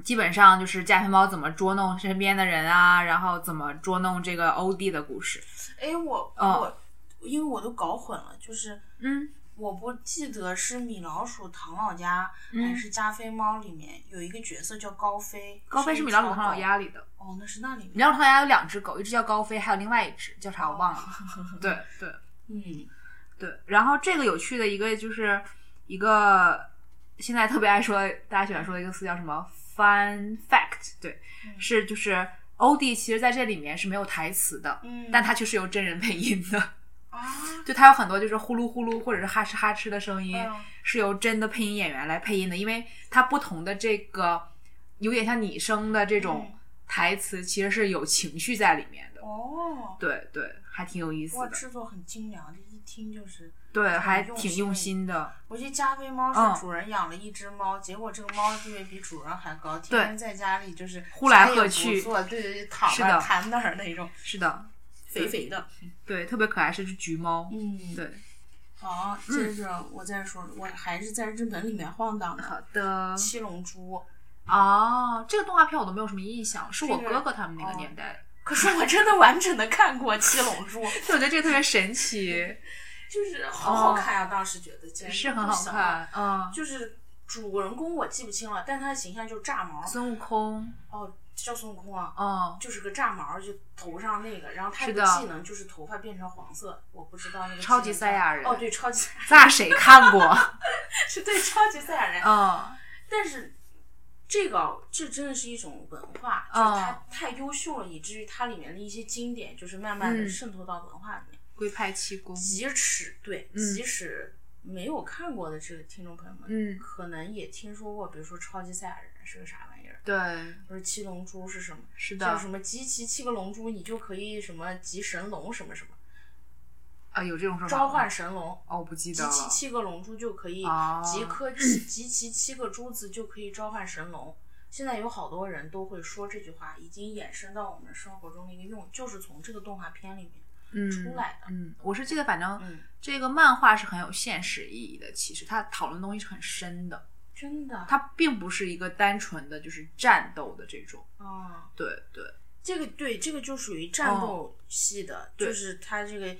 S3: 基本上就是加菲猫怎么捉弄身边的人啊，然后怎么捉弄这个欧弟的故事。
S4: 哎，我、
S3: 哦
S4: 我，因为我都搞混了，就是
S3: 嗯
S4: 我不记得是米老鼠、唐老鸭、还
S3: 嗯，
S4: 是加菲猫里面有一个角色叫高飞，
S3: 高飞是
S4: 一
S3: 米老鼠
S4: 条
S3: 唐老
S4: 狗
S3: 鸭里的。
S4: 哦，那是那里
S3: 米
S4: 面。
S3: 老鼠唐老鸭有两只狗，一只叫高飞，还有另外一只叫啥我忘
S4: 哦
S3: 了。对对
S4: 嗯，
S3: 对，然后这个有趣的一个就是一个现在特别爱说，大家喜欢说的一个词叫什么 “fun fact”，对，
S4: 嗯
S3: 是就是欧弟其实在这里面是没有台词的，
S4: [LAUGHS] 嗯
S3: 但他却是由真人配音的。
S4: 啊，
S3: 就它有很多就是呼噜呼噜或者是哈哧哈哧的声音，
S4: 嗯
S3: 是由真的配音演员来配音的，因为它不同的这个有点像拟声的这种
S4: 嗯
S3: 台词，其实是有情绪在里面的。
S4: 哦，
S3: 对对，还挺有意思
S4: 哇，
S3: 的，
S4: 制作很精良，这一听就是。
S3: 对，还
S4: 用
S3: 挺用心的。
S4: 我记得加菲猫
S3: 嗯
S4: 是主人养了一只猫，结果这个猫地位比主人还高，
S3: 对
S4: 天天在家里就是
S3: 呼来
S4: 啥也
S3: 喝
S4: 不
S3: 去
S4: 做对对对，躺
S3: 是
S4: 那
S3: 的
S4: 儿瘫那儿那种，
S3: 是的，
S4: 肥肥的。
S3: 对，特别可爱，是只橘猫。
S4: 嗯，
S3: 对，
S4: 好，接着我再说，我还是在日本里面晃荡的。
S3: 好的。
S4: 七龙珠，
S3: 哦，这个动画片我都没有什么印象，是我
S4: 这个
S3: 哥哥他们那个
S4: 哦
S3: 年代的。
S4: 可是我真的完整的看过七龙珠，
S3: 对，我觉得这个特别神奇，
S4: [LAUGHS] 就是好好看啊！当时觉得简直
S3: 哦是很
S4: 不
S3: 好
S4: 行了，
S3: 看。嗯，
S4: 啊就是主人公我记不清了，但他的形象就是炸毛，
S3: 孙悟空，
S4: 哦，叫孙悟空啊，
S3: 嗯，
S4: 就是个炸毛，就头上那个，然后他
S3: 是
S4: 有
S3: 的
S4: 个技能就是头发变成黄色，我不知道那个技能叫
S3: 超级赛亚人
S4: 哦，对，超级赛亚
S3: 咱俩谁看过？
S4: 人 [LAUGHS] 是对超级赛亚人，
S3: 嗯，
S4: 但是。这个哦这真的是一种文化，就是
S3: 嗯
S4: 它太优秀了，以至于它里面的一些经典，就是慢慢的
S3: 嗯
S4: 渗透到文化里面。
S3: 龟派气功
S4: 即使对，
S3: 嗯
S4: 即使没有看过的这个听众朋友们，
S3: 嗯
S4: 可能也听说过，比如说超级赛亚人是个啥玩意儿，
S3: 对，
S4: 或者七龙珠是什么，
S3: 是
S4: 叫
S3: 的
S4: 什，么集齐七个龙珠，你就可以什么集神龙什么什么。
S3: 啊，有这种说法吗。
S4: 召唤神龙，
S3: 哦，我不记得
S4: 集
S3: 了。
S4: 齐七个龙珠就可以
S3: 哦，
S4: 集颗集集齐七个珠子就可以召唤神龙。现在有好多人都会说这句话，已经衍生到我们生活中的一个用，就是从这个动画片里面。
S3: 嗯
S4: 出来的
S3: 嗯，我是记得，反正
S4: 嗯，
S3: 这个漫画是很有现实意义的。其实它讨论的东西是很深的，
S4: 真的，
S3: 它并不是一个单纯的就是战斗的这种。
S4: 嗯，
S3: 对对，
S4: 这个对，这个就属于战斗系的，
S3: 哦对
S4: 就是它这个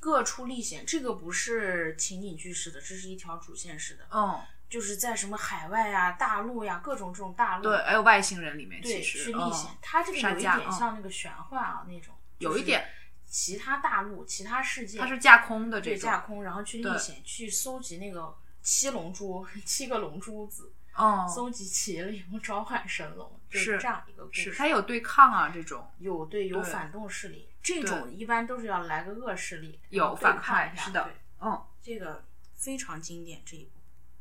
S4: 各处历险，这个不是情景剧式的，这是一条主线式的，
S3: 嗯，
S4: 就是在什么海外呀、大陆呀、各种这种大陆
S3: 对，还有外星人里面
S4: 对
S3: 其实
S4: 去历险
S3: 嗯，
S4: 它这个有
S3: 沙
S4: 一
S3: 加
S4: 点
S3: 嗯
S4: 像那个玄幻啊那种，
S3: 有一点，
S4: 其他大陆、其他世界，
S3: 它是架空的这
S4: 对
S3: 种
S4: 架。空，然后去
S3: 对
S4: 历险，去搜集那个七龙珠， [LAUGHS] 七个龙珠子，
S3: 嗯，
S4: 搜集齐了以后召唤神龙，就是这样一个故
S3: 是
S4: 事。
S3: 它有对抗啊这种。
S4: 有对有
S3: 对
S4: 反动势力，这种一般都是要来个恶势力，
S3: 有
S4: 然后对
S3: 反
S4: 抗
S3: 派
S4: 一下
S3: 是的
S4: 对
S3: 嗯，
S4: 这个非常经典这一部。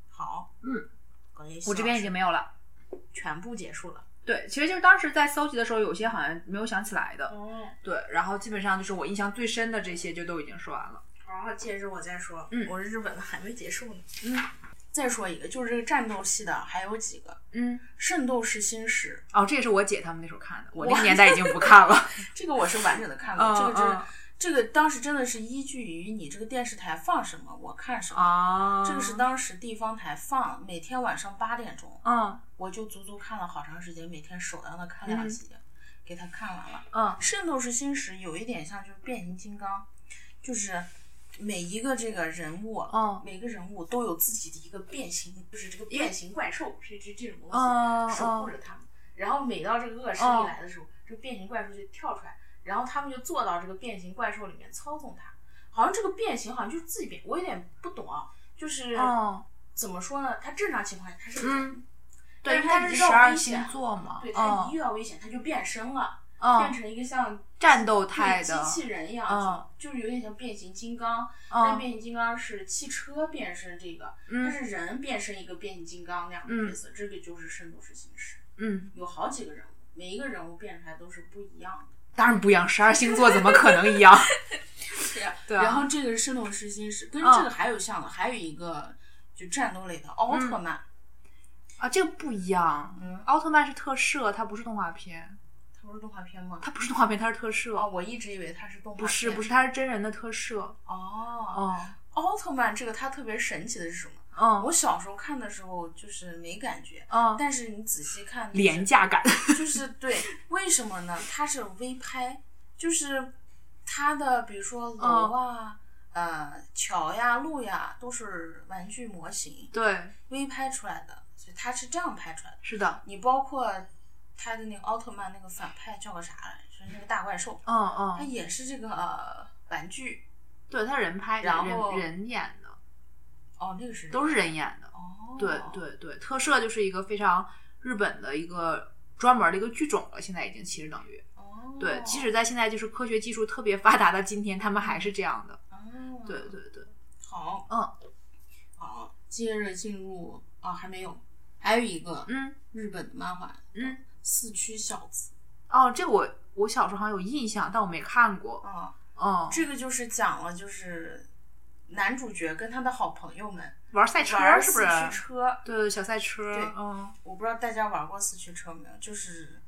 S4: 好，
S3: 嗯，
S4: 葛雷西
S3: 我这边
S4: 老
S3: 已经
S4: 师
S3: 没有了。
S4: 全部结束了。
S3: 对，其实就是当时在搜集的时候，有些好像没有想起来的。
S4: 哦，
S3: 对，然后基本上就是我印象最深的这些就都已经说完了。
S4: 然后接着我再说，
S3: 嗯
S4: 我日本的还没结束呢。
S3: 嗯，
S4: 再说一个，就是这个战斗系的还有几个，
S3: 嗯，
S4: 《圣斗士星矢
S3: 哦，这也是我姐他们那时候看的，我那个年代已经不
S4: [LAUGHS]
S3: 看了。》
S4: 这个我是完整的看
S3: 嗯
S4: 了，这个
S3: 嗯
S4: 真这个当时真的是依据于你这个电视台放什么我看什么，
S3: 啊
S4: 这个是当时地方台放，每天晚上八点钟，
S3: 嗯
S4: 我就足足看了好长时间，每天手让他看两集，给他看完了。
S3: 嗯
S4: 《圣斗士星矢》有一点像就是变形金刚，就是每一个这个人物，
S3: 嗯
S4: 每个人物都有自己的一个变形，就是这个变形怪兽是这这种东西、
S3: 嗯
S4: 守护着他们。然后每到这个恶势
S3: 嗯
S4: 力来的时候，这个变形怪兽就跳出来，然后他们就坐到这个变形怪兽里面操纵它。好像这个变形好像就是自己变，我有点不懂啊，就是、
S3: 嗯，
S4: 怎么说呢？它正常情况下它是
S3: 嗯
S4: 但
S3: 对，
S4: 是
S3: 它
S4: 它
S3: 不
S4: 一
S3: 是
S4: 到
S3: 十二
S4: 危
S3: 星
S4: 险
S3: 座嘛，
S4: 对，它一
S3: 嗯
S4: 遇到危险，它就变身了，变
S3: 嗯，
S4: 成一个像
S3: 战斗态
S4: 对
S3: 的，
S4: 机器人一样，
S3: 嗯
S4: 就是有点像变形金刚，但
S3: 嗯
S4: 变形金刚是汽车变身这个，它
S3: 嗯
S4: 是人变身一个变形金刚那样的
S3: 嗯
S4: 角色，这个就是圣斗士星矢，
S3: 嗯，
S4: 有好几个人物，每一个人物变出来都是不一样的。
S3: 当然不一样，十二星座怎么可能
S4: [LAUGHS]
S3: 一样？对啊
S4: 然后这个是圣斗士星矢，跟
S3: 嗯
S4: 这个还有像的，还有一个就战斗类的奥
S3: 嗯
S4: 特曼，
S3: 啊，这个不一样。
S4: 嗯，
S3: 奥特曼是特摄，它不是动画片，
S4: 它不是动画片吗？
S3: 它不是动画片，它是特
S4: 哦，
S3: 摄，
S4: 我一直以为它是动画片，
S3: 不是不是，它是真人的特摄。
S4: 哦，
S3: 嗯
S4: 奥特曼这个它特别神奇的是什么？
S3: 嗯
S4: 啊我小时候看的时候就是没感觉，
S3: 嗯，
S4: 但是你仔细看、就是，
S3: 廉价感。
S4: 就是对，为什么呢？它是微拍，就是它的比如说楼
S3: 哦
S4: 啊、呃桥呀、路呀，都是玩具模型
S3: 对，
S4: 微拍出来的，所以它是这样拍出来的。
S3: 是的，
S4: 你包括它的那个奥特曼那个反派叫个啥来着？是那个大怪兽，它
S3: 嗯嗯，
S4: 也是这个、呃、玩具
S3: 对，它人拍，
S4: 然
S3: 人
S4: 后
S3: 人演的，
S4: 哦，那个是
S3: 都是人演的。
S4: 哦，
S3: 对对对，特摄就是一个非常日本的一个专门的一个剧种了，现在已经其实等于
S4: 哦，
S3: 对，即使在现在就是科学技术特别发达的今天，他们还是这样的。
S4: 哦
S3: 对对对，
S4: 好，
S3: 嗯，
S4: 好，接着进入啊，还没有，还有一个
S3: 嗯
S4: 日本的漫画，
S3: 嗯，
S4: 四驱小子
S3: 哦，这个我我小时候好像有印象，但我没看过。
S4: 啊，
S3: 嗯，
S4: 这个就是讲了就是男主角跟他的好朋友们
S3: 玩赛车
S4: 玩
S3: 是不
S4: 四
S3: 是？
S4: 驱车，
S3: 对对，小赛车。
S4: 对
S3: 嗯，
S4: 我不知道大家玩过四驱车没有，就是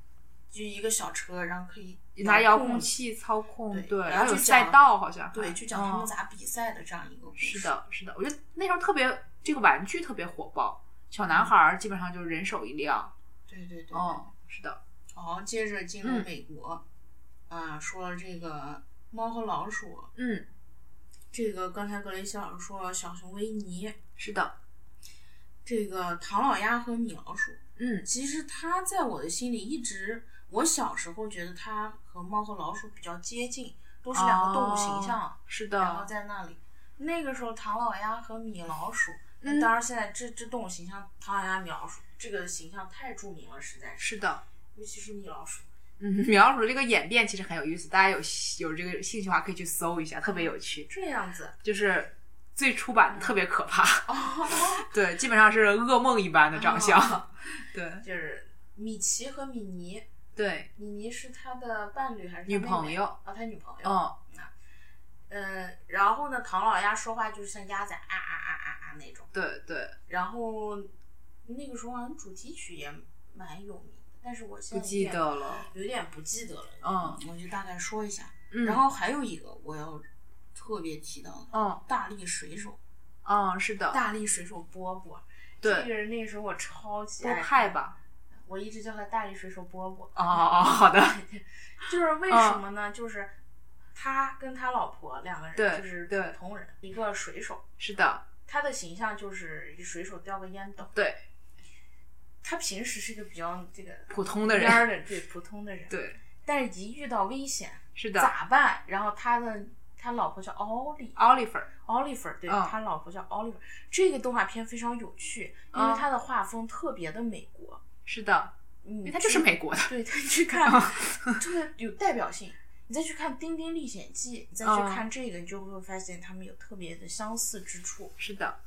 S4: 就一个小车，然后可以
S3: 拿遥控
S4: 控，
S3: 器操控，
S4: 对
S3: 对，
S4: 然后
S3: 然后有
S4: 就讲
S3: 赛道好像还。
S4: 对，就讲他们
S3: 嗯
S4: 咋比赛的这样一个故事，
S3: 是，的，是的，我觉得那时候特别这个玩具特别火爆，小男孩儿基本上就是人手一辆。
S4: 对对对嗯对，
S3: 嗯，是的。
S4: 好，接着进入
S3: 嗯
S4: 美国，啊，说这个猫和老鼠。
S3: 嗯，
S4: 这个刚才格雷西老师说小熊维尼，
S3: 是的。
S4: 这个唐老鸭和米老鼠，
S3: 嗯
S4: 其实它在我的心里一直，我小时候觉得它和猫和老鼠比较接近，都是两个动物形象，
S3: 是
S4: 然后
S3: 的。
S4: 哦在那里。那个时候唐老鸭和米老鼠，
S3: 嗯
S4: 那当然现在这这动物形象，唐老鸭、米老鼠这个形象太著名了，实在是，
S3: 是的。
S4: 尤其是米老鼠。
S3: 嗯， [LAUGHS] 米老鼠这个演变其实很有意思，大家有有这个兴趣的话可以去搜一下，特别有趣。
S4: 这样子，
S3: 就是最初版的特别可怕，
S4: 嗯哦
S3: 对，基本上是噩梦一般的长相。对 [LAUGHS]
S4: 就是米奇和米妮，
S3: 对，
S4: 米妮是他的伴侣还是他
S3: 女
S4: 妹妹
S3: 朋友哦
S4: 哦，他女朋友。
S3: 嗯
S4: 嗯，然后呢，唐老鸭说话就是像鸭子啊啊啊啊啊那种。
S3: 对对，
S4: 然后那个时候好像主题曲也蛮有名的，但是我现
S3: 不
S4: 在有
S3: 记
S4: 点
S3: 得了。
S4: 有点不记得了。
S3: 嗯，
S4: 我就大概说一下。
S3: 嗯
S4: 然后还有一个我要特别提到的，
S3: 嗯
S4: 大力水手，
S3: 嗯，是的，
S4: 大力水手波波，
S3: 对
S4: 这个人那时候我超级
S3: 波
S4: 爱，
S3: 派吧。
S4: 我一直叫他大力水手波波，
S3: 哦哦，
S4: [LAUGHS]
S3: 好的，
S4: 就是为什么呢？就是他跟他老婆两个
S3: 对
S4: 人就是
S3: 对
S4: 同人，一个水手，
S3: 是的，
S4: 他的形象就是一水手叼个烟斗，
S3: 对，
S4: 他平时是一个比较这个
S3: 普通的人
S4: 蔫儿的对普通的人，，
S3: 对，
S4: 但是一遇到危险
S3: 是的
S4: 咋办？然后他的他老婆叫奥利
S3: ，Oliver，
S4: Oliver，对、
S3: 啊嗯
S4: 他老婆叫 Oliver。这个动画片非常有趣，因
S3: 嗯
S4: 为它的画风特别的美国，
S3: 是的，
S4: 嗯，
S3: 因为他就是美国的，嗯
S4: 对他
S3: [LAUGHS]
S4: 去看，特别有代表性。你再去看《丁丁历险记》，你再去
S3: 嗯
S4: 看这个，你就会发现他们有特别的相似之处。
S3: 是的，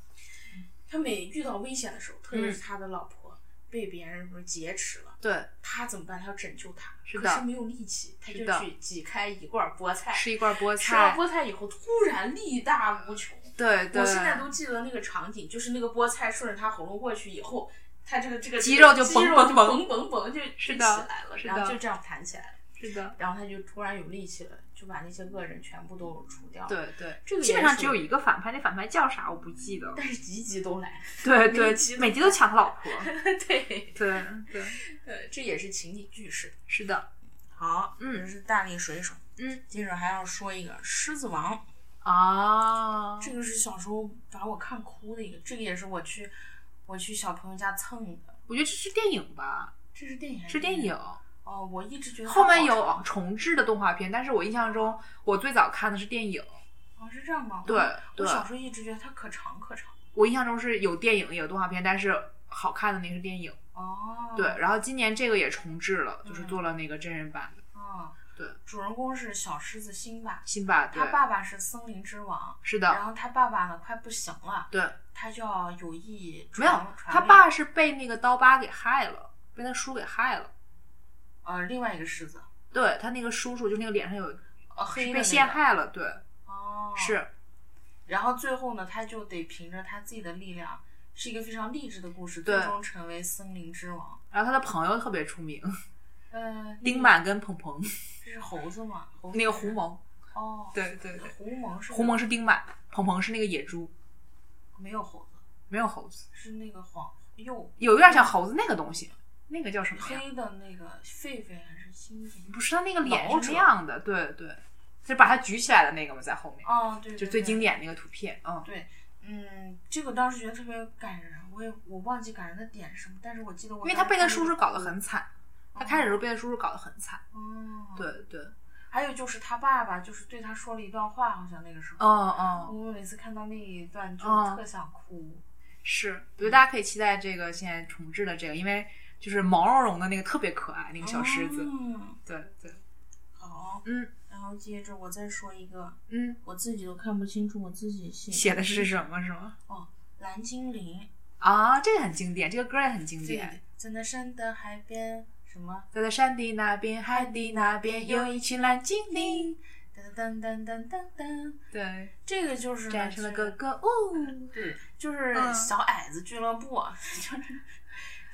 S4: 他每遇到危险的时候，特
S3: 嗯
S4: 别是他的老婆被别人不是劫持了，
S3: 对，
S4: 他怎么办？他要拯救他，
S3: 是
S4: 可
S3: 的
S4: 是没有力气，他
S3: 是
S4: 就
S3: 的
S4: 去挤开一罐菠菜，
S3: 吃一罐菠
S4: 吃了
S3: 菜，
S4: 菠菜以后，突然力大无穷。
S3: 对对，
S4: 我现在都记得那个场景，就是那个菠菜顺着他喉咙过去以后，他这个这个
S3: 肌
S4: 这个
S3: 肉就
S4: 肌
S3: 嘣
S4: 肉
S3: 嘣
S4: 就
S3: 嘣
S4: 嘣嘣嘣就
S3: 是
S4: 就
S3: 的
S4: 起来了，
S3: 是
S4: 然后
S3: 的
S4: 就这样弹起来了，
S3: 是的，
S4: 然后他就突然有力气了，就把那些恶人全部都除掉了。，
S3: 对对，
S4: 哦这个
S3: 基本上
S4: 元素
S3: 只有一个反派，那反派叫啥我不记得了，
S4: 但是集集都来。 [LAUGHS]
S3: 对对
S4: 每集，都
S3: 每集都抢他老
S4: [LAUGHS]
S3: 婆，
S4: 对，
S3: 对对，
S4: 呃，这也是情景句式。
S3: 是的，
S4: 好，
S3: 嗯
S4: 这是大力水手。
S3: 嗯，
S4: 接着还要说一个《狮子王》，
S3: 啊，
S4: 哦这个是小时候把我看哭的一个，这个也是我去我去小朋友家蹭的。
S3: 我觉得这是电影吧，
S4: 这是电影还
S3: 是电影。
S4: 哦，我一直觉得它
S3: 后面
S4: 嗯好
S3: 有哦
S4: 长
S3: 重制的动画片，但是我印象中我最早看的是电影，
S4: 哦，是这样吗？
S3: 对
S4: 我
S3: 对
S4: 我小时候一直觉得它可长可长。
S3: 我印象中是有电影也有动画片，但是好看的那个是电影。
S4: 哦，
S3: 对，，然后今年这个也重置了，就是
S4: 嗯
S3: 做了那个真人版的
S4: 嗯，
S3: 对。
S4: 主人公是小狮子辛巴，
S3: 辛巴，对
S4: 他，爸爸是森林之王，
S3: 是
S4: 然
S3: 的，
S4: 后他爸爸呢快不行了，
S3: 对，
S4: 他就要有意
S3: 没有
S4: 传，传
S3: 他
S4: 位
S3: 爸是被那个刀疤给害了，被他叔给害了。
S4: 呃另外一个狮子，
S3: 对他那个叔叔，就那个脸上有
S4: 呃黑
S3: 是
S4: 的
S3: 被
S4: 那
S3: 陷
S4: 个。
S3: 害了，对，
S4: 哦，。
S3: 是，
S4: 然后最后呢，他就得凭着他自己的力量，是一个非常励志的故事，
S3: 对
S4: 最终成为森林之王。
S3: 然后他的朋友特别出名，
S4: 嗯，
S3: 丁满跟鹏鹏，
S4: 这是猴子嘛？猴子
S3: 那个狐獴，
S4: 哦，
S3: 对对对，
S4: 狐獴是
S3: 狐獴是丁满，鹏鹏是那个野猪，
S4: 没有猴子，
S3: 没有猴子，
S4: 是那个黄鼬
S3: 有点像猴子那个东西，那个叫什么呀？
S4: 黑的那个狒狒还是猩猩？
S3: 不是他那个脸
S4: 老
S3: 是
S4: 者
S3: 那样的，对对，就把他举起来的那个嘛，在后面，
S4: 哦，对，对
S3: 就最经。典那个图片，嗯，
S4: 对嗯，这个当时觉得特别感人，我也我忘记感人的点是什么，但是我记得我
S3: 因为他被他
S4: 当时
S3: 叔叔搞得
S4: 哭
S3: 很惨，
S4: 哦
S3: 他开始的时候被他叔叔搞得很惨，
S4: 嗯，
S3: 对。对，
S4: 还有就是他爸爸就是对他说了一段话，好像那个时候，
S3: 嗯嗯，
S4: 我每次看到那一段就
S3: 嗯
S4: 特想哭。
S3: 是，我觉得大家可以期待这个现在重置的这个，因为就是毛茸茸的那个特别可爱，那个小狮子，
S4: 嗯，
S3: 对对，
S4: 好，
S3: 嗯
S4: 然后接着我再说一个，
S3: 嗯，
S4: 我自己都看不清楚我自己写
S3: 写的是什么是吗？
S4: 蓝精灵，
S3: 啊，这个很经典，这个歌也很经
S4: 对
S3: 典。，
S4: 在那山的海边什么。
S3: 在在山的那边，海的那边，有一群蓝精灵。
S4: 噔噔噔噔噔噔，
S3: 对，
S4: 这个就是
S3: 战胜了哥
S4: 个
S3: 哥。哦，
S4: 对，就是
S3: 嗯
S4: 小矮子俱乐部， [LAUGHS] 就是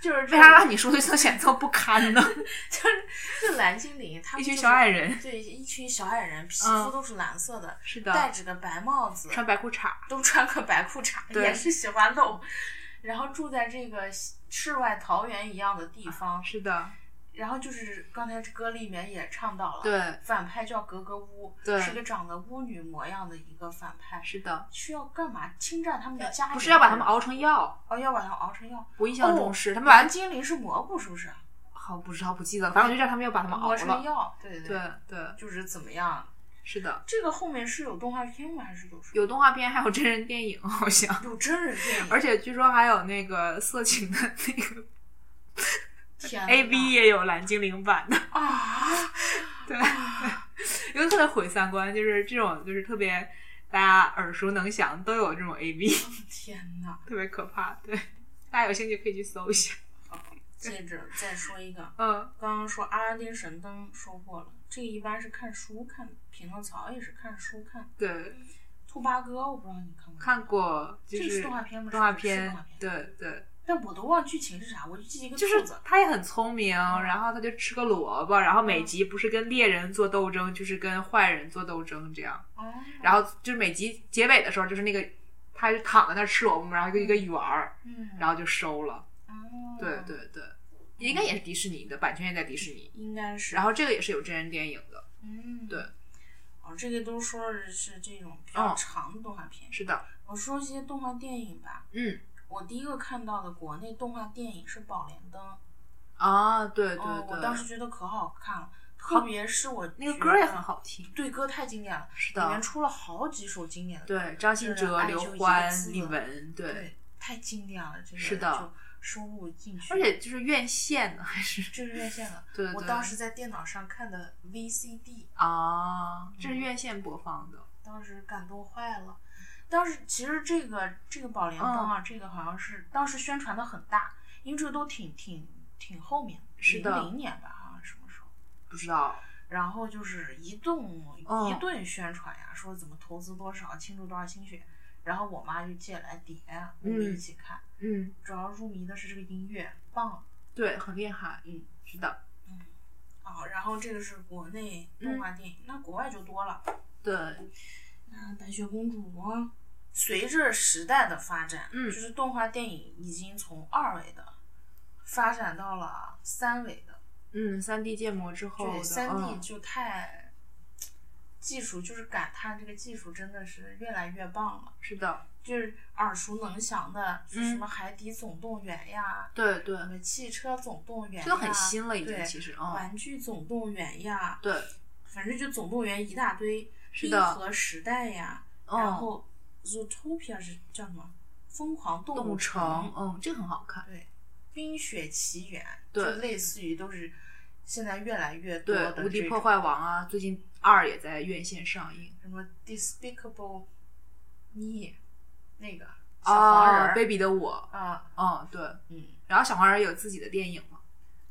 S4: 就是
S3: 为啥让你说对色显色不堪 [LAUGHS] 呢？
S4: 就是这蓝精灵，他
S3: 一
S4: 们
S3: 群
S4: 就是
S3: 小矮人。
S4: 对，一群小矮人，皮
S3: 嗯
S4: 肤都是蓝色的，
S3: 是
S4: 戴
S3: 的，
S4: 着个白帽子，
S3: 穿白裤衩。
S4: 都穿个白裤衩，
S3: 对
S4: 也是喜欢露，然后住在这个世外桃源一样的地方，
S3: 是的，
S4: 然后就是刚才歌里面也唱到了，
S3: 对，
S4: 反派叫格格巫，
S3: 对
S4: 是个长得巫女模样的一个反派，
S3: 是的，
S4: 需要干嘛？侵占他们的家园？
S3: 呃不是要把他们熬成药？
S4: 哦，要把他们熬成药。
S3: 我印象中是他们把
S4: 蓝
S3: 它，
S4: 精灵是蘑菇，是不啊是？
S3: 好不知道不记得了，反正我就知道他们要把他们熬
S4: 磨成
S3: 了。
S4: 药，对对
S3: 对对，
S4: 就是怎么样？
S3: 是的，
S4: 这个后面是有动画片吗？还是有什么
S3: 有动画片，还有真人电影， [LAUGHS] 好像，
S4: 有真人电影？
S3: 而且据说还有那个色情的那个
S4: 天
S3: A V 也有蓝精灵版的，
S4: 啊啊！
S3: 对，因为特别毁三观，就是这种就是特别大家耳熟能详都有这种 A V， [LAUGHS]
S4: 天哪！
S3: 特别可怕，对，大家有兴趣可以去搜一下。
S4: 接着再说一个，
S3: 嗯
S4: 刚刚说《阿拉丁神灯》说过了，这个一般是看书看的，《匹诺曹》也是看书看的，
S3: 对，
S4: 《兔八哥》我不知道你看过没，
S3: 看过，就
S4: 这
S3: 是
S4: 是动画片吗
S3: 动画
S4: 是是
S3: 片
S4: 动画，片
S3: 对对，
S4: 但我都忘剧情是哦啥，我就记一个
S3: 就是
S4: 兔子
S3: 他也很聪明，然后他就吃个萝卜，然后每
S4: 嗯
S3: 集不是跟猎人做斗争，就是跟坏人做斗争这样，
S4: 哦，
S3: 然后就是每集结尾的时候，就是那个他就躺在那儿吃萝卜嘛，然后就一个圆儿，
S4: 嗯，
S3: 然后就收了，
S4: 哦
S3: 对，对对，应该也是迪士尼的，版权也在迪士尼，
S4: 应该是，
S3: 然后这个也是有真人电影的，
S4: 嗯，
S3: 对，
S4: 哦，这个都说的是这种比较
S3: 嗯
S4: 长的动画片，
S3: 是的，
S4: 我说一些动画电影吧，
S3: 嗯
S4: 我第一个看到的国内动画电影是《宝莲灯》，
S3: 啊，对
S4: 哦，
S3: 对对，哦
S4: 我当时觉得可好看了，特别是我
S3: 那个
S4: 觉
S3: 歌也
S4: 得
S3: 很，好听，
S4: 对歌太经典了，
S3: 是
S4: 里
S3: 的
S4: 面，出了好几首经典的歌，
S3: 对，张信
S4: 就是
S3: 哲、
S4: 爱
S3: 刘
S4: 就一个
S3: 欢、
S4: 字
S3: 李玟，对，
S4: 对，太经典了，这个
S3: 是的
S4: 就收录进去，
S3: 而且就是院线的还是。
S4: 就是院线了。
S3: 对对
S4: 我当时在电脑上看的 VCD，
S3: 啊，
S4: 嗯
S3: 这是院线播放的，
S4: 当时感动坏了。当时其实这个这个宝莲灯
S3: 嗯
S4: 啊，这个好像是当时宣传的很大，因为这个都挺挺挺后面，
S3: 是的
S4: 零零年吧，好像什么时候。
S3: 不知道
S4: 然后就是一顿、
S3: 嗯
S4: 一顿宣传呀，说怎么投资多少，倾注多少心血。然后我妈就借来碟，我们一起看。
S3: 嗯，
S4: 主要入迷的是这个音乐，棒
S3: 对，很厉害，
S4: 嗯，
S3: 是的，
S4: 啊、然后这个是国内
S3: 嗯
S4: 动画电影，那国外就多了。
S3: 对，
S4: 那白雪公主啊，随着时代的发展，
S3: 嗯
S4: 就是动画电影已经从二维的发展到了三维的，
S3: 嗯，三 D 建模之后
S4: 对，
S3: 的，
S4: 三 D
S3: 嗯
S4: 就太、技术，就是感叹这个技术真的是越来越棒了，
S3: 是的，
S4: 就是耳熟能详的，就是
S3: 嗯
S4: 什么《海底总动员》呀，
S3: 对对，
S4: 什么《汽车总动员》呀，
S3: 这都很新了，已经
S4: 对
S3: 其实，嗯，
S4: 玩具总动员呀，
S3: 对，
S4: 反正就总动员一大堆，
S3: 是
S4: 冰
S3: 的
S4: 河时代呀，然
S3: 嗯，
S4: 后 Zootopia 是叫什么？疯狂动
S3: 动
S4: 物
S3: 物城，嗯，这个很好看，
S4: 对，冰雪奇缘，
S3: 对
S4: 就类似于都是现在越来越多
S3: 对
S4: 的，
S3: 无敌
S4: 这
S3: 破
S4: 种
S3: 坏王啊，最近二也在院线上映，
S4: 什么 Despicable Me 那个小黄人
S3: 啊
S4: 儿
S3: ，baby 的我，
S4: 啊，
S3: 嗯，对，
S4: 嗯，
S3: 然后小黄人有自己的电影嘛，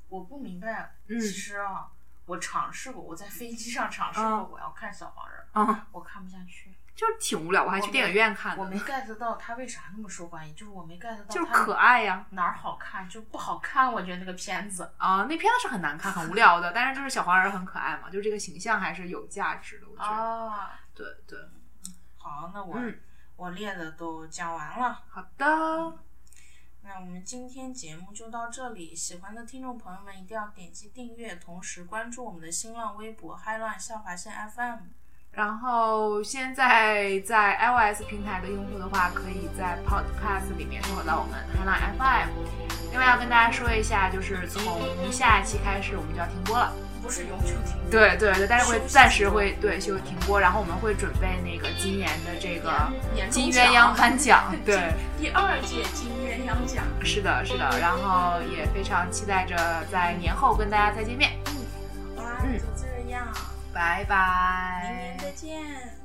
S4: 我不明白，
S3: 嗯
S4: 其实啊，我尝试过，我在飞机上尝试过，
S3: 嗯
S4: 我要看小黄人儿，
S3: 嗯，
S4: 我看不下去，
S3: 就是挺无聊，我还
S4: 我
S3: 去
S4: 没
S3: 电影院看
S4: 我没
S3: 的，
S4: get 到他为啥那么受欢迎，就是我没 get 到
S3: 就是
S4: 他
S3: 可爱呀，
S4: 哪儿好看，就不好看，我觉得那个片子。
S3: 啊、那片子是很难看，很无聊的，但是就是小黄人很可爱嘛，就是这个形象还是有价值的，我觉得。
S4: 啊，
S3: 对对，
S4: 好，那我、
S3: 嗯，
S4: 我列的都讲完了，
S3: 好
S4: 嗯
S3: 的，
S4: 那我们今天节目就到这里。喜欢的听众朋友们一定要点击订阅，同时关注我们的新浪微博“嗨乱下划线 FM”。
S3: 然后现在在 iOS 平台的用户的话，可以在 Podcast 里面搜索到我们海浪 FM。另外要跟大家说一下，就是从下一期开始我们就要停播了。
S4: 不是永久停播，
S3: 对对对，但是会
S4: 休息
S3: 暂时会对休停播，然后我们会准备那个今年的这个
S4: 年终
S3: 啊金
S4: 奖
S3: 鸳
S4: [LAUGHS]
S3: 鸯颁奖， [LAUGHS] 对。
S4: 第二届金鸳鸯奖。
S3: 是的，是的，然后也非常期待着在年后跟大家再见面，
S4: 好啦，
S3: 嗯
S4: 就这样，
S3: 拜拜，哎
S4: 明年再见。